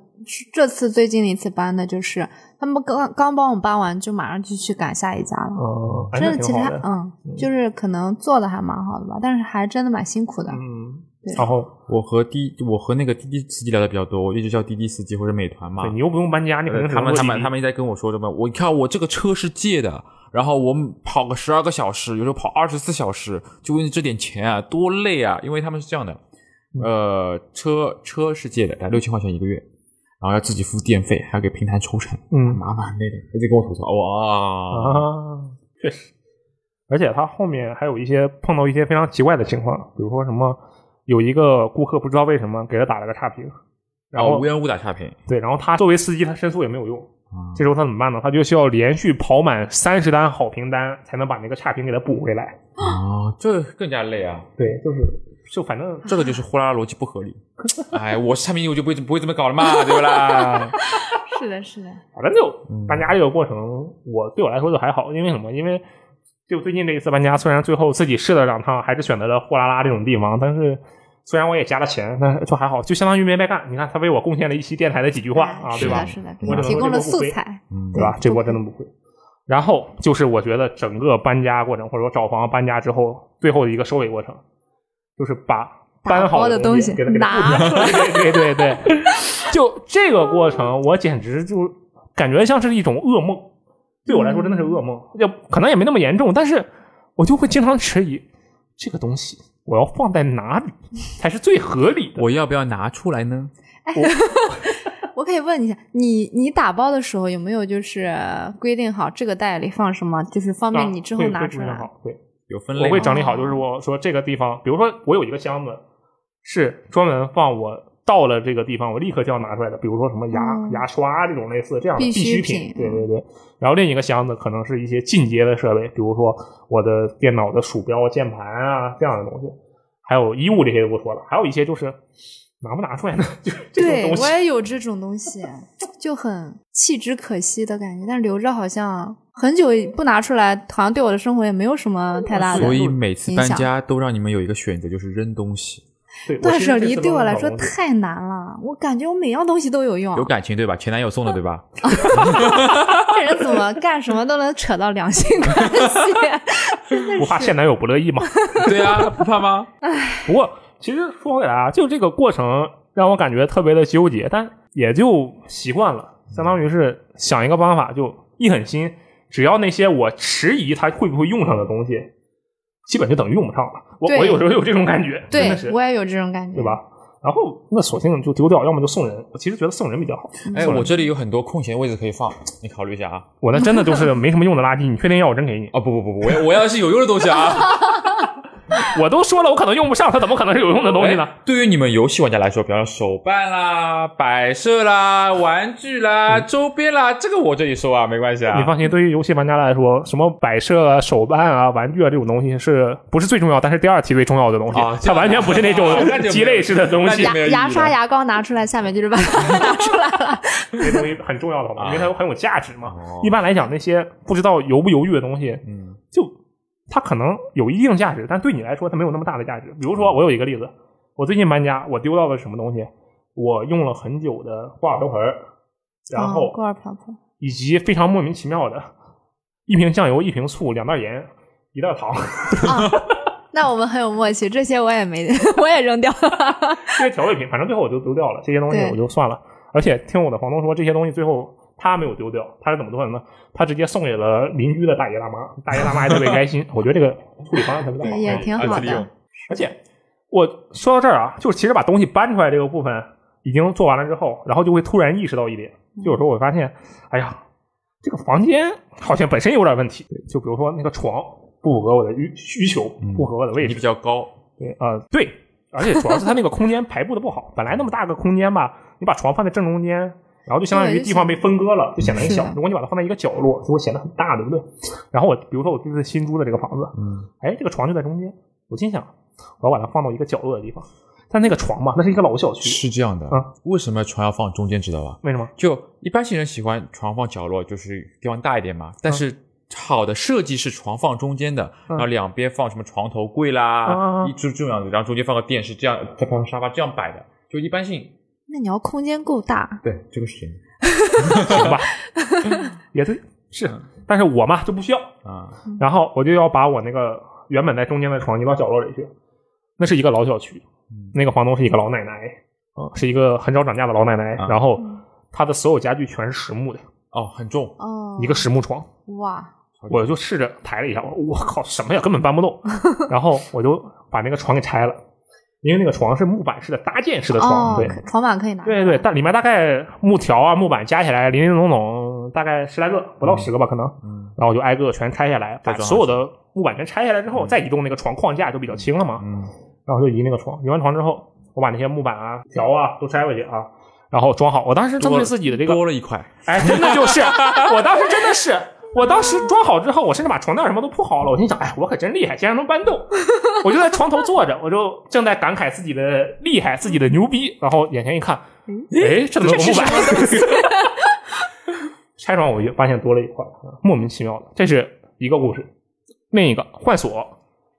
Speaker 3: 这次最近的一次搬的就是他们刚刚帮我搬完，就马上就去赶下一家了。
Speaker 1: 嗯，哎
Speaker 3: 真
Speaker 1: 那
Speaker 3: 的，其
Speaker 1: 挺好
Speaker 3: 他
Speaker 1: 的。
Speaker 3: 嗯，就是可能做的还蛮好的吧，但是还真的蛮辛苦的。
Speaker 1: 嗯
Speaker 3: 对，
Speaker 1: 然后
Speaker 2: 我和滴，我和那个滴滴司机聊的比较多，我一直叫滴滴司机或者美团嘛
Speaker 1: 对。你又不用搬家，你肯
Speaker 2: 呃
Speaker 1: 定
Speaker 2: 啊他们他们他
Speaker 1: 们
Speaker 2: 们一直在跟我说什么？我看我这个车是借的，然后我跑个十二个小时，有时候跑二十四小时，就为这点钱啊，多累啊！因为他们是这样的，
Speaker 1: 嗯
Speaker 2: 呃，车车是借的，大概六千块钱一个月，然后要自己付电费，还要给平台抽成，
Speaker 1: 嗯
Speaker 2: 麻烦累的，一直跟我吐槽哇。
Speaker 1: 啊，确实，而且他后面还有一些碰到一些非常奇怪的情况，比如说什么有一个顾客不知道为什么给他打了个差评，然后
Speaker 2: 哦无缘无故打差评，
Speaker 1: 对，然后他作为司机，他申诉也没有用。
Speaker 2: 啊
Speaker 1: 这时候他怎么办呢？他就需要连续跑满三十单好评单，才能把那个差评给他补回来。
Speaker 2: 啊，这更加累啊！
Speaker 1: 对，就是就反正
Speaker 2: 这个就是呼啦啦逻辑不 合理。哎，我是产品经理，我就不会不会这么搞了嘛，对 不啦？
Speaker 3: 是的，是的，
Speaker 1: 反正就
Speaker 2: 嗯
Speaker 1: 搬家这个过程，我对我来说就还好，因为什么？因为就最近这一次搬家，虽然最后自己试了两趟，还是选择了货拉拉这种地方，但是虽然我也加了钱，但是就还好，就相当于没白干。你看他为我贡献了一期电台的几句话啊，
Speaker 3: 是
Speaker 1: 对吧
Speaker 3: 的，？是的，
Speaker 1: 我只能
Speaker 3: 提
Speaker 1: 说
Speaker 3: 供
Speaker 1: 这个
Speaker 3: 了
Speaker 1: 不
Speaker 3: 素
Speaker 1: 亏
Speaker 3: 材。
Speaker 2: 嗯
Speaker 1: 对吧？
Speaker 3: 嗯
Speaker 1: 这波真的不会。然后就是我觉得整个搬家过程，或者说找房啊搬家之后，最后的一个收尾过程，就是把搬好
Speaker 3: 打包的
Speaker 1: 东
Speaker 3: 东西
Speaker 1: 给它给它
Speaker 3: 拿出来
Speaker 1: 对对对对，就这个过程，我简直就感觉像是一种噩梦。对我来说，真的是噩梦，也可能也没那么严重，但是我就会经常迟疑，这个东西我要放在哪里才是最合理的？
Speaker 2: 我要不要拿出来呢？
Speaker 3: 我可以问一下，你你打包的时候有没有就是规定好这个袋里放什么，就是方
Speaker 1: 啊
Speaker 3: 便你之后
Speaker 1: 会
Speaker 3: 拿
Speaker 1: 会
Speaker 3: 出
Speaker 1: 非常
Speaker 3: 来？
Speaker 1: 好，对。
Speaker 2: 有分
Speaker 1: 我
Speaker 2: 类
Speaker 1: 会
Speaker 2: 吗？
Speaker 1: 整理好，就是我说这个地方，比如说我有一个箱子是专门放我到了这个地方，我立刻就要拿出来的，比如说什么牙、
Speaker 3: 嗯
Speaker 1: 牙刷啊这种类似这样的
Speaker 3: 必
Speaker 1: 必需
Speaker 3: 需
Speaker 1: 品
Speaker 3: 品。嗯
Speaker 1: 对对对。然后另一个箱子可能是一些进阶的设备，比如说我的电脑的鼠标、键盘啊这样的东西，还有衣物这些就不说了，还有一些就是拿不拿出来呢， 就是这种
Speaker 3: 对
Speaker 1: 东西
Speaker 3: 我。也有这种东西，就很弃之可惜的感觉，但是留着好像很久不拿出来，好像对我的生活也没有什么太大的。
Speaker 2: 所以每次搬
Speaker 3: 影
Speaker 2: 家都让你们有一个选择，就是扔东西。
Speaker 1: 对，
Speaker 3: 断
Speaker 1: 其实
Speaker 3: 舍
Speaker 1: 这
Speaker 3: 离
Speaker 1: 次
Speaker 3: 对
Speaker 1: 都
Speaker 3: 我
Speaker 1: 是
Speaker 3: 来
Speaker 1: 搞
Speaker 3: 说
Speaker 1: 东西
Speaker 3: 太难了，我感觉我每样东西都有用，
Speaker 2: 有感情对吧？前男友送的对 吧？
Speaker 3: 这人怎么干什么都能扯到两性关 系，
Speaker 1: 不怕现男友不乐意吗？
Speaker 2: 对啊，不怕吗？
Speaker 1: 不过其实说回来啊，就这个过程让我感觉特别的纠结，但也就习惯了，相当于是想一个办法就一狠心，只要那些我迟疑它会不会用上的东西，基本就等于用不上了。我
Speaker 3: 对
Speaker 1: 我有时候有这种感觉，真的
Speaker 3: 对
Speaker 1: 是
Speaker 3: 我也有这种感觉，
Speaker 1: 对？吧？然后那索性就丢掉，要么就送人。我其实觉得送人比较好。
Speaker 3: 嗯
Speaker 2: 哎，
Speaker 1: 送人
Speaker 2: 我这里有很多空闲位置可以放，你考虑一下啊。
Speaker 1: 我那真的就是没什么用的垃圾，你确定要我真给你？
Speaker 2: 哦不不不不，我要我要是有用的东 西啊。
Speaker 1: 我都说了，我可能用不上，它怎么可能是有用的东西呢？
Speaker 2: 哎对于你们游戏玩家来说，比方说手办啦、摆设啦、玩具啦、周边啦，这个我这里收啊，没关系啊。
Speaker 1: 你放心，对于游戏玩家来说，什么摆设啊、手办啊、玩具啊这种东西，是不是最重要？但是第二梯队重要的东西，
Speaker 2: 啊这
Speaker 1: 它
Speaker 2: 样
Speaker 1: 完全不是那种
Speaker 2: 那就没有
Speaker 1: 鸡肋式的东西
Speaker 2: 那，
Speaker 3: 牙
Speaker 2: 没有意义
Speaker 3: 牙刷、
Speaker 2: 了
Speaker 3: 牙膏拿出来，下面就是把 它拿出来了。
Speaker 1: 那东西很重要的好吧？
Speaker 2: 啊
Speaker 1: 因为它有很有价值嘛。
Speaker 2: 哦
Speaker 1: 一般来讲，那些不知道犹不犹豫的东西，
Speaker 2: 嗯
Speaker 1: 就它可能有一定价值，但对你来说它没有那么大的价值。比如说，
Speaker 2: 嗯
Speaker 1: 我有一个例子，我最近搬家，我丢到了什么东西？我用了很久的挂耳瓢盆儿， 然后
Speaker 3: 哦锅碗瓢盆，
Speaker 1: 以及非常莫名其妙的一瓶酱油、一瓶醋、两袋盐、一袋糖。
Speaker 3: 啊 那我们很有默契，这些我也没， 我也扔掉了。
Speaker 1: 这些调味品，反正最后我就丢掉了，这些东西
Speaker 3: 对
Speaker 1: 我就算了。而且听我的房东说，这些东西最后他没有丢掉，他是怎么做的呢？他直接送给了邻居的大爷大妈，大爷大妈还特别开 心。我觉得这个处理方案特别的好，
Speaker 3: 也挺好
Speaker 2: 啊自己用
Speaker 3: 的，
Speaker 1: 而且我说到这儿啊，就是其实把东西搬出来这个部分已经做完了之后，然后就会突然意识到一点，
Speaker 3: 嗯
Speaker 1: 就有时候我发现，哎呀，这个房间好像本身有点问题，就比如说那个床不符合我的需需求，不合我的位
Speaker 2: 你
Speaker 1: 置
Speaker 2: 比，较高，
Speaker 1: 对啊、呃对，而且主要是它那个空间排布的不好，本来那么大个空间吧，你把床放在正中间，然后就相当于
Speaker 3: 对就
Speaker 1: 地方被分割了，就显得很
Speaker 3: 是
Speaker 1: 小
Speaker 3: 的。
Speaker 1: 如果你把它放在一个角落，就会显得很大，对不对？然后我比如说我这次新租的这个房子，
Speaker 2: 嗯，
Speaker 1: 哎，这个床就在中间，我心想我要把它放到一个角落的地方，但那个床吧，那是一个老小区，
Speaker 2: 是这样的
Speaker 1: 啊。
Speaker 2: 为什么床要放中间，啊知道吧？
Speaker 1: 为什 么？
Speaker 2: 就一般性人喜欢床放角落，就是地方大一点嘛。
Speaker 1: 嗯
Speaker 2: 但是好的设计是床放中间的，然后两边放什么床头柜
Speaker 1: 啊
Speaker 2: 啦，一就是这种样子，然后中间放个电视，这样再放个沙发，这样摆的。就一般性，
Speaker 3: 那你要空间够大，
Speaker 2: 对这个是真的
Speaker 1: 行吧， 也对，是，但是我嘛就不需要，
Speaker 2: 啊。
Speaker 1: 然后我就要把我那个原本在中间的床移到角落里去。那是一个老小区，那个房东是一个老奶奶，啊、是一个很少涨价的老奶奶。
Speaker 2: 啊
Speaker 1: 然后她的所有家具全是实木的，
Speaker 2: 哦，很重，
Speaker 3: 哦，
Speaker 1: 一个实木床。
Speaker 3: 哇，
Speaker 1: 我就试着抬了一下，我说我靠，什么呀，根本搬不动。然后我就把那个床给拆了，因为那个床是木板式的搭建式的床，
Speaker 3: 哦
Speaker 1: 对，
Speaker 3: 可床板可以拿，
Speaker 1: 对对，但里面大概木条啊、木板加起来零零总总大概十来个，不到十个吧，可能。
Speaker 2: 嗯
Speaker 1: 然后我就挨个全拆下来，把
Speaker 2: 再装上
Speaker 1: 所有的木板全拆下来之后，再移动那个床框架就比较轻了嘛。
Speaker 2: 嗯，
Speaker 1: 然后就移那个床，移完床之后，我把那些木板啊、条啊都拆回去啊，然后装好。我当时针
Speaker 2: 多
Speaker 1: 对
Speaker 2: 了
Speaker 1: 自己的这个
Speaker 2: 多了一块，
Speaker 1: 哎，真的就是，我当时真的是，我当时装好之后，我甚至把床垫什么都铺好了。我心想，哎，我可真厉害，竟然能搬动。我就在床头坐着，我就正在感慨自己的厉害，自己的牛逼。然后眼前一看，哎，这怎么有木板？ 拆床我就发现多了一块，嗯莫名其妙的。这是一个故事，另一个换锁，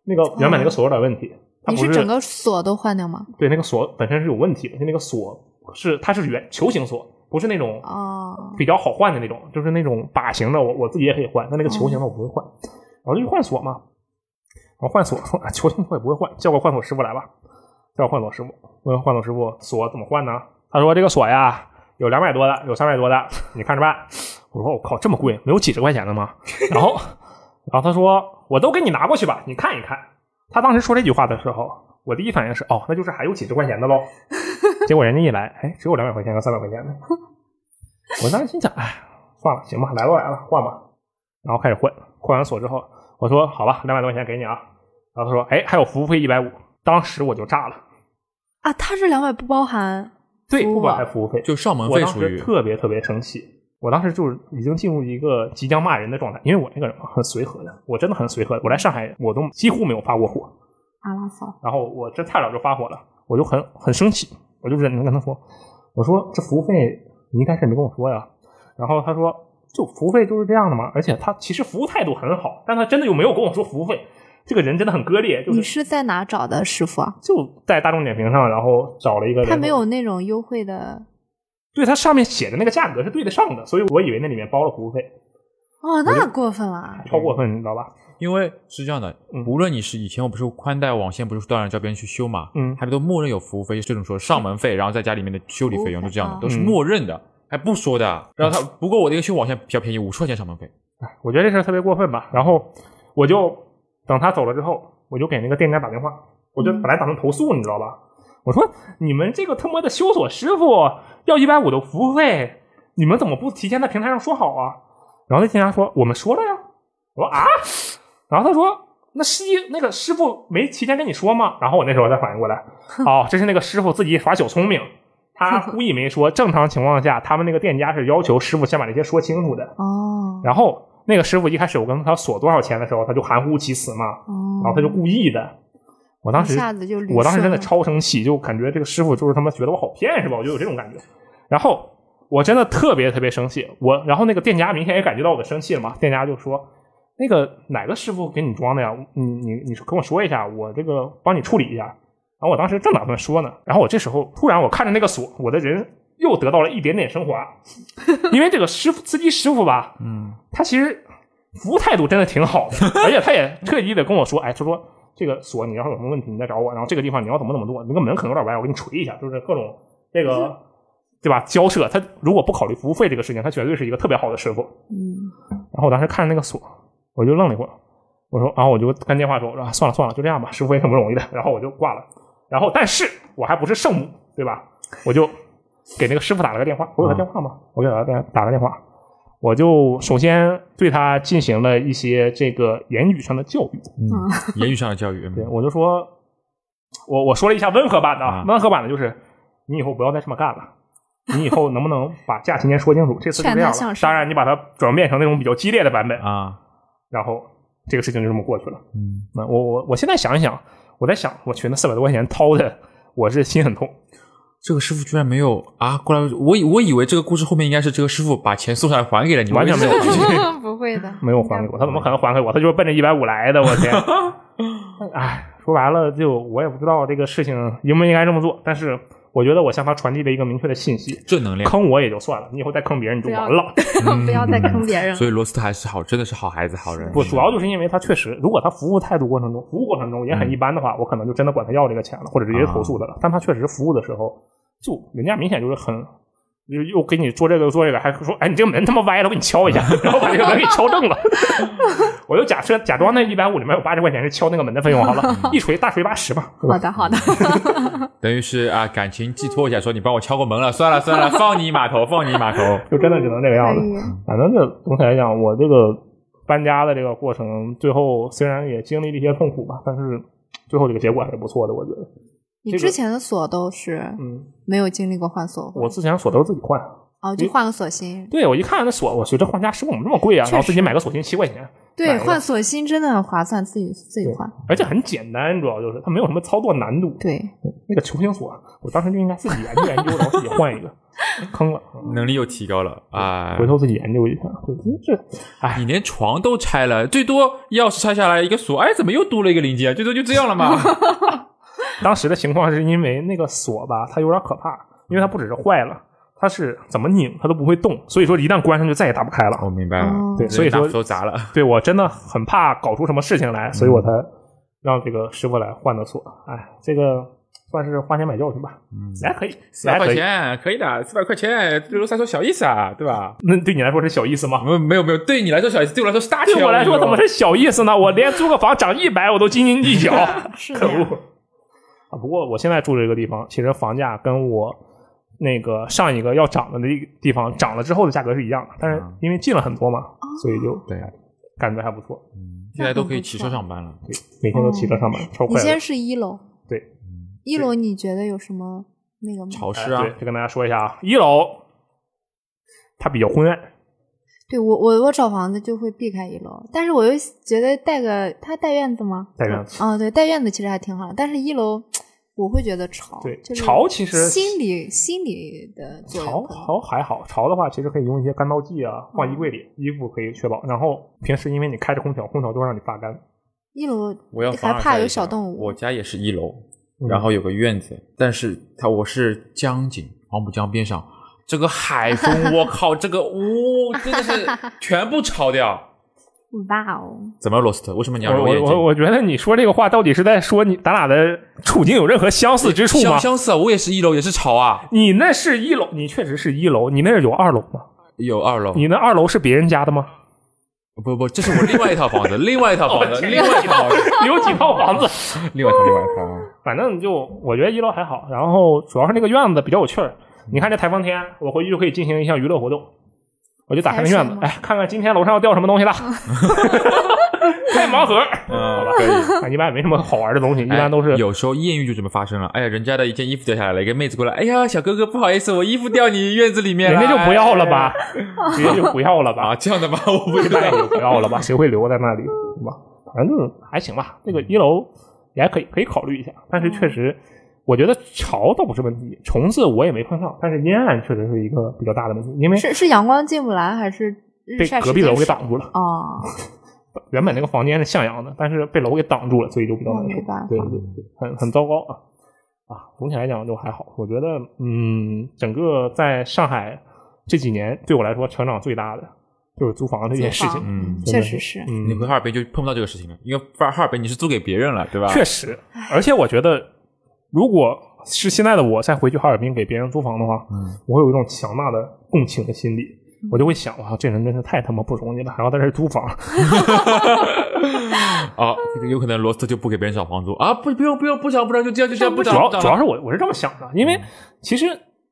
Speaker 1: 那个原本那个锁有点问题，它
Speaker 3: 哦你
Speaker 1: 不是
Speaker 3: 整个锁都换掉吗？
Speaker 1: 对那个锁本身是有问题的，就那个锁是它是圆球形锁，不是那种
Speaker 3: 哦，
Speaker 1: 比较好换的那种，就是那种把型的，我我自己也可以换，但那个球形的我不会换，然后就去换锁嘛。然后换锁 说、啊球形我也不会换，叫个换锁师傅来吧。叫换锁师傅，问换锁师傅锁怎么换呢？他说这个锁呀有两百多的，有三百多的，你看着办。我说我靠，这么贵，没有几十块钱的吗？然后，然后他说我都给你拿过去吧，你看一看。他当时说这句话的时候，我第一反应是哦，那就是还有几十块钱的喽。结果人家一来，哎，只有两百块钱和三百块钱的。我当时心想，哎，算了，行吧，来都来了，换吧。然后开始混，混完锁之后，我说好吧，两百多块钱给你啊。然后他说，哎，还有服务费一百五。当时我就炸了，
Speaker 3: 啊，它这两百不包含
Speaker 1: 对，
Speaker 3: 服务
Speaker 1: 不管
Speaker 3: 啊
Speaker 1: 还服务费，
Speaker 2: 就上门
Speaker 1: 我
Speaker 2: 费
Speaker 1: 当
Speaker 2: 属
Speaker 1: 时
Speaker 2: 于
Speaker 1: 特别特别生气，我当时就是已经进入一个即将骂人的状态，因为我这个人嘛很随和的，我真的很随和的。我来上海，我都几乎没有发过火，
Speaker 3: 阿拉嫂，
Speaker 1: 然后我这太早就发火了，我就很很生气，我就忍着跟他说，我说这服务费你一开始没跟我说呀，然后他说就服务费就是这样的嘛，而且他其实服务态度很好，但他真的又没有跟我说服务费，这个人真的很割裂，就
Speaker 3: 你
Speaker 1: 是
Speaker 3: 是在哪找的师傅啊？
Speaker 1: 就在大众点评上，然后找了一个人
Speaker 3: 他没有那种优惠的
Speaker 1: 对它上面写的那个价格是对得上的，所以我以为那里面包了服务费，
Speaker 3: 哦，那过分了。
Speaker 1: 超过分，你知道吧？
Speaker 2: 因为是这样的
Speaker 1: 嗯，
Speaker 2: 无论你是以前我不是宽带网线不是断了，叫别人去修嘛，
Speaker 1: 嗯
Speaker 2: 他们都默认有服务费，这种说上门费，然后再加里面的修理费用，
Speaker 3: 服务
Speaker 2: 就
Speaker 3: 费
Speaker 2: 这样
Speaker 1: 哦
Speaker 2: 的，
Speaker 3: 啊
Speaker 2: 都
Speaker 1: 嗯
Speaker 2: 是默认的，还不说的。然后他不过我这个修网线比较便宜，五十块钱上门费，
Speaker 1: 我觉得这事儿特别过分吧。然后我就等他走了之后，我就给那个店家打电话，我就本来打算投诉，你知道吧？我说你们这个他妈的修锁师傅要一百五的服务费，你们怎么不提前在平台上说好啊？然后那店家说我们说了呀。我说啊，然后他说那师那个师傅没提前跟你说吗？然后我那时候才反应过来，哦，这是那个师傅自己耍小聪明。他故意没说，正常情况下，他们那个店家是要求师傅先把这些说清楚的。
Speaker 3: 哦
Speaker 1: 然后那个师傅一开始我跟他索多少钱的时候，他就含糊其辞嘛，
Speaker 3: 哦，
Speaker 1: 然后他就故意的。我当时
Speaker 3: 一下子就捋顺了
Speaker 1: 我当时真的超生气，就感觉这个师傅就是他妈觉得我好骗是吧？我就有这种感觉。然后我真的特别特别生气，我然后那个店家明显也感觉到我的生气了嘛，店家就说。那个哪个师傅给你装的呀？你你你跟我说一下，我这个帮你处理一下。然后我当时正打算说呢，然后我这时候突然我看着那个锁，我的人又得到了一点点升 华，因为这个师傅司机师傅吧，
Speaker 2: 嗯，
Speaker 1: 他其实服务态度真的挺好的，而且他也特意的跟我说，哎，他说这个锁你要是有什么问题你再找我，然后这个地方你要怎么怎么做，那个门可能有点歪，我给你锤一下，就是各种这个。对吧？交涉他如果不考虑服务费这个事情，他绝对是一个特别好的师傅。
Speaker 3: 嗯，
Speaker 1: 然后我当时看着那个锁，我就愣了一会儿，我说，然后我就跟电话说，我说啊，算了算了，就这样吧，师傅也挺不容易的，然后我就挂了。然后但是我还不是圣母，对吧？我就给那个师傅打了个电话，我有他电话吗？我给他打打了电话，我就首先对他进行了一些这个言语上的教育，
Speaker 2: 嗯言语上的教育，嗯
Speaker 1: 对我就说，我我说了一下温和版的，啊
Speaker 2: 啊，
Speaker 1: 温和版的就是你以后不要再这么干了。你以后能不能把价钱先说清楚？这次就
Speaker 3: 劝
Speaker 1: 这样
Speaker 3: 他向
Speaker 1: 了。
Speaker 3: 上
Speaker 1: 当然，你把它转变成那种比较激烈的版本，
Speaker 2: 啊，
Speaker 1: 然后这个事情就这么过去了。
Speaker 2: 嗯，
Speaker 1: 那我我我现在想一想，我在想，我去那四百多块钱掏的，我是心很痛。
Speaker 2: 这个师傅居然没有啊，过来，我以我以为这个故事后面应该是这个师傅把钱送上来还给了你，
Speaker 1: 完全没有
Speaker 2: 我以为是
Speaker 3: 不会 的，
Speaker 1: 没有还给我，他怎么可能还给我？他就是奔着一百五来的，我 天！哎，说白了，就我也不知道这个事情应不应该这么做，但是我觉得我向他传递了一个明确的信息，
Speaker 2: 正能量。
Speaker 1: 坑我也就算了，你以后再坑别人你就完了。
Speaker 3: 不要再坑别人了。
Speaker 2: 所以罗斯特还是好，真的是好孩子，好人。
Speaker 1: 不，主要就是因为他确实，如果他服务态度过程中，服务过程中也很一般的话，我可能就真的管他要这个钱了，或者直接投诉他了。但他确实服务的时候，就人家明显就是很，又又给你做这个做这个，还说哎你这个门他妈歪了，我给你敲一下，然后把这个门给敲正了。 我就假设假装那一百五里面有八十块钱是敲那个门的费用好了，一锤大锤八十吧，对吧
Speaker 3: 好的，好的，
Speaker 2: 等于是啊，感情寄托一下，说你帮我敲过门了，算了算了，放你一码头，放你一码头。
Speaker 1: 就真的只能这个样
Speaker 3: 可
Speaker 1: 子。
Speaker 3: 以。
Speaker 1: 反正这总体来讲，我这个搬家的这个过程，最后虽然也经历了一些痛苦吧，但是最后这个结果还是不错的，我觉得。
Speaker 3: 你
Speaker 1: 这个
Speaker 3: 之前的锁都是
Speaker 1: 嗯，
Speaker 3: 没有经历过换锁，
Speaker 1: 我之前锁都是自己换。
Speaker 3: 哦，就换个锁芯。
Speaker 1: 对，我一看那锁，我觉得换家师傅怎么这么贵啊？
Speaker 3: 确实
Speaker 1: 然后自己买个锁芯七块钱，买
Speaker 3: 对，
Speaker 1: 一个
Speaker 3: 换锁芯真的很划算，自己自己换。
Speaker 1: 而且很简单，主要就是它没有什么操作难度。
Speaker 3: 对，
Speaker 1: 那个球形锁，我当时就应该自己研究研究，然后自己换一个，坑了。嗯
Speaker 2: 能力又提高了啊！
Speaker 1: 回头自己研究一下。对，这
Speaker 2: 你连床都拆了，最多钥匙拆下来一个锁，哎，怎么又多了一个零件？最多就这样 了嘛。
Speaker 1: 当时的情况是因为那个锁吧，它有点可怕，因为它不只是坏了，它是怎么拧它都不会动，所以说一旦关上就再也打不开了。
Speaker 2: 我明白了，
Speaker 3: 哦
Speaker 1: 啊对，所以说
Speaker 2: 都砸了。
Speaker 1: 对我真的很怕搞出什么事情来，所以我才让这个师傅来换的锁。哎，这个算是花钱买教训吧，还可以，哎
Speaker 2: 四百
Speaker 1: 还可
Speaker 2: 块
Speaker 1: 以。
Speaker 2: 钱可以的，四百块钱对罗斯特来说小意思啊，对吧？
Speaker 1: 那对你来说是小意思吗？
Speaker 2: 没有没有没有，对你来说小意思，对我来说是大钱。
Speaker 1: 对我来说怎么
Speaker 2: 是？
Speaker 1: 是小意思呢？我连租个房涨一百我都斤斤计 较，
Speaker 3: 是
Speaker 1: 可
Speaker 3: 的
Speaker 1: 恶
Speaker 3: 呀。
Speaker 1: 啊！不过我现在住这个地方，其实房价跟我那个上一个要涨的那个地方涨了之后的价格是一样的，但是
Speaker 2: 嗯
Speaker 1: 因为近了很多嘛，所以就
Speaker 2: 对啊
Speaker 1: 感觉还不错。
Speaker 2: 现在都可以骑车上班了。
Speaker 1: 每天都骑车上班，超
Speaker 3: 你
Speaker 1: 快乐。
Speaker 3: 先是一楼，
Speaker 1: 对，
Speaker 3: 一楼你觉得有什么那个
Speaker 2: 潮
Speaker 1: 哎
Speaker 2: 湿啊，
Speaker 1: 对，就跟大家说一下啊，一楼它比较昏暗，
Speaker 3: 对我我我找房子就会避开一楼，但是我又觉得带个它带院子吗？
Speaker 1: 带院子
Speaker 3: 啊、对，带院子其实还挺好，但是一楼我会觉得潮，
Speaker 1: 对，
Speaker 3: 哦就是
Speaker 1: 潮其实
Speaker 3: 心理心理的作用
Speaker 1: 潮
Speaker 3: 可能
Speaker 1: 潮还好，潮的话其实可以用一些干燥剂啊，放衣柜
Speaker 3: 哦
Speaker 1: 里，衣服可以确保。然后平时因为你开着空调，空调就会让你发干。
Speaker 3: 一楼
Speaker 2: 我要
Speaker 3: 还
Speaker 2: 防
Speaker 3: 怕
Speaker 2: 晒
Speaker 3: 有
Speaker 2: 一下
Speaker 3: 小动物
Speaker 2: 我家也是一楼，
Speaker 1: 嗯
Speaker 2: 然后有个院子，但是它我是江景，黄浦江边上，这个海风， 我靠，这个呜、真的是全部潮掉。
Speaker 3: 哇哦，
Speaker 2: 怎么了罗斯特？为什么你要
Speaker 1: 我
Speaker 2: 揉
Speaker 1: 我
Speaker 2: 眼
Speaker 1: 我
Speaker 2: 睛？
Speaker 1: 我觉得你说这个话到底是在说你咱俩的处境有任何相似之处吗
Speaker 2: 相？相似啊，我也是一楼，也是潮啊，
Speaker 1: 你那是一楼，你确实是一楼，你那有二楼吗？
Speaker 2: 有二楼。
Speaker 1: 你那二楼是别人家的吗？
Speaker 2: 不不，这是我另外一套 房子，另外一套房子，另外一套，
Speaker 1: 你有几套房子？
Speaker 2: 哦 另外一套，另外一套啊。
Speaker 1: 反正就我觉得一楼还好，然后主要是那个院子比较有趣儿。你看这台风天，我回去就可以进行一项娱乐活动，我就打开那院
Speaker 3: 踩水
Speaker 1: 子
Speaker 3: 吗，
Speaker 1: 哎，看看今天楼上要掉什么东西了，开盲盒。
Speaker 2: 嗯，可以。
Speaker 1: 啊，一般也没什么好玩的东西，一般都是、
Speaker 2: 哎有时候艳遇就这么发生了。哎呀，人家的一件衣服掉下来了，一个妹子过来，哎呀，小哥哥，不好意思，我衣服掉你院子里面了，哎
Speaker 1: 人家就不要了吧，直接就不要了吧
Speaker 2: 啊，，这样的吗？ 我不知
Speaker 1: 一
Speaker 2: 道
Speaker 1: 般也就不要了吧，谁会留在那里？对吧？反正还行吧，这个一楼也还可以，可以考虑一下。但是确实，我觉得潮倒不是问题，虫子我也没碰上，但是阴暗确实是一个比较大的问题，因为
Speaker 3: 是是阳光进不来还是日
Speaker 1: 被
Speaker 3: 晒
Speaker 1: 隔壁
Speaker 3: 嗯时间
Speaker 1: 楼给
Speaker 3: 少
Speaker 1: 挡住了。
Speaker 3: 哦，
Speaker 1: 原本那个房间是向阳的，但是被楼给挡住了，所以就比较难
Speaker 3: 那没
Speaker 1: 受
Speaker 3: 办法。
Speaker 1: 对对对，很很糟糕啊啊！总体来讲就还好，我觉得嗯，整个在上海这几年对我来说成长最大的就是租房这件事
Speaker 3: 租
Speaker 1: 情
Speaker 3: 房。
Speaker 2: 嗯
Speaker 1: 真的
Speaker 3: 确实是，
Speaker 1: 嗯，
Speaker 2: 你回哈尔滨就碰不到这个事情了，因为哈尔滨你是租给别人了，对吧？
Speaker 1: 确 实，而且我觉得，如果是现在的我再回去哈尔滨给别人租房的话，
Speaker 2: 嗯
Speaker 1: 我会有一种强大的共情的心理，
Speaker 3: 嗯
Speaker 1: 我就会想，哇，这人真是太他妈不容易了，还要在这儿租房。
Speaker 2: 啊，这个有可能罗斯特就不给别人找房租啊，不不用不用不找不找就这样就这样不
Speaker 1: 主
Speaker 2: 找
Speaker 1: 要
Speaker 2: 不找
Speaker 1: 主要
Speaker 2: 了
Speaker 1: 是我我是这么想的，因为
Speaker 3: 嗯
Speaker 1: 其实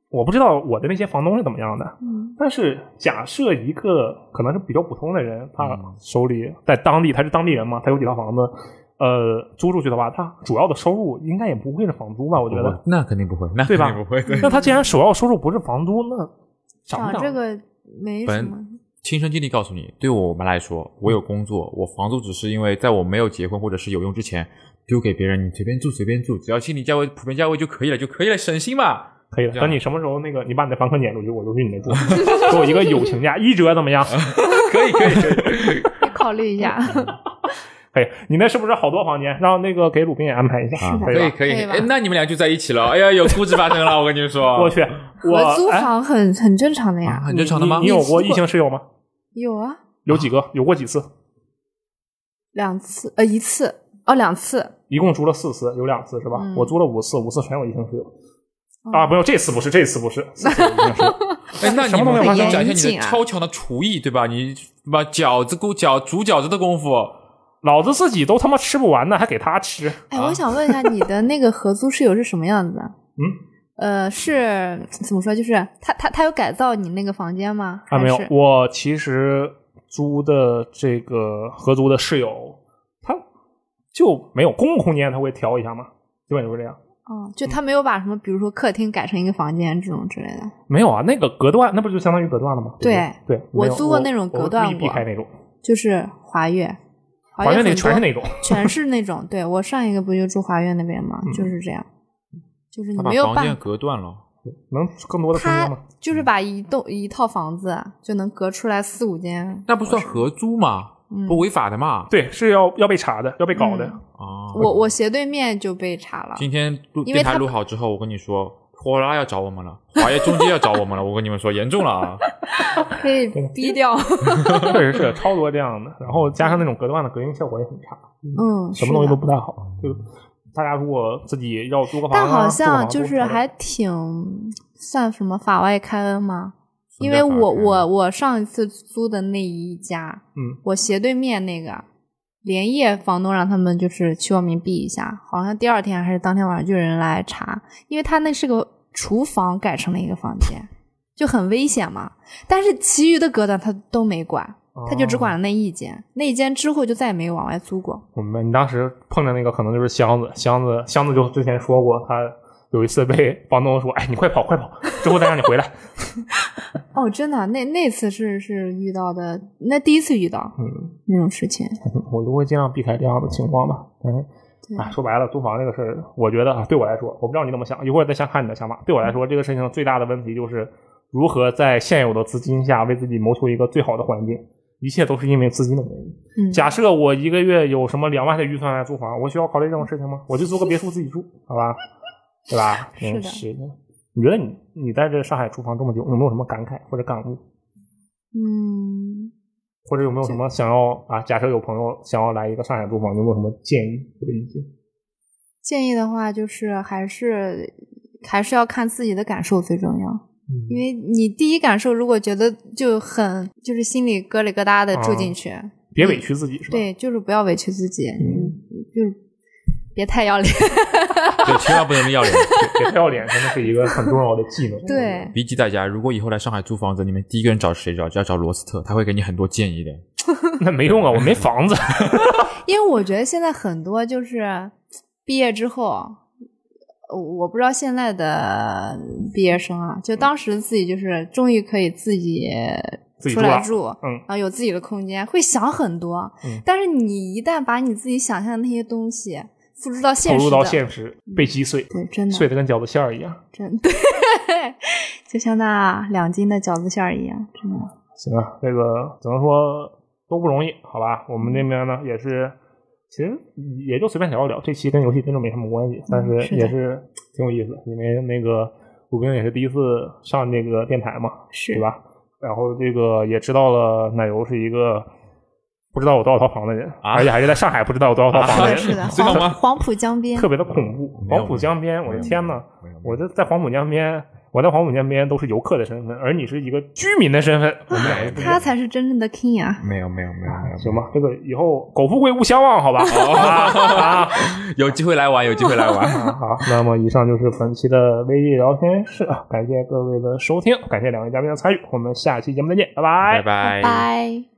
Speaker 1: 我不知道我的那些房东是怎么样的，
Speaker 3: 嗯，
Speaker 1: 但是假设一个可能是比较普通的人，他
Speaker 3: 嗯
Speaker 1: 手里在当地他是当地人嘛，他有几套房子。呃，租出去的话，他主要的收入应该也不会是房租吧？我觉得，
Speaker 2: 不那肯定不会，那
Speaker 1: 对
Speaker 2: 肯
Speaker 1: 吧
Speaker 2: 定不会。对
Speaker 1: 那他既然首要收入不是房租，那涨不
Speaker 3: 找
Speaker 1: 涨？
Speaker 3: 这个没什
Speaker 2: 本
Speaker 3: 么，
Speaker 2: 亲身经历告诉你，对我们来说，我有工作，我房租只是因为在我没有结婚或者是有用之前丢给别人，你随便住随便住，只要心理价位普遍价位就可以了，就可以了，省心嘛。
Speaker 1: 可以了。
Speaker 2: 这样
Speaker 1: 等你什么时候那个，你把你的房客撵出去，我就去你那 住，给我一个友情价，一折怎么样？
Speaker 2: 可以可以 可以。
Speaker 3: 可以 考虑一下。
Speaker 1: 可以。你那是不是好多房间？让那个给鲁宾也安排一下，
Speaker 2: 啊，
Speaker 1: 可
Speaker 2: 可
Speaker 1: 以吧
Speaker 2: 以可以，
Speaker 3: 可以吧
Speaker 2: 哎，那你们俩就在一起了。哎呀，有故事发生了，我跟你说。
Speaker 1: 我去，
Speaker 3: 我
Speaker 1: 我
Speaker 3: 租
Speaker 1: 哎
Speaker 3: 房很很正常的
Speaker 2: 啊，
Speaker 3: 呀，
Speaker 2: 很正常的吗
Speaker 1: 你？你有过异性室友吗？
Speaker 3: 有啊，
Speaker 1: 有几个？有过几次？
Speaker 3: 两次呃一次哦两次，
Speaker 1: 一共租了四次，有两次是吧？
Speaker 3: 嗯
Speaker 1: 我租了五次，五次全有异性室友。
Speaker 3: 哦
Speaker 1: 啊，不用，这次不是，这次不 是，四次有异性室友。
Speaker 2: 哎，那
Speaker 1: 什
Speaker 2: 你
Speaker 1: 么都没有
Speaker 2: 们
Speaker 1: 发生
Speaker 2: 发现展现
Speaker 3: 很
Speaker 2: 你
Speaker 3: 严谨
Speaker 2: 的
Speaker 3: 啊
Speaker 2: 超强的厨艺，对吧？你把饺子够饺煮饺子的功夫，
Speaker 1: 老子自己都他妈吃不完呢，还给他吃。
Speaker 3: 哎，
Speaker 2: 啊
Speaker 3: 我想问一下，你的那个合租室友是什么样子的？
Speaker 1: 嗯，
Speaker 3: 呃，是怎么说？就是他他他有改造你那个房间吗？
Speaker 1: 啊，
Speaker 3: 还
Speaker 1: 没有
Speaker 3: 是，
Speaker 1: 我其实租的这个合租的室友，他就没有公共空间，他会调一下嘛，基本就是这样。
Speaker 3: 哦，就他没有把什么，比如说客厅改成一个房间这种之类的。
Speaker 1: 没有啊，那个隔断，那不就相当于隔断了吗？
Speaker 3: 对
Speaker 1: 对，对
Speaker 3: 我
Speaker 1: 没有
Speaker 3: 租过那种隔断
Speaker 1: 我我故意避
Speaker 3: 过
Speaker 1: 开那种，
Speaker 3: 就是华悦，
Speaker 1: 华
Speaker 3: 悦
Speaker 1: 那
Speaker 3: 很
Speaker 1: 全是
Speaker 3: 多
Speaker 1: 那种，
Speaker 3: 全是那种。对我上一个不就住华悦那边吗？
Speaker 1: 嗯
Speaker 3: 就是这样，就是你
Speaker 2: 他
Speaker 3: 没有
Speaker 2: 把房
Speaker 3: 办
Speaker 2: 间隔断了。
Speaker 1: 能更多的空间
Speaker 3: 他
Speaker 1: 吗？嗯
Speaker 3: 就是把一栋一套房子啊就能隔出来四五间。啊
Speaker 2: 那不算合租吗？
Speaker 3: 嗯
Speaker 2: 不违法的嘛？
Speaker 1: 对，是要要被查的，要被搞的。
Speaker 3: 嗯
Speaker 2: 啊，
Speaker 3: 我我斜对面就被查了，
Speaker 2: 今天录
Speaker 3: 因为
Speaker 2: 电
Speaker 3: 他
Speaker 2: 台录好之后，我跟你说，火拉要找我们了，华业中介要找我们了，我跟你们说，严重了啊！
Speaker 3: 可以逼掉。
Speaker 1: 确实是超多这样的，然后加上那种隔断的隔音效果也很差，
Speaker 3: 嗯，
Speaker 1: 什
Speaker 3: 是
Speaker 1: 么东西
Speaker 3: 的
Speaker 1: 都不太好。就大家如果自己要租个房啊，
Speaker 3: 但好像
Speaker 1: 租
Speaker 3: 就
Speaker 1: 个房
Speaker 3: 是
Speaker 1: 啊
Speaker 3: 还挺算什么法外开恩吗？
Speaker 2: 什么
Speaker 3: 因
Speaker 2: 叫
Speaker 3: 为
Speaker 2: 法
Speaker 3: 我
Speaker 2: 律
Speaker 3: 我我上一次租的那一家，
Speaker 1: 嗯，
Speaker 3: 我斜对面那个连夜房东让他们就是去外面避一下，好像第二天还是当天晚上就有人来查，因为他那是个厨房改成了一个房间，就很危险嘛。但是其余的隔断他都没管，他就只管了
Speaker 1: 哦
Speaker 3: 那一间，那一间之后就再也没有往外租过。
Speaker 1: 我们你当时碰着那个可能就是箱子，箱子箱子就之前说过，他有一次被房东说：“哎，你快跑，快跑，之后再让你回来。
Speaker 3: 哦，真的，那那次是是遇到的，那第一次遇到”
Speaker 1: 嗯，
Speaker 3: 那种事情，
Speaker 1: 我都会尽量避开这样的情况吧。嗯，
Speaker 3: 对
Speaker 1: 哎，说白了，租房这个事儿，我觉得啊，对我来说，我不知道你怎么想，一会儿再想看你的想法。对我来说，这个事情最大的问题就是如何在现有的资金下为自己谋求一个最好的环境，一切都是因为资金的原因。
Speaker 3: 嗯，
Speaker 1: 假设我一个月有什么两万的预算来租房，我需要考虑这种事情吗？我就租个别墅自己住，好吧？对吧？
Speaker 3: 是的
Speaker 1: 真是的。你觉得你你在这上海租房这么久，有没有什么感慨或者感悟，
Speaker 3: 嗯，
Speaker 1: 或者有没有什么想要啊？假设有朋友想要来一个上海租房，有没有什么建议或者意见？
Speaker 3: 建议的话就是还是还是要看自己的感受最重要。
Speaker 1: 嗯
Speaker 3: 因为你第一感受如果觉得就很就是心里疙里疙瘩的住
Speaker 1: 啊
Speaker 3: 进去，
Speaker 1: 别委屈自己，是吧？
Speaker 3: 对，就是不要委屈自己，
Speaker 1: 嗯
Speaker 3: 就是别太要脸，
Speaker 2: 嗯对，千万不能要脸。
Speaker 1: 别，别 太要脸，真的是一个很重要的技能。
Speaker 3: 对，
Speaker 2: 笔记大家，如果以后来上海租房子，你们第一个人找谁找？就要找罗斯特，他会给你很多建议的。
Speaker 1: 那没用啊，我没房子。
Speaker 3: 因为我觉得现在很多就是毕业之后。呃我不知道现在的毕业生啊，就当时自己就是终于可以自己
Speaker 1: 自己
Speaker 3: 出
Speaker 1: 住
Speaker 3: 来
Speaker 1: 了
Speaker 3: 住，
Speaker 1: 嗯
Speaker 3: 然啊后有自己的空间，会想很多。
Speaker 1: 嗯
Speaker 3: 但是你一旦把你自己想象的那些东西付诸到现
Speaker 1: 投
Speaker 3: 实
Speaker 1: 入
Speaker 3: 的，
Speaker 1: 到现实，被击碎，
Speaker 3: 对，真的
Speaker 1: 碎的跟饺子馅儿一样。
Speaker 3: 真对，就像那两斤的饺子馅儿一样，真的。
Speaker 1: 行啊，这个只能说都不容易，好吧？我们这边呢也是，其实也就随便聊一聊，这期跟游戏真的没什么关系，但是
Speaker 3: 嗯是的
Speaker 1: 也是挺有意思，因为那个鲁冰也是第一次上这个电台嘛，
Speaker 3: 是
Speaker 1: 对吧？然后这个也知道了奶油是一个不知道有多少套房的人，
Speaker 2: 啊
Speaker 1: 而且还是在上海不知道有多少套房的
Speaker 2: 啊
Speaker 1: 人，
Speaker 3: 是的，
Speaker 2: 知道吗
Speaker 3: 黄黄浦江边
Speaker 1: 特别的恐怖。
Speaker 2: 没有
Speaker 1: 黄浦江边，我的天呐！
Speaker 2: 没有！没有
Speaker 1: 我这在黄浦江边，我在黄浦江边都是游客的身份，而你是一个居民的身
Speaker 2: 哎
Speaker 1: 份，我们俩是不一样
Speaker 3: 他才是真正的 king 啊！
Speaker 2: 没有没有没有没有，
Speaker 1: 行吧，这个以后苟富贵勿相忘，好吧？ 啊啊
Speaker 2: 有机会来玩，有机会来玩。
Speaker 1: 啊！好，那么以上就是本期的微信聊天室啊，感谢各位的收听，感谢两位嘉宾的参与，我们下期节目再见，拜拜
Speaker 2: 拜。
Speaker 3: 拜。